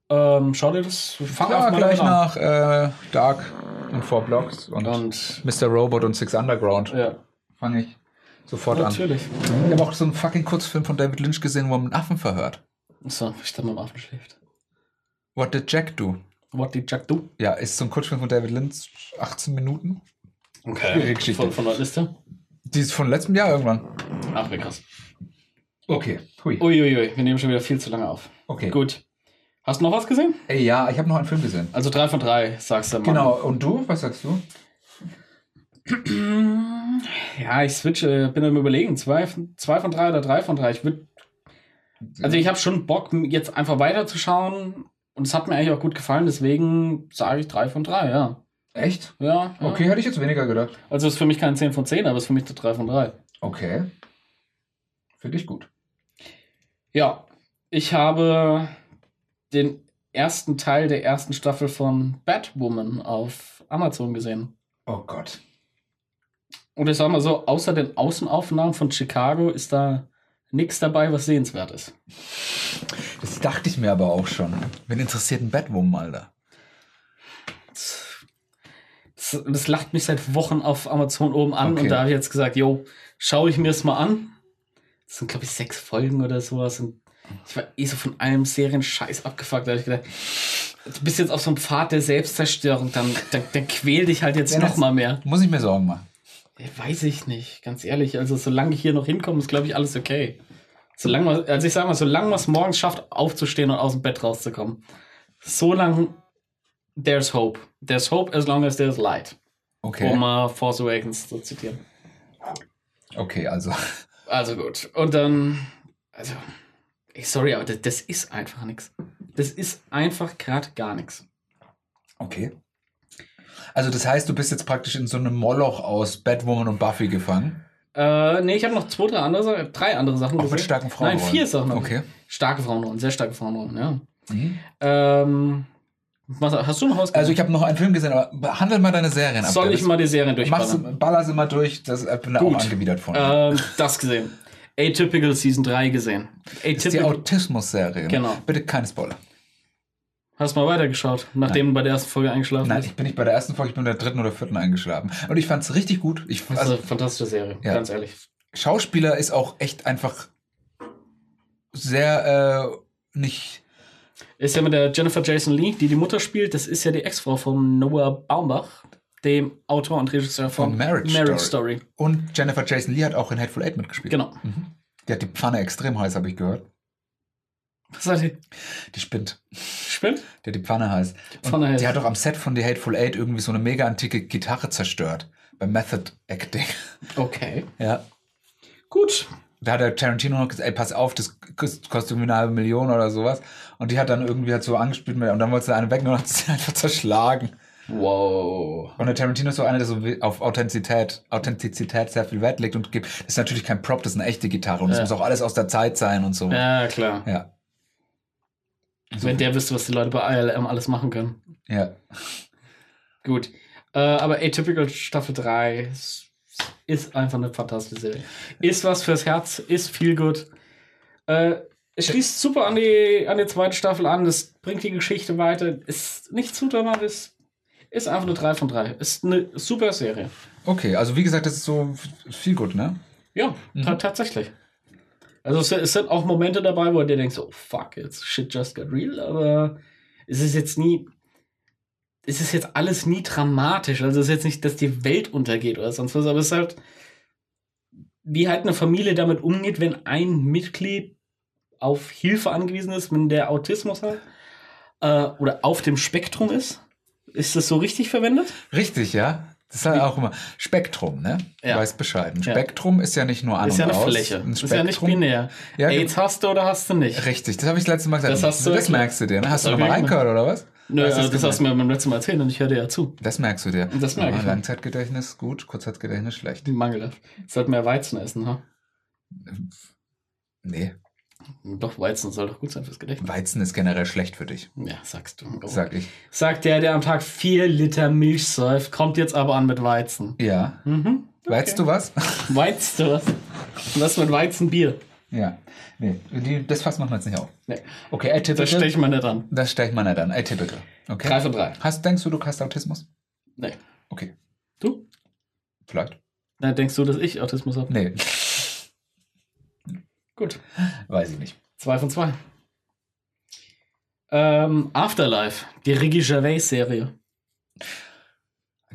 [SPEAKER 2] Ähm, schau dir das, fang
[SPEAKER 3] Ja,
[SPEAKER 2] einfach mal
[SPEAKER 3] gleich
[SPEAKER 2] an.
[SPEAKER 3] nach äh, Dark und Four Blocks und,
[SPEAKER 2] Und
[SPEAKER 3] Mr. Robot und Six Underground
[SPEAKER 2] ja,
[SPEAKER 3] fange ich sofort
[SPEAKER 2] natürlich.
[SPEAKER 3] an. Ich habe auch so einen fucking Kurzfilm von David Lynch gesehen, wo er einen Affen verhört.
[SPEAKER 2] So, ich dachte, mein Affen schläft.
[SPEAKER 3] What did Jack do?
[SPEAKER 2] What did Jack do?
[SPEAKER 3] Ja, ist so ein Kurzfilm von David Lynch, 18 Minuten. Schwierige
[SPEAKER 2] Okay.
[SPEAKER 3] Geschichte.
[SPEAKER 2] Von, von der Liste?
[SPEAKER 3] Die ist von letztem Jahr irgendwann.
[SPEAKER 2] Ach, wie krass.
[SPEAKER 3] Okay, hui.
[SPEAKER 2] Uiuiui, wir nehmen schon wieder viel zu lange auf.
[SPEAKER 3] Okay.
[SPEAKER 2] Gut. Hast du noch was gesehen?
[SPEAKER 3] Ey, ja, ich habe noch einen Film gesehen.
[SPEAKER 2] Also drei von drei, sagst du. Mann.
[SPEAKER 3] Genau, und du? Was sagst du?
[SPEAKER 2] Hm, Ja, ich switche, äh, bin am überlegen. Zwei, von- zwei von drei oder drei von drei. Ich würd, also ich habe schon Bock, jetzt einfach weiterzuschauen. Und es hat mir eigentlich auch gut gefallen, deswegen sage ich drei von drei, ja.
[SPEAKER 3] Echt?
[SPEAKER 2] Ja. ja.
[SPEAKER 3] Okay, hätte ich jetzt weniger gedacht.
[SPEAKER 2] Also ist für mich kein 10 von 10, aber ist für mich eine 3 von 3.
[SPEAKER 3] Okay. Finde ich gut.
[SPEAKER 2] Ja. Ich habe den ersten Teil der ersten Staffel von Batwoman auf Amazon gesehen.
[SPEAKER 3] Oh Gott.
[SPEAKER 2] Und ich sag mal so, außer den Außenaufnahmen von Chicago ist da nichts dabei, was sehenswert ist.
[SPEAKER 3] Das dachte ich mir aber auch schon. Wen interessiert ein Batwoman, Alter?
[SPEAKER 2] Das, das lacht mich seit Wochen auf Amazon oben an
[SPEAKER 3] Okay.
[SPEAKER 2] und da habe ich jetzt gesagt, jo, schaue ich mir es mal an. Das sind, glaube ich, sechs Folgen oder sowas. Und ich war eh so von allem Serien-Scheiß abgefuckt. Da habe ich gedacht, du bist jetzt auf so einem Pfad der Selbstzerstörung, dann, dann, dann quäl dich halt jetzt
[SPEAKER 3] Wenn
[SPEAKER 2] noch
[SPEAKER 3] das-
[SPEAKER 2] mal mehr.
[SPEAKER 3] Muss ich mir Sorgen machen.
[SPEAKER 2] Ja, Weiß ich nicht, ganz ehrlich. Also, solange ich hier noch hinkomme, ist, glaube ich, alles okay. Solange man, also ich sag mal, solange man es morgens schafft, aufzustehen und aus dem Bett rauszukommen, solange there's hope. There's hope as long as there's light.
[SPEAKER 3] Okay.
[SPEAKER 2] Um mal Force Awakens zu zitieren.
[SPEAKER 3] Okay, also.
[SPEAKER 2] Also gut. Und dann, also, ey, sorry, aber das, das ist einfach nichts. Das ist einfach gerade gar nichts.
[SPEAKER 3] Okay. Also, das heißt, du bist jetzt praktisch in so einem Moloch aus Batwoman und Buffy gefangen.
[SPEAKER 2] Äh, nee, ich habe noch zwei, drei andere, Sa- drei andere Sachen
[SPEAKER 3] Auch mit starken Frauen.
[SPEAKER 2] Nein, vier Sachen. hab ich-
[SPEAKER 3] Okay.
[SPEAKER 2] Starke Frauenrollen, sehr starke Frauenrollen, ja.
[SPEAKER 3] Mhm.
[SPEAKER 2] Ähm, was, hast du noch was
[SPEAKER 3] Also, ich habe noch einen Film gesehen, aber behandel mal deine Serien ab.
[SPEAKER 2] Soll ich mal die Serien
[SPEAKER 3] Machst,
[SPEAKER 2] durchballern?
[SPEAKER 3] ballerst immer durch, das ich bin da
[SPEAKER 2] Gut.
[SPEAKER 3] auch angewidert von.
[SPEAKER 2] Ähm, das gesehen. Atypical Season 3 gesehen.
[SPEAKER 3] Das ist die
[SPEAKER 2] Atypical.
[SPEAKER 3] Autismus-Serie. ne?
[SPEAKER 2] Genau.
[SPEAKER 3] Bitte keine Spoiler.
[SPEAKER 2] Hast du mal weitergeschaut, nachdem du bei der ersten Folge eingeschlafen
[SPEAKER 3] Nein,
[SPEAKER 2] bist?
[SPEAKER 3] ich bin nicht bei der ersten Folge, ich bin bei der dritten oder vierten eingeschlafen. Und ich fand es richtig gut. Ich,
[SPEAKER 2] Das ist
[SPEAKER 3] also,
[SPEAKER 2] eine fantastische Serie,
[SPEAKER 3] Ja.
[SPEAKER 2] ganz ehrlich.
[SPEAKER 3] Schauspieler ist auch echt einfach sehr äh, nicht.
[SPEAKER 2] Ist ja mit der Jennifer Jason Lee, die die Mutter spielt. Das ist ja die Ex-Frau von Noah Baumbach, dem Autor und Regisseur von,
[SPEAKER 3] Von Marriage
[SPEAKER 2] Story.
[SPEAKER 3] Und Jennifer Jason Lee hat auch in Hateful Eight mitgespielt.
[SPEAKER 2] Genau.
[SPEAKER 3] Die hat die Pfanne extrem heiß, habe ich gehört.
[SPEAKER 2] Was hat die?
[SPEAKER 3] Die spinnt.
[SPEAKER 2] Spinnt?
[SPEAKER 3] Die hat die Pfanne heiß. Und
[SPEAKER 2] Pfanne heiß.
[SPEAKER 3] Die hat doch am Set von The Hateful Eight irgendwie so eine mega antike Gitarre zerstört. Beim Method Acting.
[SPEAKER 2] Okay.
[SPEAKER 3] Ja.
[SPEAKER 2] Gut.
[SPEAKER 3] da hat der Tarantino noch gesagt, ey, pass auf, das kost- kostet irgendwie eine halbe Million oder sowas. Und die hat dann irgendwie halt so angespielt mit, und dann wollte sie eine wegnehmen und hat sie einfach zerschlagen.
[SPEAKER 2] Wow.
[SPEAKER 3] Und der Tarantino ist so einer, der so we- auf Authentizität, Authentizität sehr viel Wert legt und gibt. Das ist natürlich kein Prop, das ist eine echte Gitarre und das
[SPEAKER 2] Ja.
[SPEAKER 3] muss auch alles aus der Zeit sein und so. Ja.
[SPEAKER 2] Ja, klar.
[SPEAKER 3] Ja.
[SPEAKER 2] Wenn der wüsste, was die Leute bei ILM alles machen können.
[SPEAKER 3] ja.
[SPEAKER 2] Gut. Äh, aber Atypical Staffel 3 ist- ist einfach eine fantastische Serie. Ist was fürs Herz, ist viel gut. Äh, es schließt super an die, an die zweite Staffel an, das bringt die Geschichte weiter. Ist nicht zu dramatisch, ist einfach eine 3 von 3. Ist eine super Serie.
[SPEAKER 3] Okay, also wie gesagt, das ist so viel gut, ne?
[SPEAKER 2] Ja, ta tatsächlich. Also es, es sind auch Momente dabei, wo du dir denkst, oh fuck, jetzt shit just got real, aber es ist jetzt nie, es ist jetzt alles nie dramatisch. Also es ist jetzt nicht, dass die Welt untergeht oder sonst was, aber es ist halt, wie halt eine Familie damit umgeht, wenn ein Mitglied auf Hilfe angewiesen ist, wenn der Autismus hat äh, oder auf dem Spektrum ist. Ist das so richtig verwendet?
[SPEAKER 3] Richtig, ja. Das ist halt auch immer Spektrum, ne?
[SPEAKER 2] Ja.
[SPEAKER 3] Du weißt Bescheid. Ein
[SPEAKER 2] Ja.
[SPEAKER 3] Spektrum ist ja nicht nur an
[SPEAKER 2] ist
[SPEAKER 3] und
[SPEAKER 2] ja eine
[SPEAKER 3] aus.
[SPEAKER 2] Fläche.
[SPEAKER 3] Ein
[SPEAKER 2] ist ja nicht
[SPEAKER 3] Spektrum-
[SPEAKER 2] binär.
[SPEAKER 3] Ja, ge-
[SPEAKER 2] AIDS hast du oder hast du nicht.
[SPEAKER 3] Richtig, das habe ich das letzte Mal gesagt.
[SPEAKER 2] Das hast du
[SPEAKER 3] das
[SPEAKER 2] erklärt.
[SPEAKER 3] merkst du dir. Ne? Hast
[SPEAKER 2] Das
[SPEAKER 3] du
[SPEAKER 2] hab
[SPEAKER 3] nochmal
[SPEAKER 2] ich
[SPEAKER 3] reingehört, oder was?
[SPEAKER 2] Nö,
[SPEAKER 3] Hast du's
[SPEAKER 2] das, das hast du
[SPEAKER 3] gemerkt?
[SPEAKER 2] mir beim letzten Mal erzählt und ich hörte ja zu.
[SPEAKER 3] das merkst du dir.
[SPEAKER 2] Das merk
[SPEAKER 3] Ah,
[SPEAKER 2] ich.
[SPEAKER 3] Langzeitgedächtnis gut, Kurzzeitgedächtnis schlecht.
[SPEAKER 2] Mangelhaft. Sollte mehr Weizen essen, ha?
[SPEAKER 3] Nee,
[SPEAKER 2] Doch, Weizen soll doch gut sein fürs Gedächtnis.
[SPEAKER 3] Weizen ist generell schlecht für dich,
[SPEAKER 2] Ja, sagst du. Oh.
[SPEAKER 3] sag ich.
[SPEAKER 2] Sagt der, der am Tag 4 Liter Milch säuft, kommt jetzt aber an mit Weizen.
[SPEAKER 3] Ja.
[SPEAKER 2] Mhm.
[SPEAKER 3] Weißt du was?
[SPEAKER 2] Weizt du was? Was mit Weizenbier?
[SPEAKER 3] ja. Nee, die, das fassen wir jetzt nicht auf.
[SPEAKER 2] Nee,
[SPEAKER 3] Okay,
[SPEAKER 2] das stelle
[SPEAKER 3] atypical.
[SPEAKER 2] ich mal nicht an.
[SPEAKER 3] Das stelle ich mal nicht an. Atypical. Okay.
[SPEAKER 2] 3 von 3.
[SPEAKER 3] Hast, denkst du, du hast Autismus?
[SPEAKER 2] Nee.
[SPEAKER 3] Okay,
[SPEAKER 2] Du?
[SPEAKER 3] vielleicht.
[SPEAKER 2] Na, denkst du, dass ich Autismus habe?
[SPEAKER 3] Nee,
[SPEAKER 2] Gut.
[SPEAKER 3] weiß ich nicht.
[SPEAKER 2] 2 von 2. Ähm, Afterlife, die Ricky Gervais-Serie.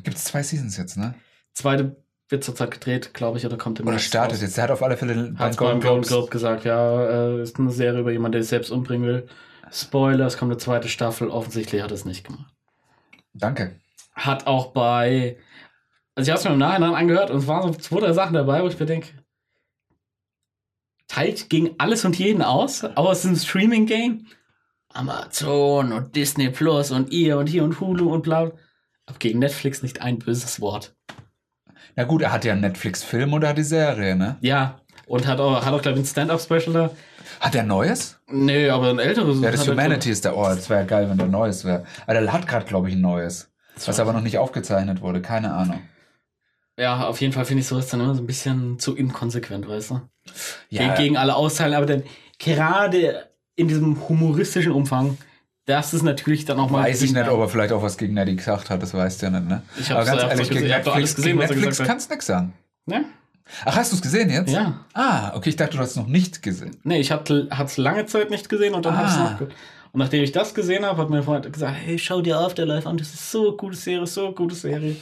[SPEAKER 3] Gibt es zwei Seasons jetzt, ne?
[SPEAKER 2] Zweite wird zurzeit gedreht, glaube ich, oder kommt im
[SPEAKER 3] Oder startet jetzt. Der hat auf alle Fälle
[SPEAKER 2] Hat beim Golden Globe gesagt, ja, äh, ist eine Serie über jemanden, der sich selbst umbringen will. Spoiler, es kommt eine zweite Staffel. Offensichtlich hat er es nicht gemacht.
[SPEAKER 3] Danke.
[SPEAKER 2] Hat auch bei, also ich habe es mir im Nachhinein angehört und es waren so zwei, drei Sachen dabei, wo ich mir denke, teilt gegen alles und jeden aus, aber es ist ein Streaming-Game. Amazon und Disney Plus und ihr und hier und Hulu und bla. Aber gegen Netflix nicht ein böses Wort.
[SPEAKER 3] Na gut, er hat ja einen Netflix-Film oder hat die Serie, ne?
[SPEAKER 2] Ja, und hat auch, hat auch glaube ich, ein Stand-Up-Special da.
[SPEAKER 3] Hat er Neues?
[SPEAKER 2] Nee, aber ein älteres.
[SPEAKER 3] Ja, das
[SPEAKER 2] hat halt er-
[SPEAKER 3] Humanity ist der. Oh, das wäre geil, wenn der Neues wäre. Aber der hat gerade, glaube ich, ein Neues. Was aber noch nicht aufgezeichnet wurde. Keine Ahnung.
[SPEAKER 2] Ja, auf jeden Fall finde ich sowas dann immer so ein bisschen zu inkonsequent, weißt du?
[SPEAKER 3] Ja.
[SPEAKER 2] Gegen, gegen alle austeilen, aber dann gerade in diesem humoristischen Umfang, das ist natürlich dann auch mal.
[SPEAKER 3] Weiß ich nicht, ob er vielleicht auch was gegen Nettie gesagt hat, das weißt du ja nicht, ne?
[SPEAKER 2] Ich hab's- ich hab's doch gesehen, ich hab doch alles gesehen,
[SPEAKER 3] gegen
[SPEAKER 2] was er
[SPEAKER 3] Netflix
[SPEAKER 2] gesagt hat.
[SPEAKER 3] kannst du nichts sagen.
[SPEAKER 2] Ne?
[SPEAKER 3] Ach, hast du es gesehen jetzt?
[SPEAKER 2] Ja.
[SPEAKER 3] Ah, okay, ich dachte, du hast es noch nicht gesehen.
[SPEAKER 2] Nee, ich hatte es lange Zeit nicht gesehen und dann habe ich es
[SPEAKER 3] Ah.
[SPEAKER 2] nachgeholt. Und nachdem ich das gesehen habe, hat mein Freund gesagt: Hey, schau dir Afterlife an, das ist so eine gute Serie, so eine gute Serie.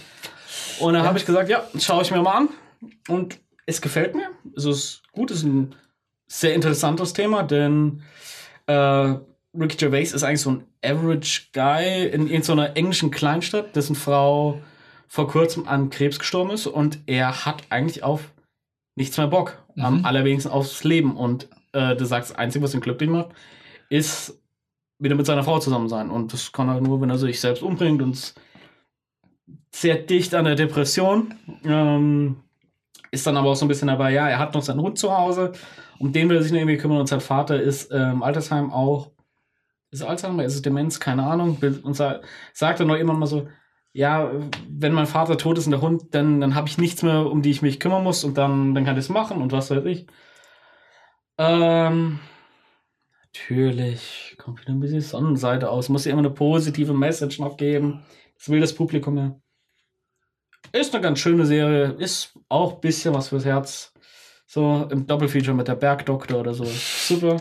[SPEAKER 2] Und dann habe ich gesagt: Ja, schaue ich mir mal an. Und es gefällt mir. Es ist gut, es ist ein sehr interessantes Thema, denn äh, Ricky Gervais ist eigentlich so ein average Guy in irgendeiner englischen Kleinstadt, dessen Frau vor kurzem an Krebs gestorben ist und er hat eigentlich auf nichts mehr Bock. Am allerwenigsten aufs Leben. Und äh, du sagst, das Einzige, was ihn glücklich macht, ist wieder mit seiner Frau zusammen sein. Und das kann er nur, wenn er sich selbst umbringt und ist sehr dicht an der Depression. Ähm, ist dann aber auch so ein bisschen dabei, ja, er hat noch seinen Hund zu Hause, um den will er sich noch irgendwie kümmern und sein Vater ist äh, im Altersheim auch. Ist er Alzheimer, ist es Demenz, keine Ahnung. Will- Und sa sagt dann noch immer mal so, ja, wenn mein Vater tot ist und der Hund, dann, dann habe ich nichts mehr, um die ich mich kümmern muss und dann, dann kann ich es machen und was weiß ich. Ähm, natürlich kommt wieder ein bisschen Sonnenseite aus. Muss ja immer eine positive Message noch geben. Das will das Publikum ja. Ist eine ganz schöne Serie. Ist auch ein bisschen was fürs Herz. So im Doppelfeature mit der Bergdoktor oder so. Super.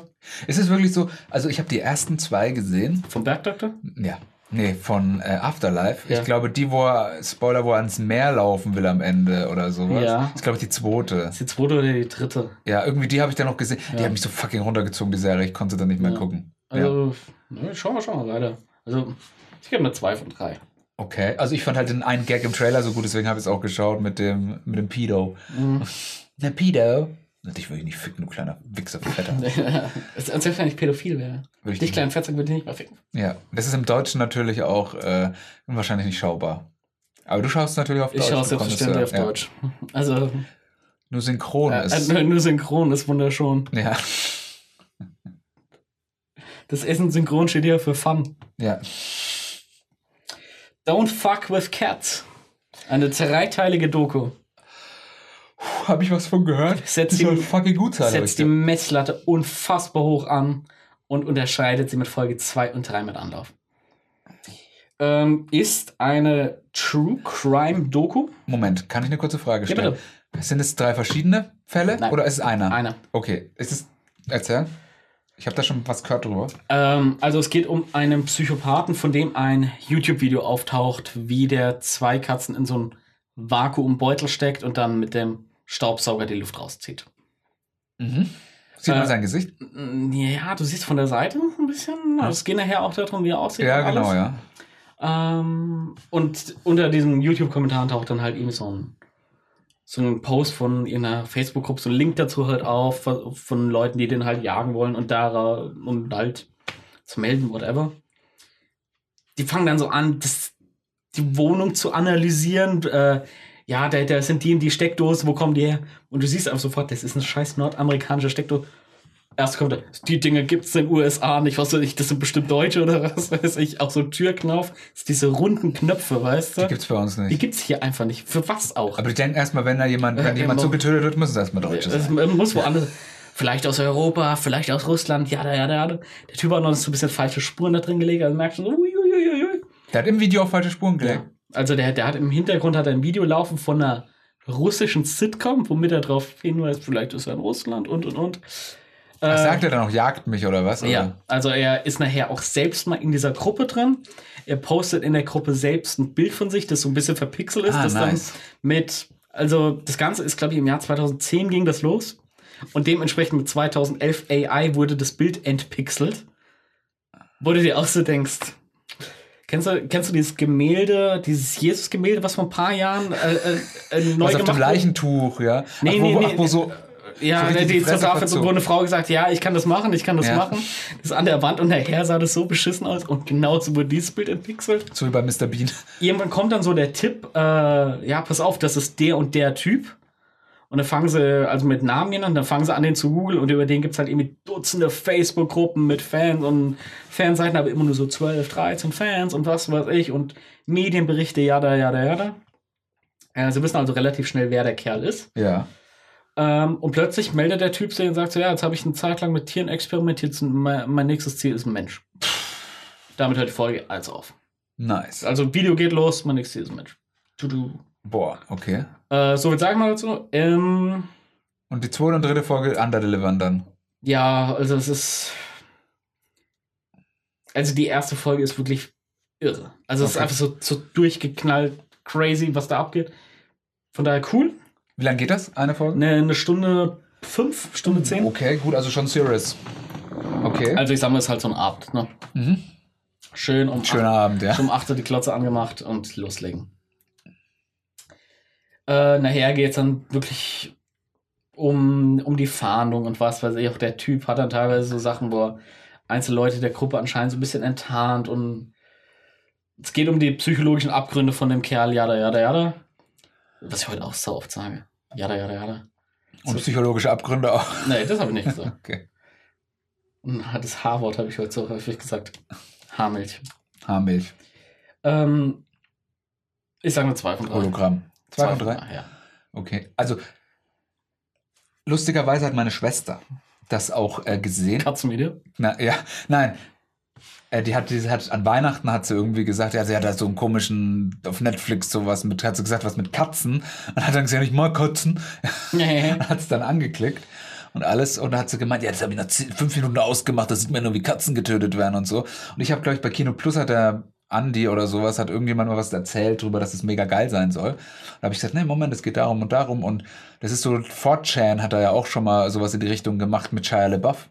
[SPEAKER 3] Ist es wirklich so, also ich habe die ersten zwei gesehen.
[SPEAKER 2] Vom Bergdoktor?
[SPEAKER 3] Ja. Nee, von äh, Afterlife.
[SPEAKER 2] Ja.
[SPEAKER 3] Ich glaube, die, wo er, Spoiler, wo er ans Meer laufen will am Ende oder sowas.
[SPEAKER 2] Ja.
[SPEAKER 3] Ist, glaube ich, die zweite.
[SPEAKER 2] Ist die zweite oder die dritte?
[SPEAKER 3] Ja, irgendwie die habe ich dann noch gesehen. Die
[SPEAKER 2] Ja.
[SPEAKER 3] hat mich so fucking runtergezogen, die Serie. Ich konnte dann nicht mehr
[SPEAKER 2] Ja.
[SPEAKER 3] gucken. ja.
[SPEAKER 2] Also, ne, schauen wir, schauen wir weiter. Also, ich gebe mir zwei von drei.
[SPEAKER 3] Okay. Also ich fand halt den einen Gag im Trailer so gut, deswegen habe ich es auch geschaut mit dem, mit dem Pedo.
[SPEAKER 2] Mhm.
[SPEAKER 3] Der Pedo. Na, Dich will ich nicht ficken, du kleiner Wichser, du Fetter.
[SPEAKER 2] Als als Also, wenn ich pädophil wäre.
[SPEAKER 3] Würde ich
[SPEAKER 2] Dich
[SPEAKER 3] nicht.
[SPEAKER 2] kleinen Fettsack würde ich nicht mehr ficken.
[SPEAKER 3] Ja, das ist im Deutschen natürlich auch äh, wahrscheinlich nicht schaubar. Aber du schaust natürlich auf Deutsch.
[SPEAKER 2] Ich schaue
[SPEAKER 3] du konntest
[SPEAKER 2] selbstverständlich auf
[SPEAKER 3] ja, ja.
[SPEAKER 2] Deutsch. Also,
[SPEAKER 3] Nur synchron
[SPEAKER 2] äh,
[SPEAKER 3] ist.
[SPEAKER 2] äh, nur synchron ist wunderschön.
[SPEAKER 3] ja,
[SPEAKER 2] Das Essen synchron steht hier für Fun.
[SPEAKER 3] ja.
[SPEAKER 2] Don't fuck with cats. Eine dreiteilige Doku.
[SPEAKER 3] Habe ich was von gehört?
[SPEAKER 2] Setz
[SPEAKER 3] das
[SPEAKER 2] die-
[SPEAKER 3] soll fucking gut sein.
[SPEAKER 2] setzt die
[SPEAKER 3] hab ich
[SPEAKER 2] Messlatte unfassbar hoch an und unterscheidet sie mit Folge 2 und 3 mit Anlauf. Ähm, ist eine True Crime Doku.
[SPEAKER 3] gehört. Moment, kann ich eine kurze Frage
[SPEAKER 2] Ja,
[SPEAKER 3] stellen? Sind es drei verschiedene Fälle
[SPEAKER 2] Nein.
[SPEAKER 3] oder ist es einer?
[SPEAKER 2] Einer.
[SPEAKER 3] Okay, ist es. Erzähl. Ich habe da schon was gehört drüber.
[SPEAKER 2] Ähm, also es geht um einen Psychopathen, von dem ein YouTube-Video auftaucht, wie der zwei Katzen in so einen Vakuumbeutel steckt und dann mit dem Staubsauger die Luft rauszieht.
[SPEAKER 3] Mhm. Sieht
[SPEAKER 2] Äh,
[SPEAKER 3] man sein Gesicht?
[SPEAKER 2] Mm, Ja, du siehst von der Seite ein bisschen. Also es geht nachher auch darum, wie er aussieht.
[SPEAKER 3] Ja,
[SPEAKER 2] und
[SPEAKER 3] genau,
[SPEAKER 2] alles.
[SPEAKER 3] ja.
[SPEAKER 2] Ähm, und unter diesen YouTube-Kommentaren taucht dann halt eben so ein, so ein Post von einer Facebook-Gruppe, so ein Link dazu halt auf, von, von Leuten, die den halt jagen wollen und da und halt zu melden, whatever. Die fangen dann so an, das, die Wohnung zu analysieren. Äh, ja, da, da sind die in die Steckdose, wo kommen die her? Und du siehst einfach sofort, das ist eine scheiß nordamerikanische Steckdose. Erst kommt, er, die Dinge gibt's in den USA nicht, was weiß ich, das sind bestimmt Deutsche oder was weiß ich. Auch so ein Türknauf, das ist diese runden Knöpfe, weißt
[SPEAKER 3] Die
[SPEAKER 2] du?
[SPEAKER 3] gibt's bei uns
[SPEAKER 2] Die
[SPEAKER 3] nicht.
[SPEAKER 2] gibt's hier einfach nicht. Für was auch?
[SPEAKER 3] Aber ich denke erstmal, wenn da jemand, wenn
[SPEAKER 2] wir
[SPEAKER 3] jemand so
[SPEAKER 2] machen-
[SPEAKER 3] getötet wird, müssen es erstmal Deutsche
[SPEAKER 2] Es
[SPEAKER 3] sein.
[SPEAKER 2] muss woanders. Vielleicht aus Europa, vielleicht aus Russland, ja, ja, ja. Der Typ hat noch so ein bisschen falsche Spuren da drin gelegt, also merkst du so, ui, ui, ui, ui.
[SPEAKER 3] Der hat im Video auf falsche Spuren gelegt.
[SPEAKER 2] Ja. Also der, der hat im Hintergrund hat er ein Video laufen von einer russischen Sitcom, womit er darauf hinweist, vielleicht ist er in Russland und und und. Äh,
[SPEAKER 3] Was sagt er dann noch? Jagt mich oder was?
[SPEAKER 2] Ja,
[SPEAKER 3] Oder?
[SPEAKER 2] also er ist nachher auch selbst mal in dieser Gruppe drin. Er postet in der Gruppe selbst ein Bild von sich, das so ein bisschen verpixelt ist.
[SPEAKER 3] Ah,
[SPEAKER 2] das
[SPEAKER 3] nice.
[SPEAKER 2] dann mit, also das Ganze ist, glaube ich, im Jahr 2010 ging das los. Und dementsprechend mit 2011 AI wurde das Bild entpixelt. Wo du dir auch so denkst. Kennst du, kennst du dieses Gemälde, dieses Jesus-Gemälde, was vor ein paar Jahren äh, äh, äh, neu
[SPEAKER 3] Was auf
[SPEAKER 2] gemacht
[SPEAKER 3] dem
[SPEAKER 2] wurde?
[SPEAKER 3] Leichentuch, ja?
[SPEAKER 2] Nee,
[SPEAKER 3] ach, wo,
[SPEAKER 2] nee, nee.
[SPEAKER 3] ach, wo so.
[SPEAKER 2] Ja,
[SPEAKER 3] So richtig
[SPEAKER 2] die,
[SPEAKER 3] die
[SPEAKER 2] die
[SPEAKER 3] Fresse
[SPEAKER 2] Fotografin so
[SPEAKER 3] verzogen.
[SPEAKER 2] eine Frau gesagt, ja, ich kann das machen, ich kann das
[SPEAKER 3] Ja.
[SPEAKER 2] machen. Das ist an der Wand und nachher sah das so beschissen aus und genauso wurde dieses Bild entpixelt.
[SPEAKER 3] So wie bei Mr. Bean.
[SPEAKER 2] Irgendwann kommt dann so der Tipp, äh, ja, pass auf, das ist der und der Typ. Und dann fangen sie, also mit Namen genannt, dann fangen sie an, den zu googeln und über den gibt es halt irgendwie Dutzende Facebook-Gruppen mit Fans und Fanseiten, aber immer nur so 12, 13 Fans und was weiß ich und Medienberichte, jada, jada, jada. Äh, sie wissen also relativ schnell, wer der Kerl ist.
[SPEAKER 3] Ja.
[SPEAKER 2] Ähm, und plötzlich meldet der Typ sich und sagt so, ja, jetzt habe ich eine Zeit lang mit Tieren experimentiert, jetzt mein, mein nächstes Ziel ist ein Mensch. Damit hört die Folge eins auf.
[SPEAKER 3] Nice.
[SPEAKER 2] Also Video geht los, mein nächstes Ziel ist ein Mensch. Du, du.
[SPEAKER 3] Boah, okay.
[SPEAKER 2] Äh, so, was sagen wir dazu? Ähm,
[SPEAKER 3] Und die zweite und dritte Folge Underdelivern dann.
[SPEAKER 2] ja, also es ist... Also die erste Folge ist wirklich irre. Also es ist
[SPEAKER 3] Okay.
[SPEAKER 2] einfach so, so durchgeknallt, crazy, was da abgeht. Von daher cool.
[SPEAKER 3] Wie lange geht das? Eine Folge?
[SPEAKER 2] Eine, eine Stunde fünf, Stunde zehn.
[SPEAKER 3] Okay, gut, also schon serious. Okay.
[SPEAKER 2] Also ich sag mal, es ist halt so ein Abend, ne?
[SPEAKER 3] Mhm.
[SPEAKER 2] Schön um
[SPEAKER 3] Schöner Abend, ja.
[SPEAKER 2] Schon um 8 Uhr die Klotze angemacht und loslegen. Äh, nachher geht es dann wirklich um, um die Fahndung und was weiß ich. Auch der Typ hat dann teilweise so Sachen, wo er einzelne Leute der Gruppe anscheinend so ein bisschen enttarnt und es geht um die psychologischen Abgründe von dem Kerl, jada, jada, jada. Was ich heute auch so oft sage. Jada, jada, jada.
[SPEAKER 3] Und psychologische Abgründe auch.
[SPEAKER 2] Nee, das habe ich nicht gesagt.
[SPEAKER 3] Okay.
[SPEAKER 2] Und Das H-Wort habe ich heute so häufig gesagt. Haarmilch.
[SPEAKER 3] Haarmilch.
[SPEAKER 2] Ähm, ich sage nur zwei von drei.
[SPEAKER 3] Hologramm. Oh, Zwei und
[SPEAKER 2] Ah,
[SPEAKER 3] drei.
[SPEAKER 2] ja.
[SPEAKER 3] Okay. Also, lustigerweise hat meine Schwester das auch äh, gesehen.
[SPEAKER 2] Katzenvideo.
[SPEAKER 3] Na, ja, nein. Äh, Die hat, die hat, an Weihnachten hat sie irgendwie gesagt, ja, sie hat da so einen komischen, auf Netflix sowas mit, hat sie gesagt, was mit Katzen. Und hat dann gesagt, ich mag Katzen.
[SPEAKER 2] Nee.
[SPEAKER 3] hat es dann angeklickt und alles. Und dann hat sie gemeint, ja, jetzt habe ich nach zehn, fünf Minuten ausgemacht, das sieht man nur, wie Katzen getötet werden und so. Und ich habe, glaube ich, bei Kino Plus hat der Andi oder sowas, hat irgendjemand mal was erzählt darüber, dass es mega geil sein soll. Und da habe ich gesagt, nee, Moment, es geht darum und darum. Und das ist so, 4chan hat da ja auch schon mal sowas in die Richtung gemacht mit Shia LaBeouf.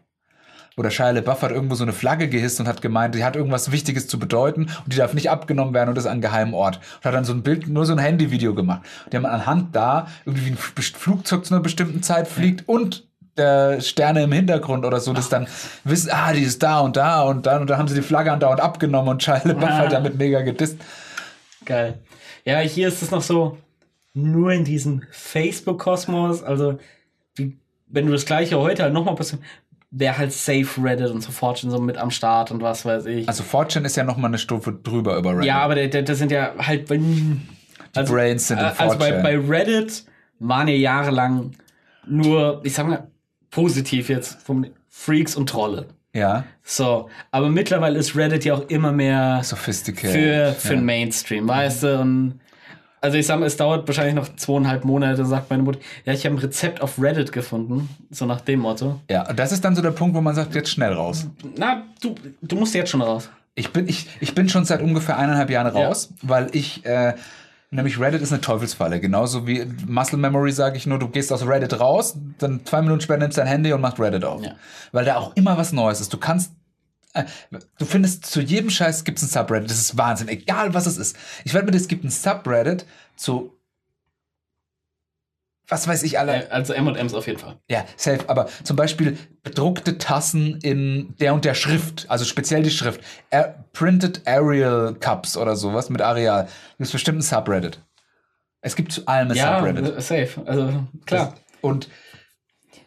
[SPEAKER 3] Oder Shia LaBeouf hat irgendwo so eine Flagge gehisst und hat gemeint, die hat irgendwas Wichtiges zu bedeuten und die darf nicht abgenommen werden und ist an einem geheimen Ort. Und hat dann so ein Bild, nur so ein Handyvideo gemacht. Und die haben anhand da irgendwie wie ein F- Flugzeug zu einer bestimmten Zeit fliegt und äh, Sterne im Hintergrund oder so, das dann wissen, ah, die ist da und da und dann und dann haben sie die Flagge andauernd abgenommen und Shia LaBeouf
[SPEAKER 2] Ah.
[SPEAKER 3] hat damit mega gedisst.
[SPEAKER 2] Geil. Ja, hier ist es noch so, nur in diesem Facebook-Kosmos, also wie, wenn du das gleiche heute halt nochmal passiert, wäre halt safe Reddit und sofort schon so mit am Start und was weiß ich.
[SPEAKER 3] Also 4chan ist ja nochmal eine Stufe drüber über Reddit.
[SPEAKER 2] ja, aber der- der- das sind ja halt, wenn. Also,
[SPEAKER 3] Brains sind in
[SPEAKER 2] äh, also bei,
[SPEAKER 3] 4chan.
[SPEAKER 2] bei Reddit waren ja jahrelang nur, ich sag mal, positiv jetzt, vom Freaks und Trolle.
[SPEAKER 3] ja.
[SPEAKER 2] So, aber mittlerweile ist Reddit ja auch immer mehr
[SPEAKER 3] sophisticated.
[SPEAKER 2] für, für
[SPEAKER 3] ja.
[SPEAKER 2] den Mainstream, weißt du? Und also ich sag mal, es dauert wahrscheinlich noch zweieinhalb Monate, sagt meine Mutter, ja, ich habe ein Rezept auf Reddit gefunden. So nach dem Motto.
[SPEAKER 3] ja, und das ist dann so der Punkt, wo man sagt, jetzt schnell raus.
[SPEAKER 2] Na, du, du musst jetzt schon raus.
[SPEAKER 3] Ich bin, ich, ich bin schon seit ungefähr eineinhalb Jahren raus, weil ich, äh, nämlich Reddit ist eine Teufelsfalle. Genauso wie Muscle Memory sage ich nur, du gehst aus Reddit raus, dann zwei Minuten später nimmst dein Handy und machst Reddit auf.
[SPEAKER 2] Ja.
[SPEAKER 3] Weil da auch immer was Neues ist. Du kannst, äh, du findest zu jedem Scheiß gibt es ein Subreddit. Das ist Wahnsinn, egal was es ist. Ich werde mir, es gibt ein Subreddit zu, was weiß ich, alle.
[SPEAKER 2] Äh, Also M&M's auf jeden Fall.
[SPEAKER 3] Ja, safe. Aber zum Beispiel bedruckte Tassen in der und der Schrift, also speziell die Schrift. A Printed Arial Cups oder sowas mit Arial. Gibt es bestimmt ein Subreddit. Es gibt zu allem ein
[SPEAKER 2] Ja,
[SPEAKER 3] Subreddit.
[SPEAKER 2] äh, safe. Also klar.
[SPEAKER 3] Und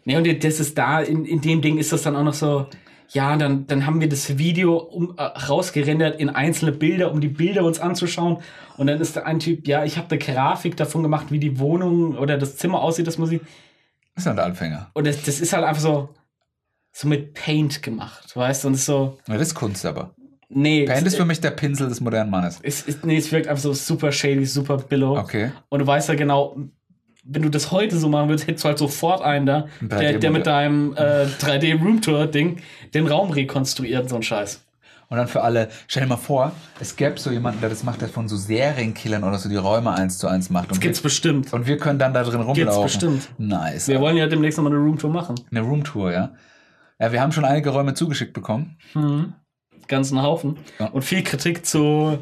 [SPEAKER 2] Nee, Ne, und das ist da, in, in dem Ding ist das dann auch noch so, ja, dann, dann haben wir das Video um, äh, rausgerendert in einzelne Bilder, um die Bilder uns anzuschauen. Und dann ist da ein Typ, ja, ich habe eine Grafik davon gemacht, wie die Wohnung oder das Zimmer aussieht, das Musik.
[SPEAKER 3] ist ja der Anfänger.
[SPEAKER 2] Und das, das ist halt einfach so, so mit Paint gemacht, weißt du? Und es ist so,
[SPEAKER 3] Ja, das ist Kunst aber.
[SPEAKER 2] nee,
[SPEAKER 3] Paint
[SPEAKER 2] es,
[SPEAKER 3] ist für mich der Pinsel des modernen Mannes.
[SPEAKER 2] es, es, nee, es wirkt einfach so super shady, super billow.
[SPEAKER 3] Okay.
[SPEAKER 2] Und du weißt ja genau, wenn du das heute so machen würdest, hättest du halt sofort einen da,
[SPEAKER 3] Ein
[SPEAKER 2] der, der
[SPEAKER 3] 3D-Modell.
[SPEAKER 2] mit deinem äh, 3D-Roomtour-Ding den Raum rekonstruiert, so ein Scheiß.
[SPEAKER 3] Und dann für alle, stell dir mal vor, es gäbe so jemanden, der das macht, der von so Serienkillern oder so die Räume eins zu eins macht. Und,
[SPEAKER 2] Gibt's bestimmt.
[SPEAKER 3] wir, und wir können dann da drin rumlaufen.
[SPEAKER 2] bestimmt.
[SPEAKER 3] Nice.
[SPEAKER 2] Wir wollen ja demnächst nochmal eine Roomtour machen.
[SPEAKER 3] Eine Roomtour, ja. Ja, wir haben schon einige Räume zugeschickt bekommen.
[SPEAKER 2] Ganzen Haufen.
[SPEAKER 3] Ja.
[SPEAKER 2] Und viel Kritik zu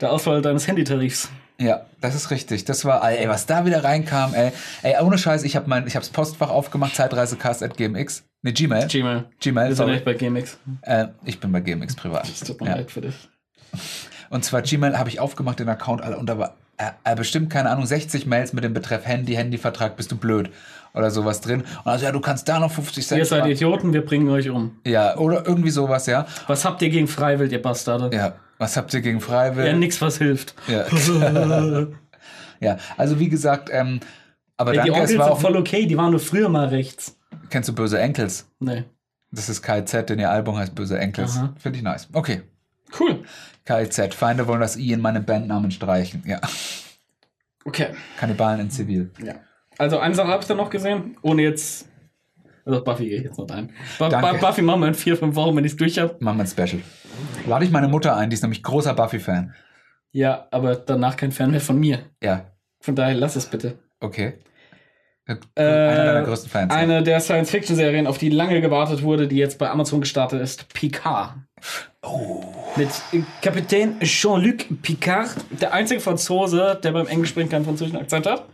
[SPEAKER 2] der Auswahl deines Handytarifs.
[SPEAKER 3] Ja, das ist richtig. Das war, ey, was da wieder reinkam, ey. Ey, ohne Scheiß, ich habe mein, ich hab's Postfach aufgemacht, zeitreisecast.gmx. Ne, Gmail.
[SPEAKER 2] Gmail.
[SPEAKER 3] Gmail,
[SPEAKER 2] Wir sind
[SPEAKER 3] sorry.
[SPEAKER 2] echt bei GMX.
[SPEAKER 3] Äh, ich bin bei GMX privat.
[SPEAKER 2] Es tut mir
[SPEAKER 3] Ja.
[SPEAKER 2] leid für dich.
[SPEAKER 3] Und zwar Gmail habe ich aufgemacht, den Account, Alter, und da war äh, äh, bestimmt, keine Ahnung, 60 Mails mit dem Betreff Handy, Handyvertrag, bist du blöd oder sowas drin. Und also, ja, du kannst da noch 50 Cent
[SPEAKER 2] Ihr seid
[SPEAKER 3] sparen.
[SPEAKER 2] Idioten, wir bringen euch um.
[SPEAKER 3] Ja, oder irgendwie sowas, ja.
[SPEAKER 2] Was habt ihr gegen Freiwild, ihr Bastarde?
[SPEAKER 3] Ja, was habt ihr gegen
[SPEAKER 2] Ja,
[SPEAKER 3] Freiwill?
[SPEAKER 2] nix, was hilft.
[SPEAKER 3] Ja, Äh,
[SPEAKER 2] Ey,
[SPEAKER 3] ja. also wie gesagt, ähm, aber
[SPEAKER 2] die
[SPEAKER 3] danke,
[SPEAKER 2] Onkels
[SPEAKER 3] es
[SPEAKER 2] sind
[SPEAKER 3] war auch,
[SPEAKER 2] voll okay, die waren nur früher mal rechts.
[SPEAKER 3] kennst du Böse Enkels?
[SPEAKER 2] Nee.
[SPEAKER 3] Das ist KZ, denn ihr Album heißt Böse Enkels.
[SPEAKER 2] Aha.
[SPEAKER 3] Finde ich nice. Okay.
[SPEAKER 2] Cool.
[SPEAKER 3] KZ, Feinde wollen das I in meinem Bandnamen streichen. Ja.
[SPEAKER 2] Okay.
[SPEAKER 3] Kannibalen in Zivil.
[SPEAKER 2] Ja. Also eine Sache habe ich dann noch gesehen, ohne jetzt. Also Buffy gehe ich jetzt noch ein. Bu
[SPEAKER 3] Danke.
[SPEAKER 2] Bu Buffy machen wir in vier, fünf Wochen, wenn ich es durch habe.
[SPEAKER 3] Machen wir ein Special. Lade ich meine Mutter ein, die ist nämlich großer Buffy-Fan.
[SPEAKER 2] Ja, aber danach kein Fan mehr von mir.
[SPEAKER 3] Ja,
[SPEAKER 2] Von daher lass es bitte.
[SPEAKER 3] okay. Einer
[SPEAKER 2] Äh,
[SPEAKER 3] deiner größten Fans.
[SPEAKER 2] Eine der Science-Fiction-Serien, auf die lange gewartet wurde, die jetzt bei Amazon gestartet ist, Picard. Oh. Mit Kapitän Jean-Luc Picard, der einzige Franzose, der beim Englisch sprechen keinen französischen Akzent hat.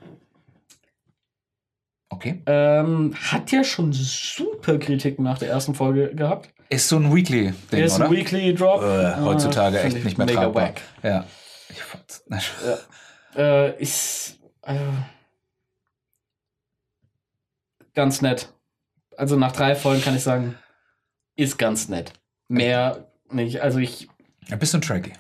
[SPEAKER 3] Okay.
[SPEAKER 2] Ähm, hat ja schon super Kritiken nach der ersten Folge gehabt.
[SPEAKER 3] Ist so ein Weekly-Ding,
[SPEAKER 2] Der ist
[SPEAKER 3] oder?
[SPEAKER 2] ein Weekly Drop.
[SPEAKER 3] äh, heutzutage
[SPEAKER 2] Äh, fand
[SPEAKER 3] echt
[SPEAKER 2] ich
[SPEAKER 3] nicht mehr
[SPEAKER 2] mega
[SPEAKER 3] tragbar.
[SPEAKER 2] wack.
[SPEAKER 3] Ja. Ich fand's- na,
[SPEAKER 2] Äh, ist also, ganz nett. Also nach drei Folgen kann ich sagen, ist ganz nett. Mehr nicht. Also ich
[SPEAKER 3] Ja, bist du ein Trekkie?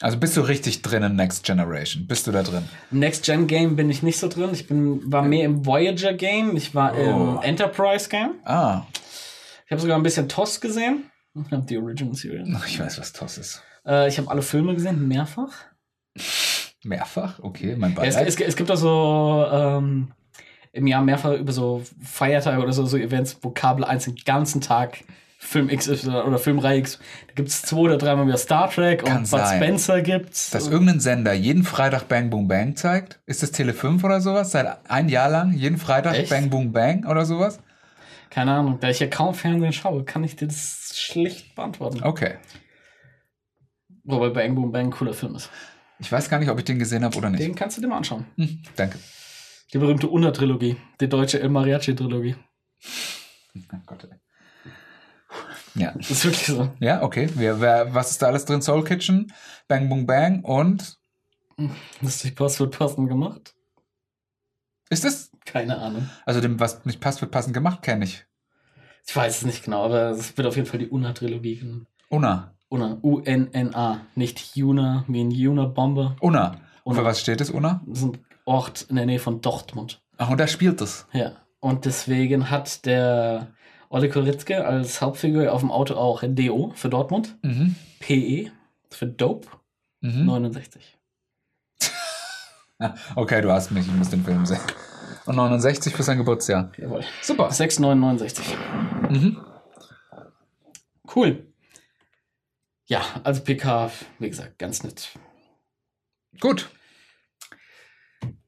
[SPEAKER 3] Also bist du richtig drin in Next Generation? Bist du da drin?
[SPEAKER 2] Next Gen Game bin ich nicht so drin. Ich bin war mehr im Voyager Game. Ich war im
[SPEAKER 3] Oh.
[SPEAKER 2] Enterprise Game.
[SPEAKER 3] Ah,
[SPEAKER 2] Ich habe sogar ein bisschen TOS gesehen. Ich habe die Original Series.
[SPEAKER 3] ich weiß, was TOS ist.
[SPEAKER 2] Äh, ich habe alle Filme gesehen, mehrfach.
[SPEAKER 3] Mehrfach? Okay, mein
[SPEAKER 2] Ja, es,
[SPEAKER 3] Beileid.
[SPEAKER 2] es, es gibt auch so ähm, im Jahr mehrfach über so Feiertage oder so, so Events, wo Kabel 1 den ganzen Tag Film XY oder Filmreihe X. Da gibt es zwei oder dreimal wieder Star Trek
[SPEAKER 3] Kann
[SPEAKER 2] und Bud
[SPEAKER 3] sein.
[SPEAKER 2] Spencer gibt's.
[SPEAKER 3] dass irgendein Sender jeden Freitag Bang Boom Bang zeigt? Ist das Tele 5 oder sowas? Seit ein Jahr lang jeden Freitag
[SPEAKER 2] Echt?
[SPEAKER 3] Bang Boom Bang oder sowas?
[SPEAKER 2] Keine Ahnung, da ich ja kaum Fernsehen schaue, kann ich dir das schlecht beantworten.
[SPEAKER 3] Okay.
[SPEAKER 2] Wobei Bang Boom Bang ein cooler Film ist.
[SPEAKER 3] Ich weiß gar nicht, ob ich den gesehen habe oder nicht.
[SPEAKER 2] Den kannst du dir mal anschauen.
[SPEAKER 3] Hm, danke.
[SPEAKER 2] Die berühmte Una-Trilogie, die deutsche El Mariachi-Trilogie.
[SPEAKER 3] Oh Gott, ey. Ja.
[SPEAKER 2] Das ist wirklich so.
[SPEAKER 3] Ja, okay. Wer, wer, was ist da alles drin? Soul Kitchen, Bang Boom Bang und.
[SPEAKER 2] Das ist durch Pass wird passend gemacht.
[SPEAKER 3] Ist das?
[SPEAKER 2] Keine Ahnung.
[SPEAKER 3] Also, dem, was nicht passt, wird passend gemacht, kenne ich.
[SPEAKER 2] Ich weiß es nicht genau, aber es wird auf jeden Fall die Una-Trilogie genannt.
[SPEAKER 3] Una.
[SPEAKER 2] Una, U-N-N-A, nicht Juna, wie ein Juna-Bomber.
[SPEAKER 3] Una. Und
[SPEAKER 2] Una.
[SPEAKER 3] für was steht es, Una?
[SPEAKER 2] Das ist ein Ort in der Nähe von Dortmund.
[SPEAKER 3] Ach, und da spielt es.
[SPEAKER 2] Ja. Und deswegen hat der Olle Korytzke als Hauptfigur auf dem Auto auch DO für Dortmund,
[SPEAKER 3] Mhm.
[SPEAKER 2] PE für Dope,
[SPEAKER 3] mhm.
[SPEAKER 2] 69.
[SPEAKER 3] Ah, Okay, du hast mich. Ich muss den Film sehen. Und 69 für sein Geburtsjahr.
[SPEAKER 2] Jawohl.
[SPEAKER 3] Super.
[SPEAKER 2] 6969.
[SPEAKER 3] Mhm.
[SPEAKER 2] Cool. Ja, also PK, wie gesagt, ganz nett.
[SPEAKER 3] Gut.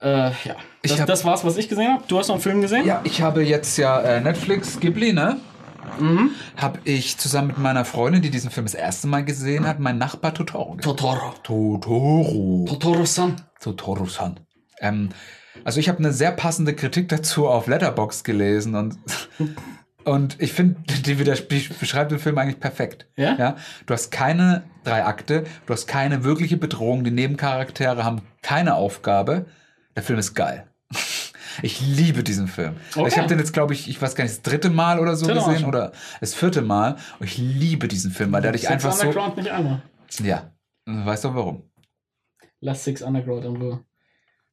[SPEAKER 2] Äh, ja.
[SPEAKER 3] Ich
[SPEAKER 2] Das,
[SPEAKER 3] hab-
[SPEAKER 2] das war's, was ich gesehen habe. Du hast noch einen Film gesehen?
[SPEAKER 3] Ja, ich habe jetzt ja äh, Netflix Ghibli, ne?
[SPEAKER 2] Mhm.
[SPEAKER 3] Habe ich zusammen mit meiner Freundin, die diesen Film das erste Mal gesehen hat, mein Nachbar Totoro gesehen.
[SPEAKER 2] Totoro.
[SPEAKER 3] Totoro.
[SPEAKER 2] Totoro-san.
[SPEAKER 3] Totoro-san. Ähm, also ich habe eine sehr passende Kritik dazu auf Letterbox gelesen und, und ich finde, die, widers- die beschreibt den Film eigentlich perfekt.
[SPEAKER 2] Ja?
[SPEAKER 3] Ja? Du hast keine drei Akte, du hast keine wirkliche Bedrohung, die Nebencharaktere haben keine Aufgabe. Der Film ist geil. Ich liebe diesen Film. Also
[SPEAKER 2] Okay.
[SPEAKER 3] Ich habe den jetzt, glaube ich, ich weiß gar nicht, das dritte Mal oder so
[SPEAKER 2] Dritte Mal
[SPEAKER 3] gesehen
[SPEAKER 2] schon.
[SPEAKER 3] oder das vierte Mal. Und ich liebe diesen Film, weil der dich einfach so.
[SPEAKER 2] Underground nicht einmal.
[SPEAKER 3] Ja, weißt du warum?
[SPEAKER 2] Lass Six Underground in Ruhe.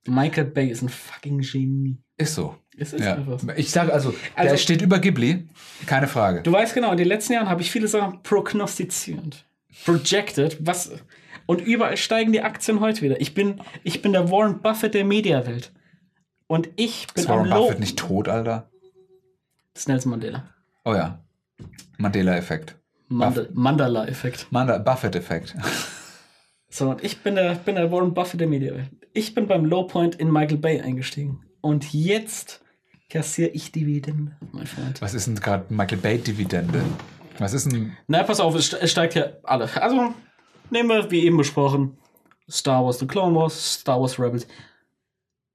[SPEAKER 2] Michael Bay ist ein fucking Genie.
[SPEAKER 3] Ist so.
[SPEAKER 2] Es ist
[SPEAKER 3] Ja.
[SPEAKER 2] einfach so.
[SPEAKER 3] Ich sage also,
[SPEAKER 2] Also-
[SPEAKER 3] der steht über Ghibli, keine Frage.
[SPEAKER 2] Du weißt genau, in den letzten Jahren habe ich viele Sachen prognostiziert. Projected, was. Und überall steigen die Aktien heute wieder. Ich bin, ich bin der Warren Buffett der Mediawelt. Und ich bin
[SPEAKER 3] Ist Warren
[SPEAKER 2] am Loben.
[SPEAKER 3] Buffett nicht tot, Alter?
[SPEAKER 2] Das ist Nelson Mandela.
[SPEAKER 3] Oh ja. Mandela-Effekt.
[SPEAKER 2] Mandel Mandala-Effekt.
[SPEAKER 3] Mandela Buffett-Effekt.
[SPEAKER 2] So, und ich bin der, bin der Warren Buffett der Medienwelt. Ich bin beim Low Point in Michael Bay eingestiegen. Und jetzt kassiere ich Dividende, mein Freund.
[SPEAKER 3] Was ist denn gerade Michael Bay-Dividende? Was ist denn.
[SPEAKER 2] Na, pass auf, es ste- es steigt ja alle. Also, nehmen wir, wie eben besprochen, Star Wars The Clone Wars, Star Wars Rebels.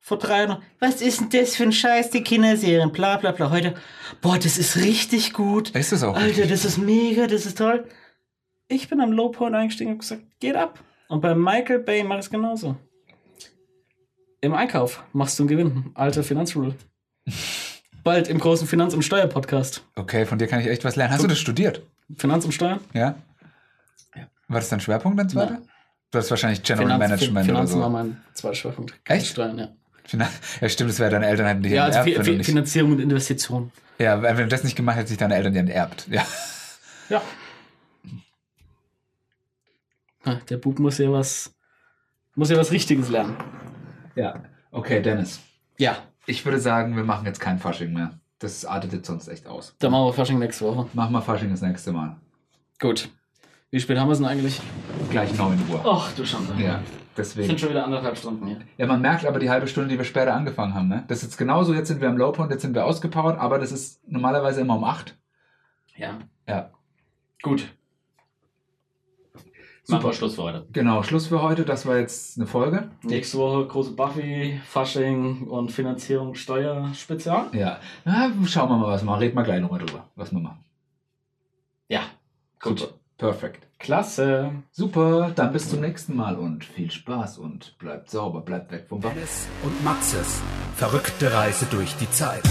[SPEAKER 2] Vor drei Jahren, was ist denn das für ein Scheiß, die Kinderserien, bla bla bla. Heute, boah, das ist richtig gut.
[SPEAKER 3] Ist das auch?
[SPEAKER 2] Alter,
[SPEAKER 3] richtig?
[SPEAKER 2] das ist mega, das ist toll. Ich bin am Low Point eingestiegen und hab gesagt, geht ab. Und bei Michael Bay mache ich es genauso. Im Einkauf machst du einen Gewinn. Alter Finanzrule. Bald im großen Finanz- und Steuer-Podcast.
[SPEAKER 3] Okay, von dir kann ich echt was lernen. Hast du das studiert?
[SPEAKER 2] Finanz und Steuern?
[SPEAKER 3] Ja? War das dein Schwerpunkt, dein zweiter?
[SPEAKER 2] Nein.
[SPEAKER 3] Du hast wahrscheinlich General Management
[SPEAKER 2] Finanzen war
[SPEAKER 3] oder so.
[SPEAKER 2] mein zweiter Schwerpunkt.
[SPEAKER 3] Echt?
[SPEAKER 2] Steuern, ja.
[SPEAKER 3] Finan ja, stimmt, das wäre deine Eltern hätten dich
[SPEAKER 2] Ja, also
[SPEAKER 3] enterbt.
[SPEAKER 2] Fi-
[SPEAKER 3] wenn du
[SPEAKER 2] Fi-
[SPEAKER 3] nicht-
[SPEAKER 2] Finanzierung und Investition.
[SPEAKER 3] ja, wenn du das nicht gemacht hättest, dich deine Eltern dir enterbt. Ja.
[SPEAKER 2] Ja. Ah, Der Bub muss ja was, muss ja was Richtiges lernen.
[SPEAKER 3] ja. Okay, Dennis.
[SPEAKER 2] Ja,
[SPEAKER 3] Ich würde sagen, wir machen jetzt kein Fasching mehr. Das artet jetzt sonst echt aus.
[SPEAKER 2] dann machen wir Fasching nächste Woche.
[SPEAKER 3] Machen wir Fasching das nächste Mal.
[SPEAKER 2] Gut. Wie spät haben wir es denn eigentlich?
[SPEAKER 3] Gleich 9 Uhr.
[SPEAKER 2] Ach, du Schande.
[SPEAKER 3] Ja,
[SPEAKER 2] Ich
[SPEAKER 3] deswegen.
[SPEAKER 2] Oh. sind schon wieder anderthalb Stunden hier.
[SPEAKER 3] Ja, man merkt aber die halbe Stunde, die wir später angefangen haben. Ne? Das ist jetzt genauso, jetzt sind wir am Lowpoint, jetzt sind wir ausgepowert, aber das ist normalerweise immer um 8.
[SPEAKER 2] Ja.
[SPEAKER 3] Ja.
[SPEAKER 2] Gut. Machen wir
[SPEAKER 3] Super.
[SPEAKER 2] Schluss für heute.
[SPEAKER 3] Genau, Schluss für heute. Das war jetzt eine Folge.
[SPEAKER 2] Nächste Woche große Buffy, Fasching und Finanzierung Steuer Spezial.
[SPEAKER 3] Ja. Na, schauen wir mal, was wir machen. Reden wir gleich nochmal drüber, was wir machen.
[SPEAKER 2] Ja. Gut.
[SPEAKER 3] Super. Perfekt.
[SPEAKER 2] Klasse.
[SPEAKER 3] Super, dann bis zum nächsten Mal und viel Spaß und bleibt sauber, bleibt weg vom Bach.
[SPEAKER 1] Dennis und Maxes verrückte Reise durch die Zeit.